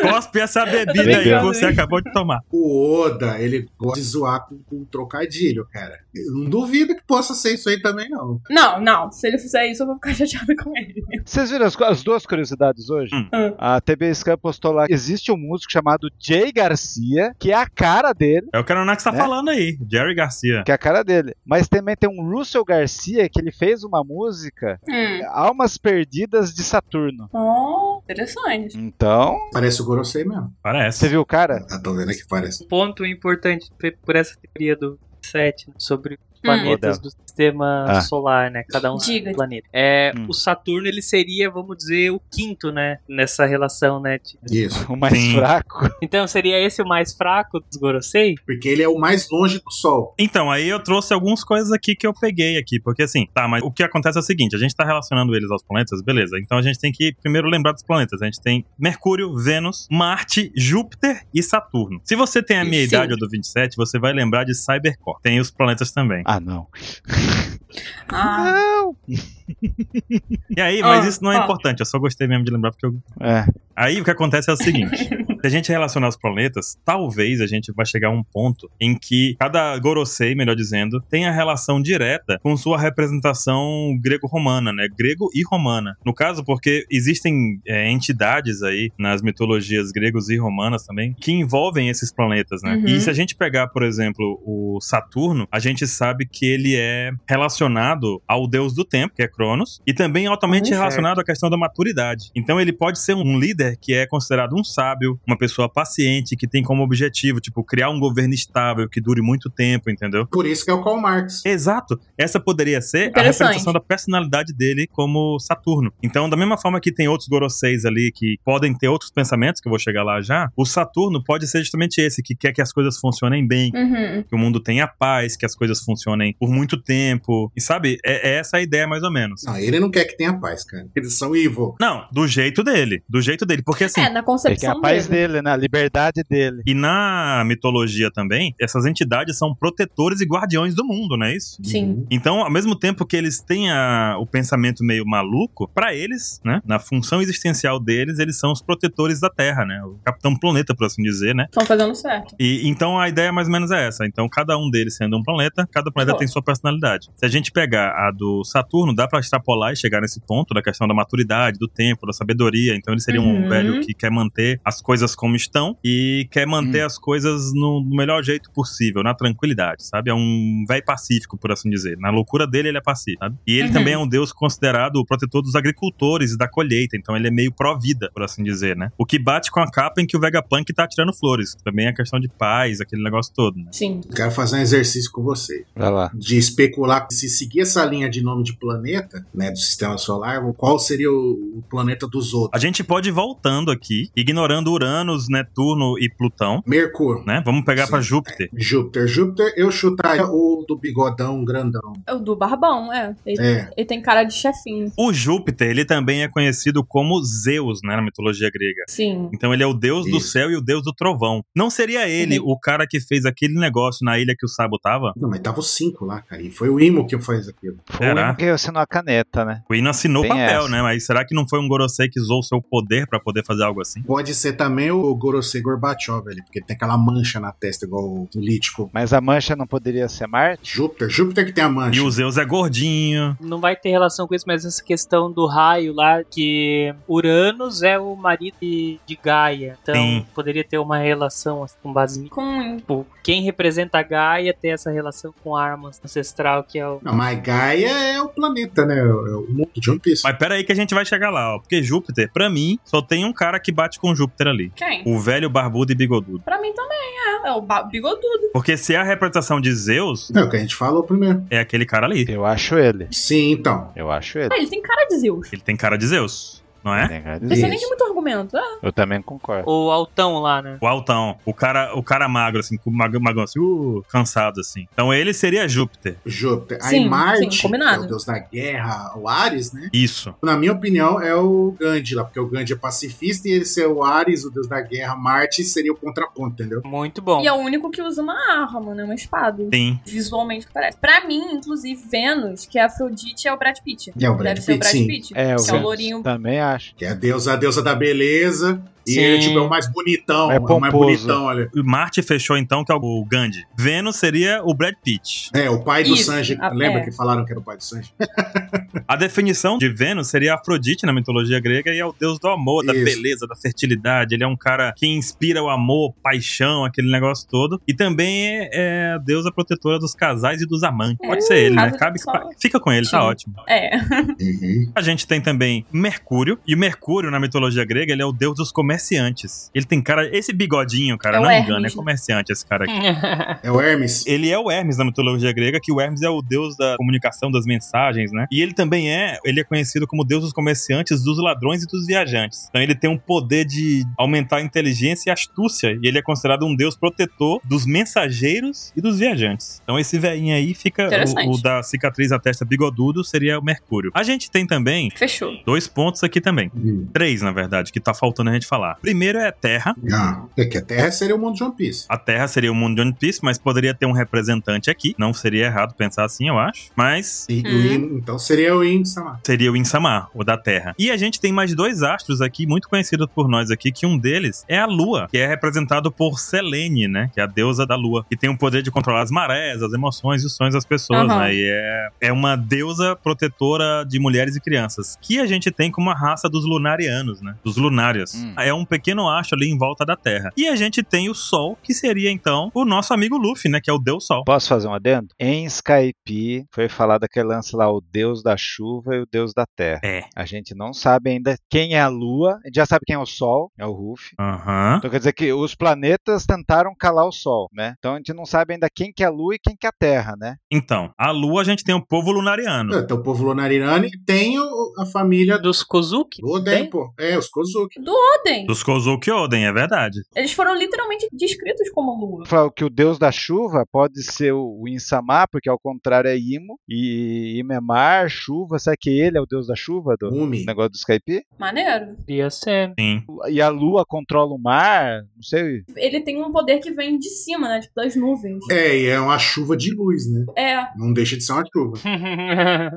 [SPEAKER 3] cospe essa bebida aí que
[SPEAKER 1] Bebeu.
[SPEAKER 3] você acabou de tomar.
[SPEAKER 1] O Oda, ele gosta de zoar com, com trocadilho, cara. Eu não duvido que possa ser isso aí também, não.
[SPEAKER 4] Não, não. Se ele fizer isso, eu vou ficar chateada com ele.
[SPEAKER 5] Vocês viram as, as duas curiosidades hoje? A TB Scan postou lá: existe um músico chamado Jay Garcia, que é a cara dele.
[SPEAKER 3] É o que a Nanax tá falando aí, Jerry Garcia.
[SPEAKER 5] Que é a cara dele. Mas também tem um Russell Garcia que ele fez uma música
[SPEAKER 4] Hum.
[SPEAKER 5] Almas Perdidas de Saturno.
[SPEAKER 4] Oh, interessante.
[SPEAKER 5] Então.
[SPEAKER 1] Parece o Gorosei mesmo.
[SPEAKER 3] Parece.
[SPEAKER 5] Você viu o cara?
[SPEAKER 1] Ah, tô vendo aqui, parece.
[SPEAKER 6] Um ponto importante pe- por essa teoria do 7 sobre planetas
[SPEAKER 5] Hum.
[SPEAKER 6] do sistema
[SPEAKER 5] Ah.
[SPEAKER 6] solar, né? Cada um
[SPEAKER 4] Diga.
[SPEAKER 6] um planeta. É, O Saturno ele seria, vamos dizer, o quinto, né? Nessa relação, né? de-
[SPEAKER 1] Isso.
[SPEAKER 5] O mais
[SPEAKER 6] Sim.
[SPEAKER 5] fraco.
[SPEAKER 6] Então seria esse o mais fraco dos Gorosei?
[SPEAKER 1] Porque ele é o mais longe do Sol.
[SPEAKER 3] Então, aí eu trouxe algumas coisas aqui que eu peguei aqui, porque assim, tá, mas o que acontece é o seguinte, a gente tá relacionando eles aos planetas, beleza. Então a gente tem que primeiro lembrar dos planetas. A gente tem Mercúrio, Vênus, Marte, Júpiter e Saturno. Se você tem a minha
[SPEAKER 4] Sim.
[SPEAKER 3] idade ou do 27, você vai lembrar de Cybercore. Tem os planetas também.
[SPEAKER 5] Ah, não.
[SPEAKER 4] Ah,
[SPEAKER 3] E aí, mas
[SPEAKER 4] Ah,
[SPEAKER 3] isso não é
[SPEAKER 4] ah.
[SPEAKER 3] importante, eu só gostei mesmo de lembrar porque eu...
[SPEAKER 5] É.
[SPEAKER 3] Aí o que acontece é o seguinte. Se a gente relacionar os planetas, talvez a gente vai chegar a um ponto em que cada Gorosei, melhor dizendo, tenha relação direta com sua representação grego-romana, né? Grego e romana. No caso, porque existem é, entidades aí nas mitologias gregos e romanas também que envolvem esses planetas, né?
[SPEAKER 14] Uhum.
[SPEAKER 3] E se a gente pegar, por exemplo, o Saturno, a gente sabe que ele é relacionado ao deus do tempo, que é Cronos, e também altamente
[SPEAKER 14] Uhum,
[SPEAKER 3] relacionado à questão da maturidade. Então ele pode ser um líder que é considerado um sábio, uma pessoa paciente, que tem como objetivo, tipo, criar um governo estável que dure muito tempo, entendeu?
[SPEAKER 1] Por isso que é o Karl Marx.
[SPEAKER 3] Exato. Essa poderia ser a
[SPEAKER 1] Interessante.
[SPEAKER 3] representação da personalidade dele como Saturno. Então, da mesma forma que tem outros Goroseis ali que podem ter outros pensamentos, que eu vou chegar lá já, o Saturno pode ser justamente esse, que quer que as coisas funcionem bem,
[SPEAKER 14] Uhum.
[SPEAKER 3] que o mundo tenha paz, que as coisas funcionem por muito tempo. E sabe, é, é essa a ideia mais ou menos.
[SPEAKER 1] Não, ele não quer que tenha paz, cara. Eles são evil.
[SPEAKER 3] Não, do jeito dele. Do jeito dele. Porque assim.
[SPEAKER 15] É, na
[SPEAKER 4] Então,
[SPEAKER 15] concepção Ele quer a paz dele.
[SPEAKER 5] né?
[SPEAKER 3] na liberdade dele. E na mitologia também, essas entidades são protetores e guardiões do mundo, não é isso?
[SPEAKER 1] Uhum.
[SPEAKER 15] Sim.
[SPEAKER 3] Então, ao mesmo tempo que eles têm a- o pensamento meio maluco, pra eles, né, na função existencial deles, eles são os protetores da Terra, né? O Capitão Planeta, por assim dizer, né?
[SPEAKER 15] Estão fazendo certo.
[SPEAKER 3] E, então a ideia mais ou menos é essa. Então cada um deles sendo um planeta, cada planeta
[SPEAKER 15] Pô.
[SPEAKER 3] tem sua personalidade. Se a gente pegar a do Saturno, dá pra extrapolar e chegar nesse ponto da questão da maturidade, do tempo, da sabedoria. Então ele seria
[SPEAKER 14] Uhum.
[SPEAKER 3] um velho que quer manter as coisas como estão e quer manter as coisas no, no melhor jeito possível, na tranquilidade, sabe? É um velho pacífico, por assim dizer. Na loucura dele ele é pacífico, sabe? E ele
[SPEAKER 14] Uhum.
[SPEAKER 3] também é um deus considerado o protetor dos agricultores e da colheita, então ele é meio pró-vida, por assim dizer, né? O que bate com a capa em que o Vegapunk tá tirando flores. Também é a questão de paz, aquele negócio todo, né?
[SPEAKER 15] Sim.
[SPEAKER 1] Quero fazer um exercício com você.
[SPEAKER 5] Vai lá.
[SPEAKER 1] De especular se seguir essa linha de nome de planeta, né, do sistema solar, qual seria o, o planeta dos outros?
[SPEAKER 3] A gente pode ir voltando aqui, ignorando Uranus, Netuno e Plutão.
[SPEAKER 1] Mercúrio.
[SPEAKER 3] Né? Vamos pegar pra Júpiter.
[SPEAKER 1] Júpiter, Júpiter, eu chutaria o do bigodão grandão.
[SPEAKER 15] É o do Barbão, é. Ele,
[SPEAKER 3] É.
[SPEAKER 15] ele tem cara de chefinho.
[SPEAKER 3] O Júpiter, ele também é conhecido como Zeus, né, na mitologia grega.
[SPEAKER 15] Sim.
[SPEAKER 3] Então ele é o deus do céu e o deus do trovão. Não seria ele o cara que fez aquele negócio na ilha que o Sabo tava?
[SPEAKER 1] Não, mas tava os cinco lá, cara. E foi o Imo que faz aquilo.
[SPEAKER 5] Foi o único que assinou a caneta, né?
[SPEAKER 3] O Ino assinou
[SPEAKER 5] Tem
[SPEAKER 3] papel,
[SPEAKER 5] essa.
[SPEAKER 3] né? Mas será que não foi um Gorosei que usou o seu poder pra poder fazer algo assim?
[SPEAKER 1] Pode ser também o Gorosei Gorbachev ali, porque ele tem aquela mancha na testa, igual o Lítico.
[SPEAKER 5] Mas a mancha não poderia ser Marte?
[SPEAKER 1] Júpiter, Júpiter que tem a mancha.
[SPEAKER 3] E o Zeus é gordinho.
[SPEAKER 6] Não vai ter relação com isso, mas essa questão do raio lá, que Uranus é o marido de, de Gaia. Então
[SPEAKER 3] Sim.
[SPEAKER 6] poderia ter uma relação assim, com base nisso.
[SPEAKER 15] Com...
[SPEAKER 6] Tipo, quem representa a Gaia tem essa relação com a arma ancestral, que é o.
[SPEAKER 1] Não, mas Gaia é o planeta, né? É o mundo de One Piece.
[SPEAKER 3] Mas pera aí que a gente vai chegar lá, ó. Porque Júpiter, pra mim, só tem um cara que bate com Júpiter ali.
[SPEAKER 15] Quem?
[SPEAKER 3] O velho barbudo e bigodudo.
[SPEAKER 15] Pra mim também, é. É o ba- bigodudo.
[SPEAKER 3] Porque se é a representação de Zeus...
[SPEAKER 1] É o que a gente falou primeiro.
[SPEAKER 3] É aquele cara ali.
[SPEAKER 5] Eu acho ele.
[SPEAKER 1] Sim, então.
[SPEAKER 5] Eu acho
[SPEAKER 15] Ah, ele tem cara de Zeus.
[SPEAKER 3] Ele tem cara de Zeus, não é?
[SPEAKER 15] Não sei nem de muito argumento. Ah,
[SPEAKER 5] Eu também concordo.
[SPEAKER 6] O altão lá, né?
[SPEAKER 3] O altão. O cara, o cara magro, assim, com o mag- magão assim, uh, cansado, assim. Então ele seria Júpiter.
[SPEAKER 1] Júpiter. Aí
[SPEAKER 15] Sim,
[SPEAKER 1] Marte,
[SPEAKER 15] sim, combinado.
[SPEAKER 1] que é o deus da guerra, o Ares, né?
[SPEAKER 3] Isso.
[SPEAKER 1] Na minha opinião, é o Gandhi lá, porque o Gandhi é pacifista e ele ser o Ares, o deus da guerra, Marte, seria o contraponto, entendeu?
[SPEAKER 6] Muito bom.
[SPEAKER 15] E é o único que usa uma arma, né? Uma espada.
[SPEAKER 3] Sim.
[SPEAKER 15] Visualmente parece. Pra mim, inclusive, Vênus, que é a Afrodite, é o Brad Pitt.
[SPEAKER 1] É o Brad
[SPEAKER 15] Deve ser o
[SPEAKER 1] Pitt,
[SPEAKER 15] Brad
[SPEAKER 1] sim.
[SPEAKER 15] Pitt.
[SPEAKER 5] É,
[SPEAKER 15] que
[SPEAKER 5] o
[SPEAKER 15] é o
[SPEAKER 5] Vênus.
[SPEAKER 15] lourinho.
[SPEAKER 5] Também acho.
[SPEAKER 1] Que é a deusa, a deusa da beleza. E
[SPEAKER 3] Sim.
[SPEAKER 1] ele tipo, é o mais bonitão. É, o mais bonitão, olha.
[SPEAKER 3] Marte fechou então, que é o Gandhi. Vênus seria o Brad Pitt.
[SPEAKER 1] É, o pai do Sanji. Lembra
[SPEAKER 15] é.
[SPEAKER 1] que falaram que era o pai do Sanji?
[SPEAKER 3] A definição de Vênus seria Afrodite na mitologia grega e é o deus do amor, da beleza, da fertilidade. Ele é um cara que inspira o amor, paixão, aquele negócio todo. E também é, é a deusa protetora dos casais e dos amantes.
[SPEAKER 15] É,
[SPEAKER 3] Pode ser ele, né?
[SPEAKER 15] caso
[SPEAKER 3] Cabe,
[SPEAKER 15] só-
[SPEAKER 3] pa- fica com ele, tá ótimo.
[SPEAKER 15] É.
[SPEAKER 1] Uhum.
[SPEAKER 3] A gente tem também Mercúrio. E o Mercúrio, na mitologia grega, ele é o deus dos comerciantes. Ele tem cara. Esse bigodinho, cara,
[SPEAKER 14] É o
[SPEAKER 3] não
[SPEAKER 14] Hermes,
[SPEAKER 3] engana, é
[SPEAKER 14] né?
[SPEAKER 3] comerciante esse cara aqui.
[SPEAKER 1] É o Hermes.
[SPEAKER 3] Ele é o Hermes na mitologia grega, que o Hermes é o deus da comunicação, das mensagens, né? E ele também é, ele é conhecido como deus dos comerciantes, dos ladrões e dos viajantes. Então ele tem um poder de aumentar a inteligência e astúcia, e ele é considerado um deus protetor dos mensageiros e dos viajantes. Então esse velhinho aí fica
[SPEAKER 14] Interessante.
[SPEAKER 3] o, o da cicatriz na testa bigodudo seria o Mercúrio. A gente tem também
[SPEAKER 15] Fechou.
[SPEAKER 3] Dois pontos aqui também. Três, na verdade, que tá faltando a gente falar. lá. Primeiro é a Terra.
[SPEAKER 1] Não, é que a Terra seria o mundo de One Piece.
[SPEAKER 3] A Terra seria o mundo de One Piece, mas poderia ter um representante aqui. Não seria errado pensar assim, eu acho. Mas.
[SPEAKER 1] E,
[SPEAKER 15] Uhum.
[SPEAKER 1] o In- então seria o Insama.
[SPEAKER 3] Seria o Insamar, o da Terra. E a gente tem mais dois astros aqui, muito conhecidos por nós aqui, que um deles é a Lua, que é representado por Selene, né? Que é a deusa da Lua, que tem o poder de controlar as marés, as emoções e os sonhos das pessoas,
[SPEAKER 14] Aham.
[SPEAKER 3] né? E é, é uma deusa protetora de mulheres e crianças, que a gente tem como a raça dos lunarianos, né? Dos lunários. É um pequeno astro ali em volta da Terra. E a gente tem o Sol, que seria então o nosso amigo Luffy, né? Que é o Deus Sol.
[SPEAKER 5] Posso fazer um adendo? Em Skype foi falado aquele lance lá, o deus da chuva e o deus da terra.
[SPEAKER 3] É.
[SPEAKER 5] A gente não sabe ainda quem é a lua, a gente já sabe quem é o sol, é o Ruff.
[SPEAKER 3] Aham.
[SPEAKER 5] Então quer dizer que os planetas tentaram calar o sol, né? Então a gente não sabe ainda quem que é a lua e quem que é a terra, né?
[SPEAKER 3] Então, a Lua a gente tem o povo lunariano.
[SPEAKER 1] É, tem o povo lunariano e tem o- a família
[SPEAKER 6] dos Kozuki.
[SPEAKER 1] Do Oden, pô. É, os Kozuki.
[SPEAKER 15] Do Oden.
[SPEAKER 3] Dos Kozuki Oden, é verdade.
[SPEAKER 15] Eles foram literalmente descritos como lua.
[SPEAKER 5] Falou que o deus da chuva pode ser o o Insamá, porque ao contrário é Imo. E Imo é mar, chuva. Será que ele é o deus da chuva do
[SPEAKER 1] Umi.
[SPEAKER 5] negócio do Skype?
[SPEAKER 15] Maneiro.
[SPEAKER 6] Podia ser.
[SPEAKER 3] Sim.
[SPEAKER 5] E a lua controla o mar? Não sei.
[SPEAKER 15] Ele tem um poder que vem de cima, né? Tipo, das nuvens.
[SPEAKER 1] É, e é uma chuva de luz, né?
[SPEAKER 15] É.
[SPEAKER 1] Não deixa de ser uma chuva.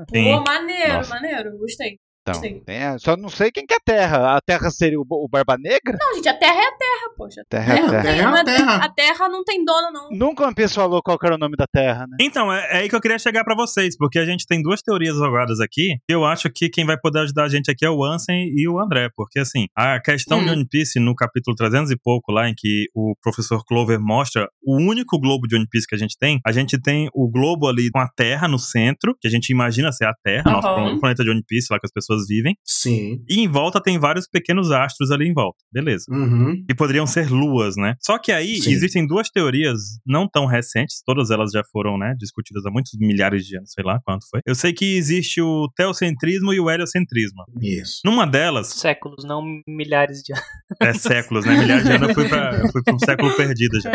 [SPEAKER 15] Pô, maneiro,
[SPEAKER 5] Nossa.
[SPEAKER 15] maneiro. Gostei.
[SPEAKER 5] Então,
[SPEAKER 15] Sim.
[SPEAKER 5] tem a- só não sei quem que é a Terra. A Terra seria o, Bo- o Barba Negra?
[SPEAKER 15] Não, gente, a terra é a terra, poxa.
[SPEAKER 5] Terra é a
[SPEAKER 15] tem
[SPEAKER 5] Terra. Terra é a
[SPEAKER 15] uma-
[SPEAKER 5] terra.
[SPEAKER 15] a terra não tem dono, não.
[SPEAKER 5] Nunca uma pessoa falou qual que era o nome da Terra, né?
[SPEAKER 3] Então, é, é aí que eu queria chegar pra vocês, porque a gente tem duas teorias jogadas aqui, e eu acho que quem vai poder ajudar a gente aqui é o Ansem e o André, porque assim, a questão
[SPEAKER 14] Hum.
[SPEAKER 3] de One Piece no capítulo 300 e pouco lá, em que o professor Clover mostra o único globo de One Piece que a gente tem, a gente tem o globo ali com a Terra no centro, que a gente imagina ser a Terra, nosso
[SPEAKER 14] Aham.
[SPEAKER 3] plan- planeta de One Piece, lá que as pessoas vivem.
[SPEAKER 1] Sim.
[SPEAKER 3] E em volta tem vários pequenos astros ali em volta, beleza.
[SPEAKER 1] Uhum.
[SPEAKER 3] E poderiam ser luas, né? Só que aí
[SPEAKER 14] Sim.
[SPEAKER 3] existem duas teorias não tão recentes, todas elas já foram, né, discutidas há muitos milhares de anos, sei lá quanto foi. Eu sei que existe o teocentrismo e o heliocentrismo.
[SPEAKER 1] Isso.
[SPEAKER 3] Numa delas,
[SPEAKER 6] Séculos, não milhares de anos.
[SPEAKER 3] é séculos, né? Milhares de anos eu fui pra, eu fui pra um século perdido já.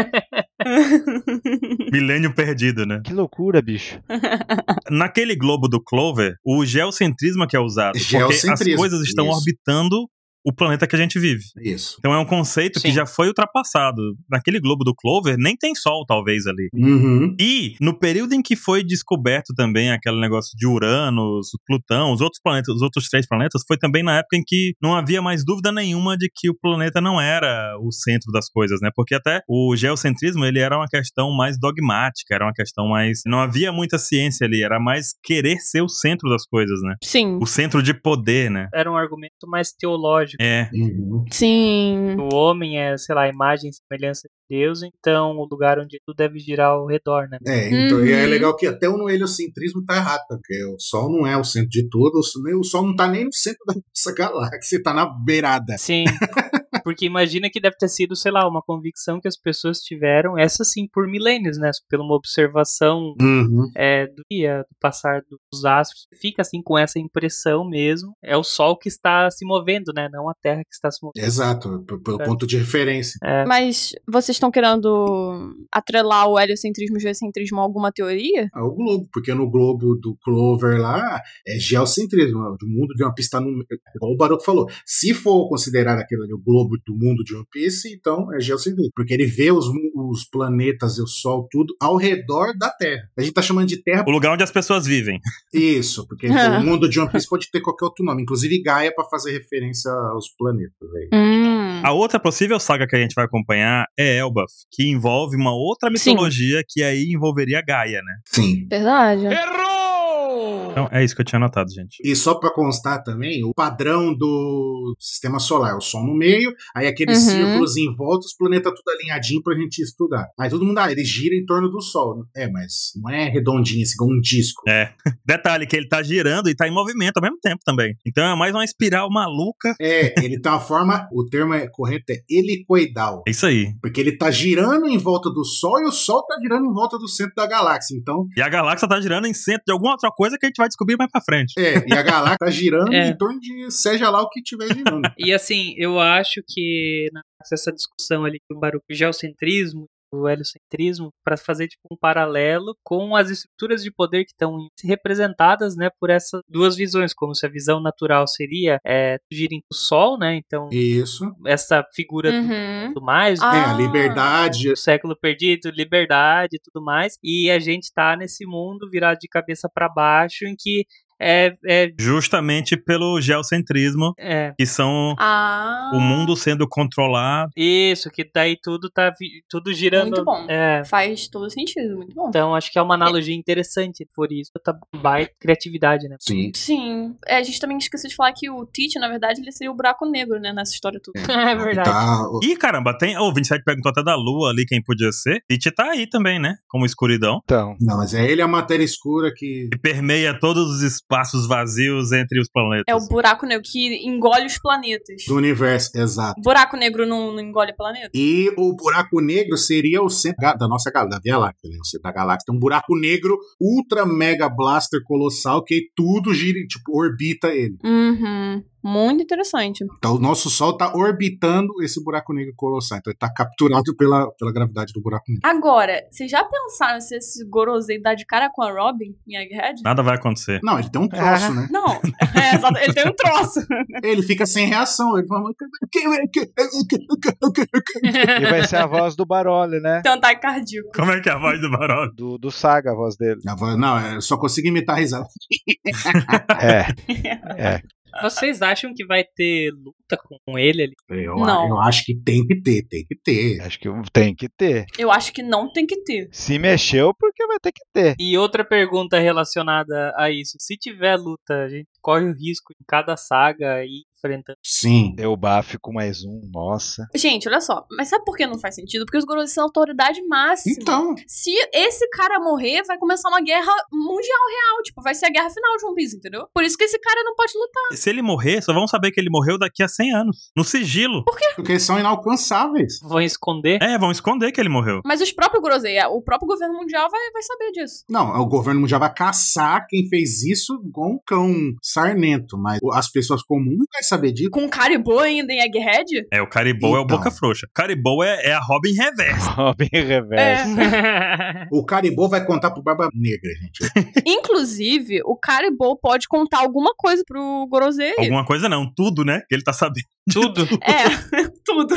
[SPEAKER 3] Milênio perdido, né?
[SPEAKER 5] Que loucura, bicho.
[SPEAKER 3] Naquele globo do Clover, o geocentrismo é que é usado. Porque as
[SPEAKER 1] Geocentrismo,
[SPEAKER 3] coisas estão
[SPEAKER 1] isso.
[SPEAKER 3] orbitando o planeta que a gente vive.
[SPEAKER 1] Isso.
[SPEAKER 3] Então é um conceito que já foi ultrapassado. Naquele globo do Clover, nem tem sol, talvez, ali.
[SPEAKER 1] Uhum.
[SPEAKER 3] E no período em que foi descoberto também aquele negócio de Urano, Plutão, os outros planetas, os outros três planetas, foi também na época em que não havia mais dúvida nenhuma de que o planeta não era o centro das coisas, né? Porque até o geocentrismo, ele era uma questão mais dogmática, era uma questão mais não havia muita ciência ali, era mais querer ser o centro das coisas, né?
[SPEAKER 4] Sim.
[SPEAKER 3] O centro de poder, né?
[SPEAKER 6] Era um argumento mais teológico.
[SPEAKER 3] É.
[SPEAKER 1] Uhum.
[SPEAKER 4] Sim.
[SPEAKER 6] O homem é, sei lá, a imagem e semelhança de Deus, então o lugar onde tudo deve girar ao redor, né?
[SPEAKER 1] É, então, e é legal que até o heliocentrismo tá errado, porque o Sol não é o centro de tudo, o Sol- o Sol não tá nem no centro da nossa galáxia, tá na beirada.
[SPEAKER 6] Sim. Porque imagina que deve ter sido, sei lá, uma convicção que as pessoas tiveram, essa sim, por milênios, né? Pela uma observação
[SPEAKER 1] Uhum.
[SPEAKER 6] é, do dia, do passar dos astros. Fica assim com essa impressão mesmo. É o Sol que está se movendo, né? Não a Terra que está se
[SPEAKER 1] É.
[SPEAKER 6] movendo.
[SPEAKER 1] Exato, p- pelo
[SPEAKER 6] É.
[SPEAKER 1] ponto de referência.
[SPEAKER 4] Mas vocês estão querendo atrelar o heliocentrismo e o geocentrismo a alguma teoria?
[SPEAKER 1] É o globo, porque no globo do Clover lá é geocentrismo, o mundo de One Piece tá no. Igual o Baruch falou. Se for considerar aquilo ali o globo do mundo de One Piece, então é geocentrismo, porque ele vê os, mu- os planetas e o Sol tudo ao redor da Terra. A gente tá chamando de Terra
[SPEAKER 3] O lugar onde as pessoas vivem.
[SPEAKER 1] Isso, porque
[SPEAKER 3] Ah.
[SPEAKER 1] o mundo de One Piece pode ter qualquer outro nome, inclusive Gaia pra fazer referência aos planetas. aí.
[SPEAKER 3] A outra possível saga que a gente vai acompanhar é Elbaf, que envolve uma outra mitologia que aí envolveria Gaia, né?
[SPEAKER 1] Sim.
[SPEAKER 6] É.
[SPEAKER 4] Verdade.
[SPEAKER 3] Então é isso que eu tinha anotado, gente.
[SPEAKER 1] E só pra constar também, o padrão do sistema solar, é o Sol no meio, aí aqueles
[SPEAKER 14] Uhum.
[SPEAKER 1] círculos em volta, os planetas tudo alinhadinho pra gente estudar. Aí todo mundo, ah, ele gira em torno do Sol. É, mas não é redondinho, assim, como um disco.
[SPEAKER 3] É. Detalhe que ele tá girando e tá em movimento ao mesmo tempo também. Então é mais uma espiral maluca.
[SPEAKER 1] É, ele tem uma forma, o termo é correto é helicoidal.
[SPEAKER 3] É isso aí.
[SPEAKER 1] Porque ele tá girando em volta do Sol e o Sol tá girando em volta do centro da galáxia. Então,
[SPEAKER 3] E a galáxia tá girando em centro de alguma outra coisa que a gente vai descobrir mais pra frente.
[SPEAKER 1] É, e a galáxia tá girando
[SPEAKER 6] É.
[SPEAKER 1] em torno de seja lá o que tiver girando.
[SPEAKER 6] E assim, eu acho que na- essa discussão ali do barulho geocentrismo o heliocentrismo para fazer tipo um paralelo com as estruturas de poder que estão representadas, né, por essas duas visões, como se a visão natural seria é, gira em o sol, né? Então
[SPEAKER 1] isso
[SPEAKER 6] essa figura do-
[SPEAKER 1] Uhum.
[SPEAKER 6] do, mais, né,
[SPEAKER 1] É, a liberdade.
[SPEAKER 6] o século perdido, liberdade, e tudo mais, e a gente tá nesse mundo virado de cabeça para baixo em que é, é
[SPEAKER 3] Justamente pelo geocentrismo,
[SPEAKER 6] É.
[SPEAKER 3] que são
[SPEAKER 4] Ah.
[SPEAKER 3] o mundo sendo controlado.
[SPEAKER 6] Isso, que daí tudo tá vi- tudo girando.
[SPEAKER 4] Muito bom.
[SPEAKER 6] É.
[SPEAKER 4] Faz todo sentido, muito bom.
[SPEAKER 6] Então acho que é uma analogia interessante, por isso tá baita criatividade, né?
[SPEAKER 1] Sim.
[SPEAKER 4] Sim. É, a gente também esqueceu de falar que o Tite, na verdade, ele seria o buraco negro, né, nessa história toda.
[SPEAKER 6] É verdade.
[SPEAKER 1] Tá.
[SPEAKER 3] Ih, caramba, tem. O 27 perguntou até da lua ali quem podia ser. Tite tá aí também, né? Como escuridão.
[SPEAKER 5] Então.
[SPEAKER 1] Não, mas é ele a matéria escura que.
[SPEAKER 3] Que permeia todos os espaços vazios entre os planetas.
[SPEAKER 4] É o buraco negro que engole os planetas.
[SPEAKER 1] Do universo, exato.
[SPEAKER 4] Buraco negro não, não engole planeta?
[SPEAKER 1] E o buraco negro seria o centro ga- da nossa galáxia, da Via Láctea, né? O centro da galáxia. Tem um buraco negro ultra mega blaster colossal que tudo gira, e, tipo, orbita ele.
[SPEAKER 4] Uhum. Muito interessante.
[SPEAKER 1] Então o nosso Sol tá orbitando esse buraco negro colossal. Então ele tá capturado pela, pela gravidade do buraco negro.
[SPEAKER 4] Agora, vocês já pensaram se esse Gorosei dá de cara com a Robin em Egghead?
[SPEAKER 3] Nada vai acontecer.
[SPEAKER 1] Não, ele tem um troço, né?
[SPEAKER 4] Não, é, exato, ele tem um troço.
[SPEAKER 1] Ele fica sem reação. Ele fala.
[SPEAKER 5] E vai ser a voz do Baroli, né?
[SPEAKER 4] Então tá cardíaco.
[SPEAKER 3] Como é que é a voz do Baroli?
[SPEAKER 5] Do, do Saga, a voz dele.
[SPEAKER 1] Não, eu só consigo imitar a risada.
[SPEAKER 5] É. É.
[SPEAKER 6] Vocês acham que vai ter luta com ele ali?
[SPEAKER 1] Eu,
[SPEAKER 4] Não.
[SPEAKER 1] eu acho que tem que ter, tem que ter.
[SPEAKER 5] Acho que tem que ter.
[SPEAKER 4] Eu acho que não tem que ter.
[SPEAKER 5] Se mexeu, porque vai ter que ter.
[SPEAKER 6] E outra pergunta relacionada a isso: se tiver luta, a gente corre o risco em cada saga ir enfrentando.
[SPEAKER 1] Sim.
[SPEAKER 5] Eu bafo com mais um, nossa.
[SPEAKER 4] Gente, olha só, mas sabe por que não faz sentido? Porque os Gorosei são a autoridade máxima.
[SPEAKER 1] Então.
[SPEAKER 4] Se esse cara morrer, vai começar uma guerra mundial real. Tipo, vai ser a guerra final de zumbis, entendeu? Por isso que esse cara não pode lutar.
[SPEAKER 3] Se ele morrer, só vão saber que ele morreu daqui a 100 anos. No sigilo. Por
[SPEAKER 4] quê?
[SPEAKER 1] Porque eles são inalcançáveis.
[SPEAKER 6] Vão esconder?
[SPEAKER 3] É, vão esconder que ele morreu.
[SPEAKER 4] Mas os próprios Gorosei, é, o próprio governo mundial vai, vai saber disso.
[SPEAKER 1] Não, é o governo mundial vai caçar quem fez isso com um cão sarnento, mas as pessoas comuns não vai saber disso.
[SPEAKER 4] Com o Caribou ainda em Egghead?
[SPEAKER 3] É, o Caribou é o
[SPEAKER 1] Então.
[SPEAKER 3] Boca Frouxa. Caribou é, é a Robin Reversa.
[SPEAKER 5] Robin
[SPEAKER 1] É.
[SPEAKER 4] É.
[SPEAKER 5] Reversa.
[SPEAKER 1] O Caribou vai contar pro Barba Negra, gente.
[SPEAKER 4] Inclusive, o Caribou pode contar alguma coisa pro Gorosei.
[SPEAKER 3] Alguma coisa não, tudo, né? Que ele tá sabendo.
[SPEAKER 6] Tudo.
[SPEAKER 4] É, tudo.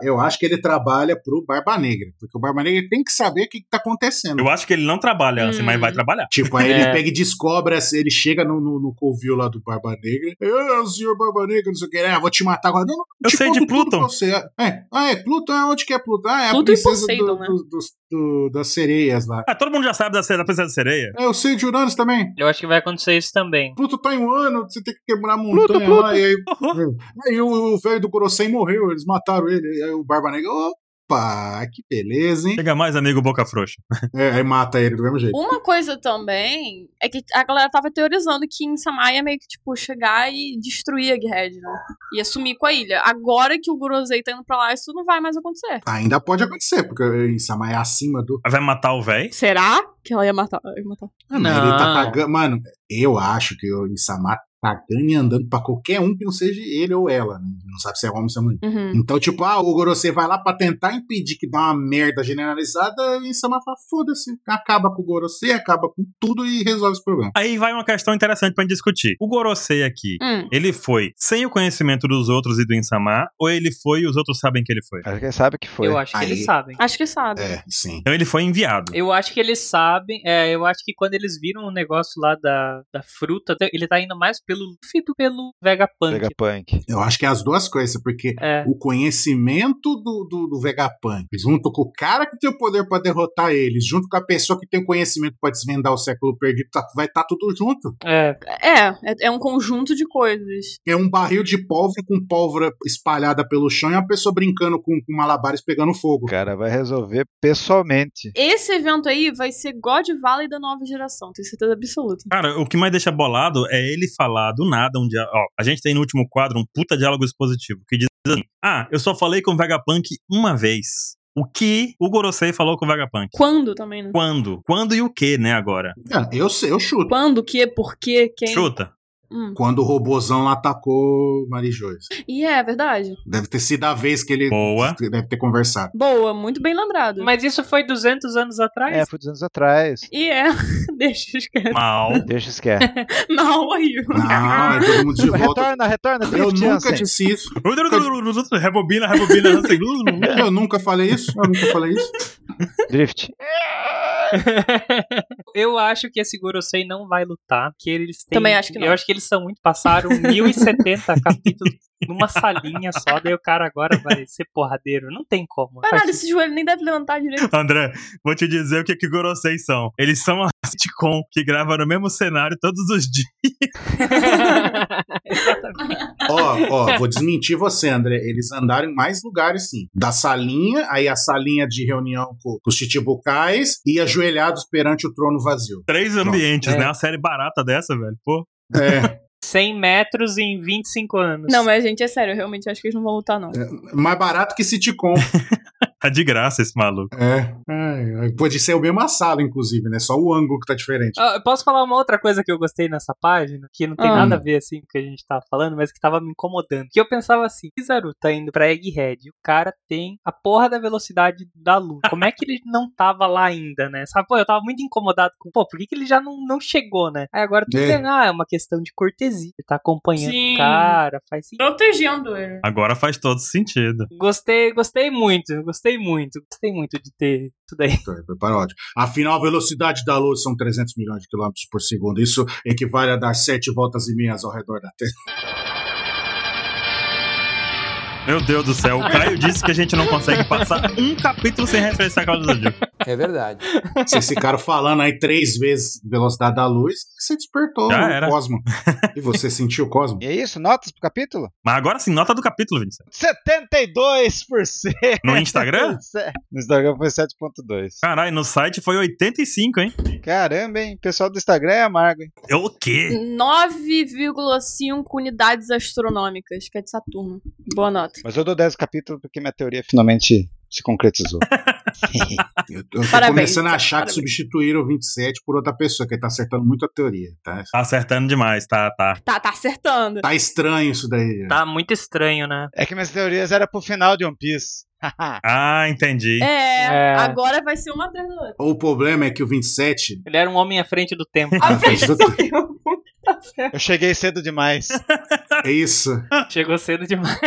[SPEAKER 1] Eu acho que ele trabalha pro Barba Negra, porque o Barba Negra tem que saber o que, que tá acontecendo.
[SPEAKER 3] Eu acho que ele não trabalha assim,
[SPEAKER 1] Hum.
[SPEAKER 3] mas vai trabalhar.
[SPEAKER 1] Tipo,
[SPEAKER 4] É.
[SPEAKER 1] aí ele pega e descobre, assim, ele chega no, no, no covil lá do Barba Negra. É, o senhor Barba Negra, não sei o que, é, vou te matar agora. Não, não,
[SPEAKER 3] Eu
[SPEAKER 1] te
[SPEAKER 3] sei de
[SPEAKER 1] conto Tipo, tudo
[SPEAKER 3] Pluton.
[SPEAKER 1] pra você. É, ah, é Pluton, é onde que é Pluton? Ah, é a
[SPEAKER 4] Pluton e
[SPEAKER 1] princesa do-
[SPEAKER 4] Poseidon, né?
[SPEAKER 1] do- dos- do- das sereias lá.
[SPEAKER 3] Ah, todo mundo já sabe da, cena da princesa sereia.
[SPEAKER 1] É, eu sei de Uranus também.
[SPEAKER 6] Eu acho que vai acontecer isso também.
[SPEAKER 1] Pluto tá em um ano, você tem que quebrar a montanha
[SPEAKER 6] Pluto,
[SPEAKER 1] lá. E aí, aí o, o velho do Gorosei morreu, eles mataram ele. Aí o Barba Negra, opa, que beleza, hein?
[SPEAKER 3] Chega mais, amigo Boca Frouxa.
[SPEAKER 1] É, aí mata ele do mesmo jeito.
[SPEAKER 4] Uma coisa também é que a galera tava teorizando que em Samaya meio que, tipo, chegar e destruir a Egghead, né? E assumir com a ilha. Agora que o Gorosei tá indo pra lá, isso não vai mais acontecer.
[SPEAKER 1] Ainda pode acontecer, porque isso é mais acima do.
[SPEAKER 3] Vai matar o velho?
[SPEAKER 4] Será que ela ia matar? Ia matar.
[SPEAKER 1] Mano, Ele tá cagando. Mano, eu acho que o Insama tá ganhando e andando pra qualquer um que não seja ele ou ela. né? Não sabe se é homem ou se é mulher.
[SPEAKER 4] Uhum.
[SPEAKER 1] Então, tipo, ah, o Gorosei vai lá pra tentar impedir que dá uma merda generalizada. E o Insama fala: foda-se, acaba com o Gorosei, acaba com tudo e resolve esse problema.
[SPEAKER 3] Aí vai uma questão interessante pra gente discutir. O Gorosei aqui,
[SPEAKER 4] Hum.
[SPEAKER 3] ele foi sem o conhecimento dos outros e do Insamar, ou ele foi e os outros sabem que ele foi?
[SPEAKER 5] Acho que ele sabe que foi.
[SPEAKER 6] É. Eu acho que eles sabem.
[SPEAKER 4] Acho que sabe.
[SPEAKER 1] É, sim.
[SPEAKER 3] Então ele foi enviado.
[SPEAKER 6] Eu acho que eles sabem, é, eu acho que quando eles viram o negócio lá da, da fruta, ele tá indo mais pelo Luffy do que pelo Vegapunk.
[SPEAKER 5] Vegapunk.
[SPEAKER 1] Eu acho que é as duas coisas, porque
[SPEAKER 6] É.
[SPEAKER 1] o conhecimento do, do, do Vegapunk, junto com o cara que tem o poder pra derrotar eles, junto com a pessoa que tem o conhecimento pra desvendar o século perdido, tá- vai estar tudo junto.
[SPEAKER 6] É.
[SPEAKER 4] É, é, é um conjunto de coisas.
[SPEAKER 1] É um barril de pólvora com pólvora espalhada pelo chão e uma pessoa brincando com, com malabares pegando fogo.
[SPEAKER 5] O cara vai resolver pessoalmente.
[SPEAKER 4] Esse evento aí vai ser God Valley da nova geração, tenho certeza absoluta.
[SPEAKER 3] Cara, o que mais deixa bolado é ele falar do nada um dia. Ó, a gente tem no último quadro um puta diálogo expositivo que diz assim: Ah, eu só falei com o Vegapunk uma vez. O que o Gorosei falou com o Vegapunk?
[SPEAKER 4] Quando também, né?
[SPEAKER 3] Quando? Quando e o que, né, agora?
[SPEAKER 1] É, eu sei, eu chuto.
[SPEAKER 4] Quando, o que, por quê, quem?
[SPEAKER 3] Chuta.
[SPEAKER 4] Hum.
[SPEAKER 1] Quando o robozão lá atacou Mary Joyce.
[SPEAKER 4] E é verdade.
[SPEAKER 1] Deve ter sido a vez que ele deve ter conversado.
[SPEAKER 4] Boa, muito bem lembrado.
[SPEAKER 6] Mas isso foi 200 anos atrás?
[SPEAKER 5] É, foi 200 atrás.
[SPEAKER 4] E é. Deixa eu esquecer.
[SPEAKER 3] Mal.
[SPEAKER 5] Deixa isso é. quieto.
[SPEAKER 4] Não, horrível.
[SPEAKER 1] Não, é todo mundo de volta.
[SPEAKER 5] Retorna, retorna,
[SPEAKER 1] Eu
[SPEAKER 5] Drift
[SPEAKER 1] nunca
[SPEAKER 5] Jansen.
[SPEAKER 1] disse isso.
[SPEAKER 3] rebobina, rebobina, Hansen.
[SPEAKER 1] Eu nunca falei isso. Eu nunca falei isso.
[SPEAKER 5] Drift.
[SPEAKER 6] Eu acho que esse Gorosei não vai lutar, que eles têm...
[SPEAKER 4] Também acho que não.
[SPEAKER 6] Eu acho que eles são muito... Passaram 1070 capítulos numa salinha só, daí o cara agora vai ser porradeiro. Não tem como.
[SPEAKER 4] Caralho, esse joelho nem deve levantar direito.
[SPEAKER 3] André, vou te dizer o que que Gorosei são. Eles são a sitcom que grava no mesmo cenário todos os dias.
[SPEAKER 1] Ó, ó, vou desmentir você, André. Eles andaram em mais lugares, sim. Da salinha, aí a salinha de reunião com, com os chichibucais e ajoelhados perante o trono vazio.
[SPEAKER 3] Três ambientes,
[SPEAKER 1] É.
[SPEAKER 3] né? Uma série barata dessa, velho. Pô.
[SPEAKER 1] É,
[SPEAKER 6] 100 metros em 25 anos.
[SPEAKER 4] Não, mas gente, é sério, eu realmente acho que eles não vão lutar, não.
[SPEAKER 1] mais barato que sitcom.
[SPEAKER 3] Tá de graça esse maluco.
[SPEAKER 1] É. Ai, ai. Pode ser o mesmo sala, inclusive, né? Só o ângulo que tá diferente.
[SPEAKER 6] Ah, eu posso falar uma outra coisa que eu gostei nessa página, que não tem
[SPEAKER 1] Ah.
[SPEAKER 6] nada a ver assim com o que a gente tava falando, mas que tava me incomodando. Que eu pensava assim, Kizaru tá indo pra Egghead, o cara tem a porra da velocidade da luz. Como é que ele não tava lá ainda, né? Sabe, pô, eu tava muito incomodado com, pô, por que, que ele já não, não chegou, né? Aí agora tu
[SPEAKER 3] É.
[SPEAKER 6] tem, ah, é uma questão de cortesia. Ele tá acompanhando
[SPEAKER 15] Sim.
[SPEAKER 6] o cara, faz sentido.
[SPEAKER 15] Protegendo ele.
[SPEAKER 3] Agora faz todo sentido.
[SPEAKER 6] Gostei, gostei muito, gostei muito, gostei muito de ter tudo aí.
[SPEAKER 1] Foi- Então, é, Foi paródia. Afinal, a velocidade da luz são 300 milhões de quilômetros por segundo. Isso equivale a dar sete voltas e meias ao redor da Terra.
[SPEAKER 3] Meu Deus do céu, o Caio disse que a gente não consegue passar um capítulo sem referência à Causa do Zodíaco.
[SPEAKER 14] É verdade.
[SPEAKER 1] Se esse cara falando aí três vezes velocidade da luz, você despertou
[SPEAKER 3] Já
[SPEAKER 1] o
[SPEAKER 3] era.
[SPEAKER 1] cosmo. E você sentiu o cosmo?
[SPEAKER 5] E é isso, notas pro capítulo?
[SPEAKER 3] Mas agora sim, nota do capítulo, Vinícius.
[SPEAKER 5] 72%.
[SPEAKER 3] No Instagram?
[SPEAKER 5] No Instagram foi 7.2.
[SPEAKER 3] Caralho, no site foi 85, hein?
[SPEAKER 5] Caramba, hein? O pessoal do Instagram é amargo, hein?
[SPEAKER 3] É o quê?
[SPEAKER 4] 9,5 unidades astronômicas, que é de Saturno. Boa nota.
[SPEAKER 5] Mas eu dou 10 capítulos porque minha teoria finalmente se concretizou.
[SPEAKER 1] Eu tô, eu tô
[SPEAKER 4] Parabéns,
[SPEAKER 1] começando a
[SPEAKER 4] Sérgio,
[SPEAKER 1] achar que substituíram o 27 por outra pessoa, que tá acertando muito a teoria, tá?
[SPEAKER 3] Tá acertando demais, tá, tá.
[SPEAKER 4] Tá, tá acertando.
[SPEAKER 1] Tá estranho isso daí.
[SPEAKER 6] Tá muito estranho, né?
[SPEAKER 5] É que minhas teorias eram pro final de One Piece.
[SPEAKER 3] Ah, entendi.
[SPEAKER 4] É,
[SPEAKER 6] É.
[SPEAKER 4] agora vai ser uma atrás da outra.
[SPEAKER 1] O problema é que o 27.
[SPEAKER 6] Ele era um homem à frente do tempo.
[SPEAKER 1] na frente do-
[SPEAKER 4] Tá
[SPEAKER 5] Eu cheguei cedo demais.
[SPEAKER 1] É isso.
[SPEAKER 6] Chegou cedo demais.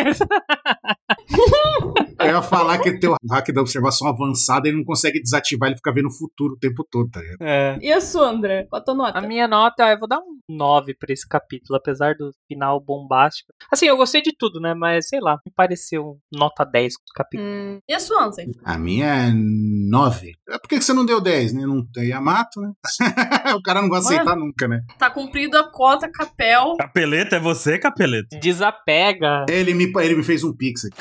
[SPEAKER 1] Eu ia falar que teu hack da observação avançada ele não consegue desativar, ele fica vendo o futuro o tempo todo, tá ligado?
[SPEAKER 6] É.
[SPEAKER 4] E a sua, André? Qual a tua nota?
[SPEAKER 6] A minha nota, ah, eu vou dar um 9 pra esse capítulo, apesar do final bombástico. Assim, eu gostei de tudo, né? Mas sei lá, me pareceu nota 10 com o capítulo.
[SPEAKER 4] Hum, E a sua, Ansem?
[SPEAKER 1] A minha é 9. Por que que você não deu 10, né? Não tem Yamato, né? o cara não vai aceitar nunca, né?
[SPEAKER 4] Tá cumprido a cota capel.
[SPEAKER 3] Capeleta é você, Capeleta?
[SPEAKER 6] Desapega.
[SPEAKER 1] Ele me, ele me fez um pix aqui.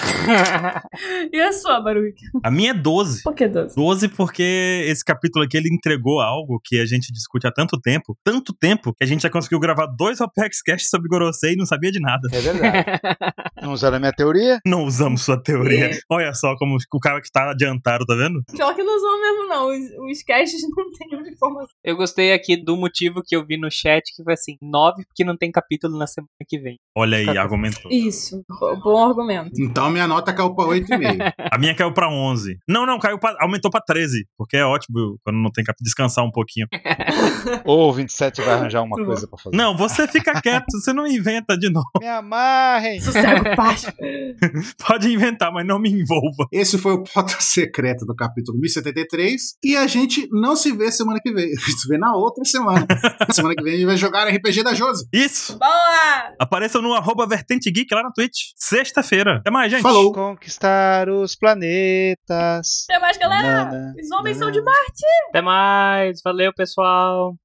[SPEAKER 4] E a sua, Baruque?
[SPEAKER 3] A minha é 12.
[SPEAKER 4] Por que 12?
[SPEAKER 3] 12 porque esse capítulo aqui ele entregou algo que a gente discute há tanto tempo, tanto tempo, que a gente já conseguiu gravar dois Opex Cast sobre Gorosei e não sabia de nada.
[SPEAKER 14] É verdade.
[SPEAKER 5] Não usaram a minha teoria?
[SPEAKER 3] Não usamos sua teoria. Olha só como o cara que tá adiantado, tá vendo?
[SPEAKER 4] Pior que não usou mesmo, não. Os, os casts não tem muita informação.
[SPEAKER 6] Eu gostei aqui do motivo que eu vi no chat, que foi assim, 9 porque não tem capítulo na semana que vem.
[SPEAKER 3] Olha aí, argumentou.
[SPEAKER 4] Isso. Bo- Bom argumento.
[SPEAKER 1] Então minha nota caiu pra 8,5.
[SPEAKER 3] A minha caiu pra 11. Não, não, caiu pra, aumentou pra 13, porque é ótimo quando não tem capítulo descansar um pouquinho.
[SPEAKER 5] Ou o 27 vai arranjar uma coisa pra fazer.
[SPEAKER 3] Não, você fica quieto, você não inventa de novo.
[SPEAKER 5] Me amarrem!
[SPEAKER 4] Sossego, paz.
[SPEAKER 3] Pode inventar, mas não me envolva.
[SPEAKER 1] Esse foi o Pauta Secreta do capítulo 1073. E a gente não se vê semana que vem. A gente se vê na outra semana. semana que vem a gente vai jogar RPG da Josi.
[SPEAKER 3] Isso!
[SPEAKER 4] Boa!
[SPEAKER 3] Apareçam no arroba Vertente Geek lá na Twitch. Sexta-feira. Até mais, gente.
[SPEAKER 1] Falou.
[SPEAKER 5] Conquistar os planetas.
[SPEAKER 4] Até mais, galera!
[SPEAKER 5] Nana,
[SPEAKER 4] Os homens são
[SPEAKER 5] nana.
[SPEAKER 4] de Marte!
[SPEAKER 6] Até mais, valeu pessoal.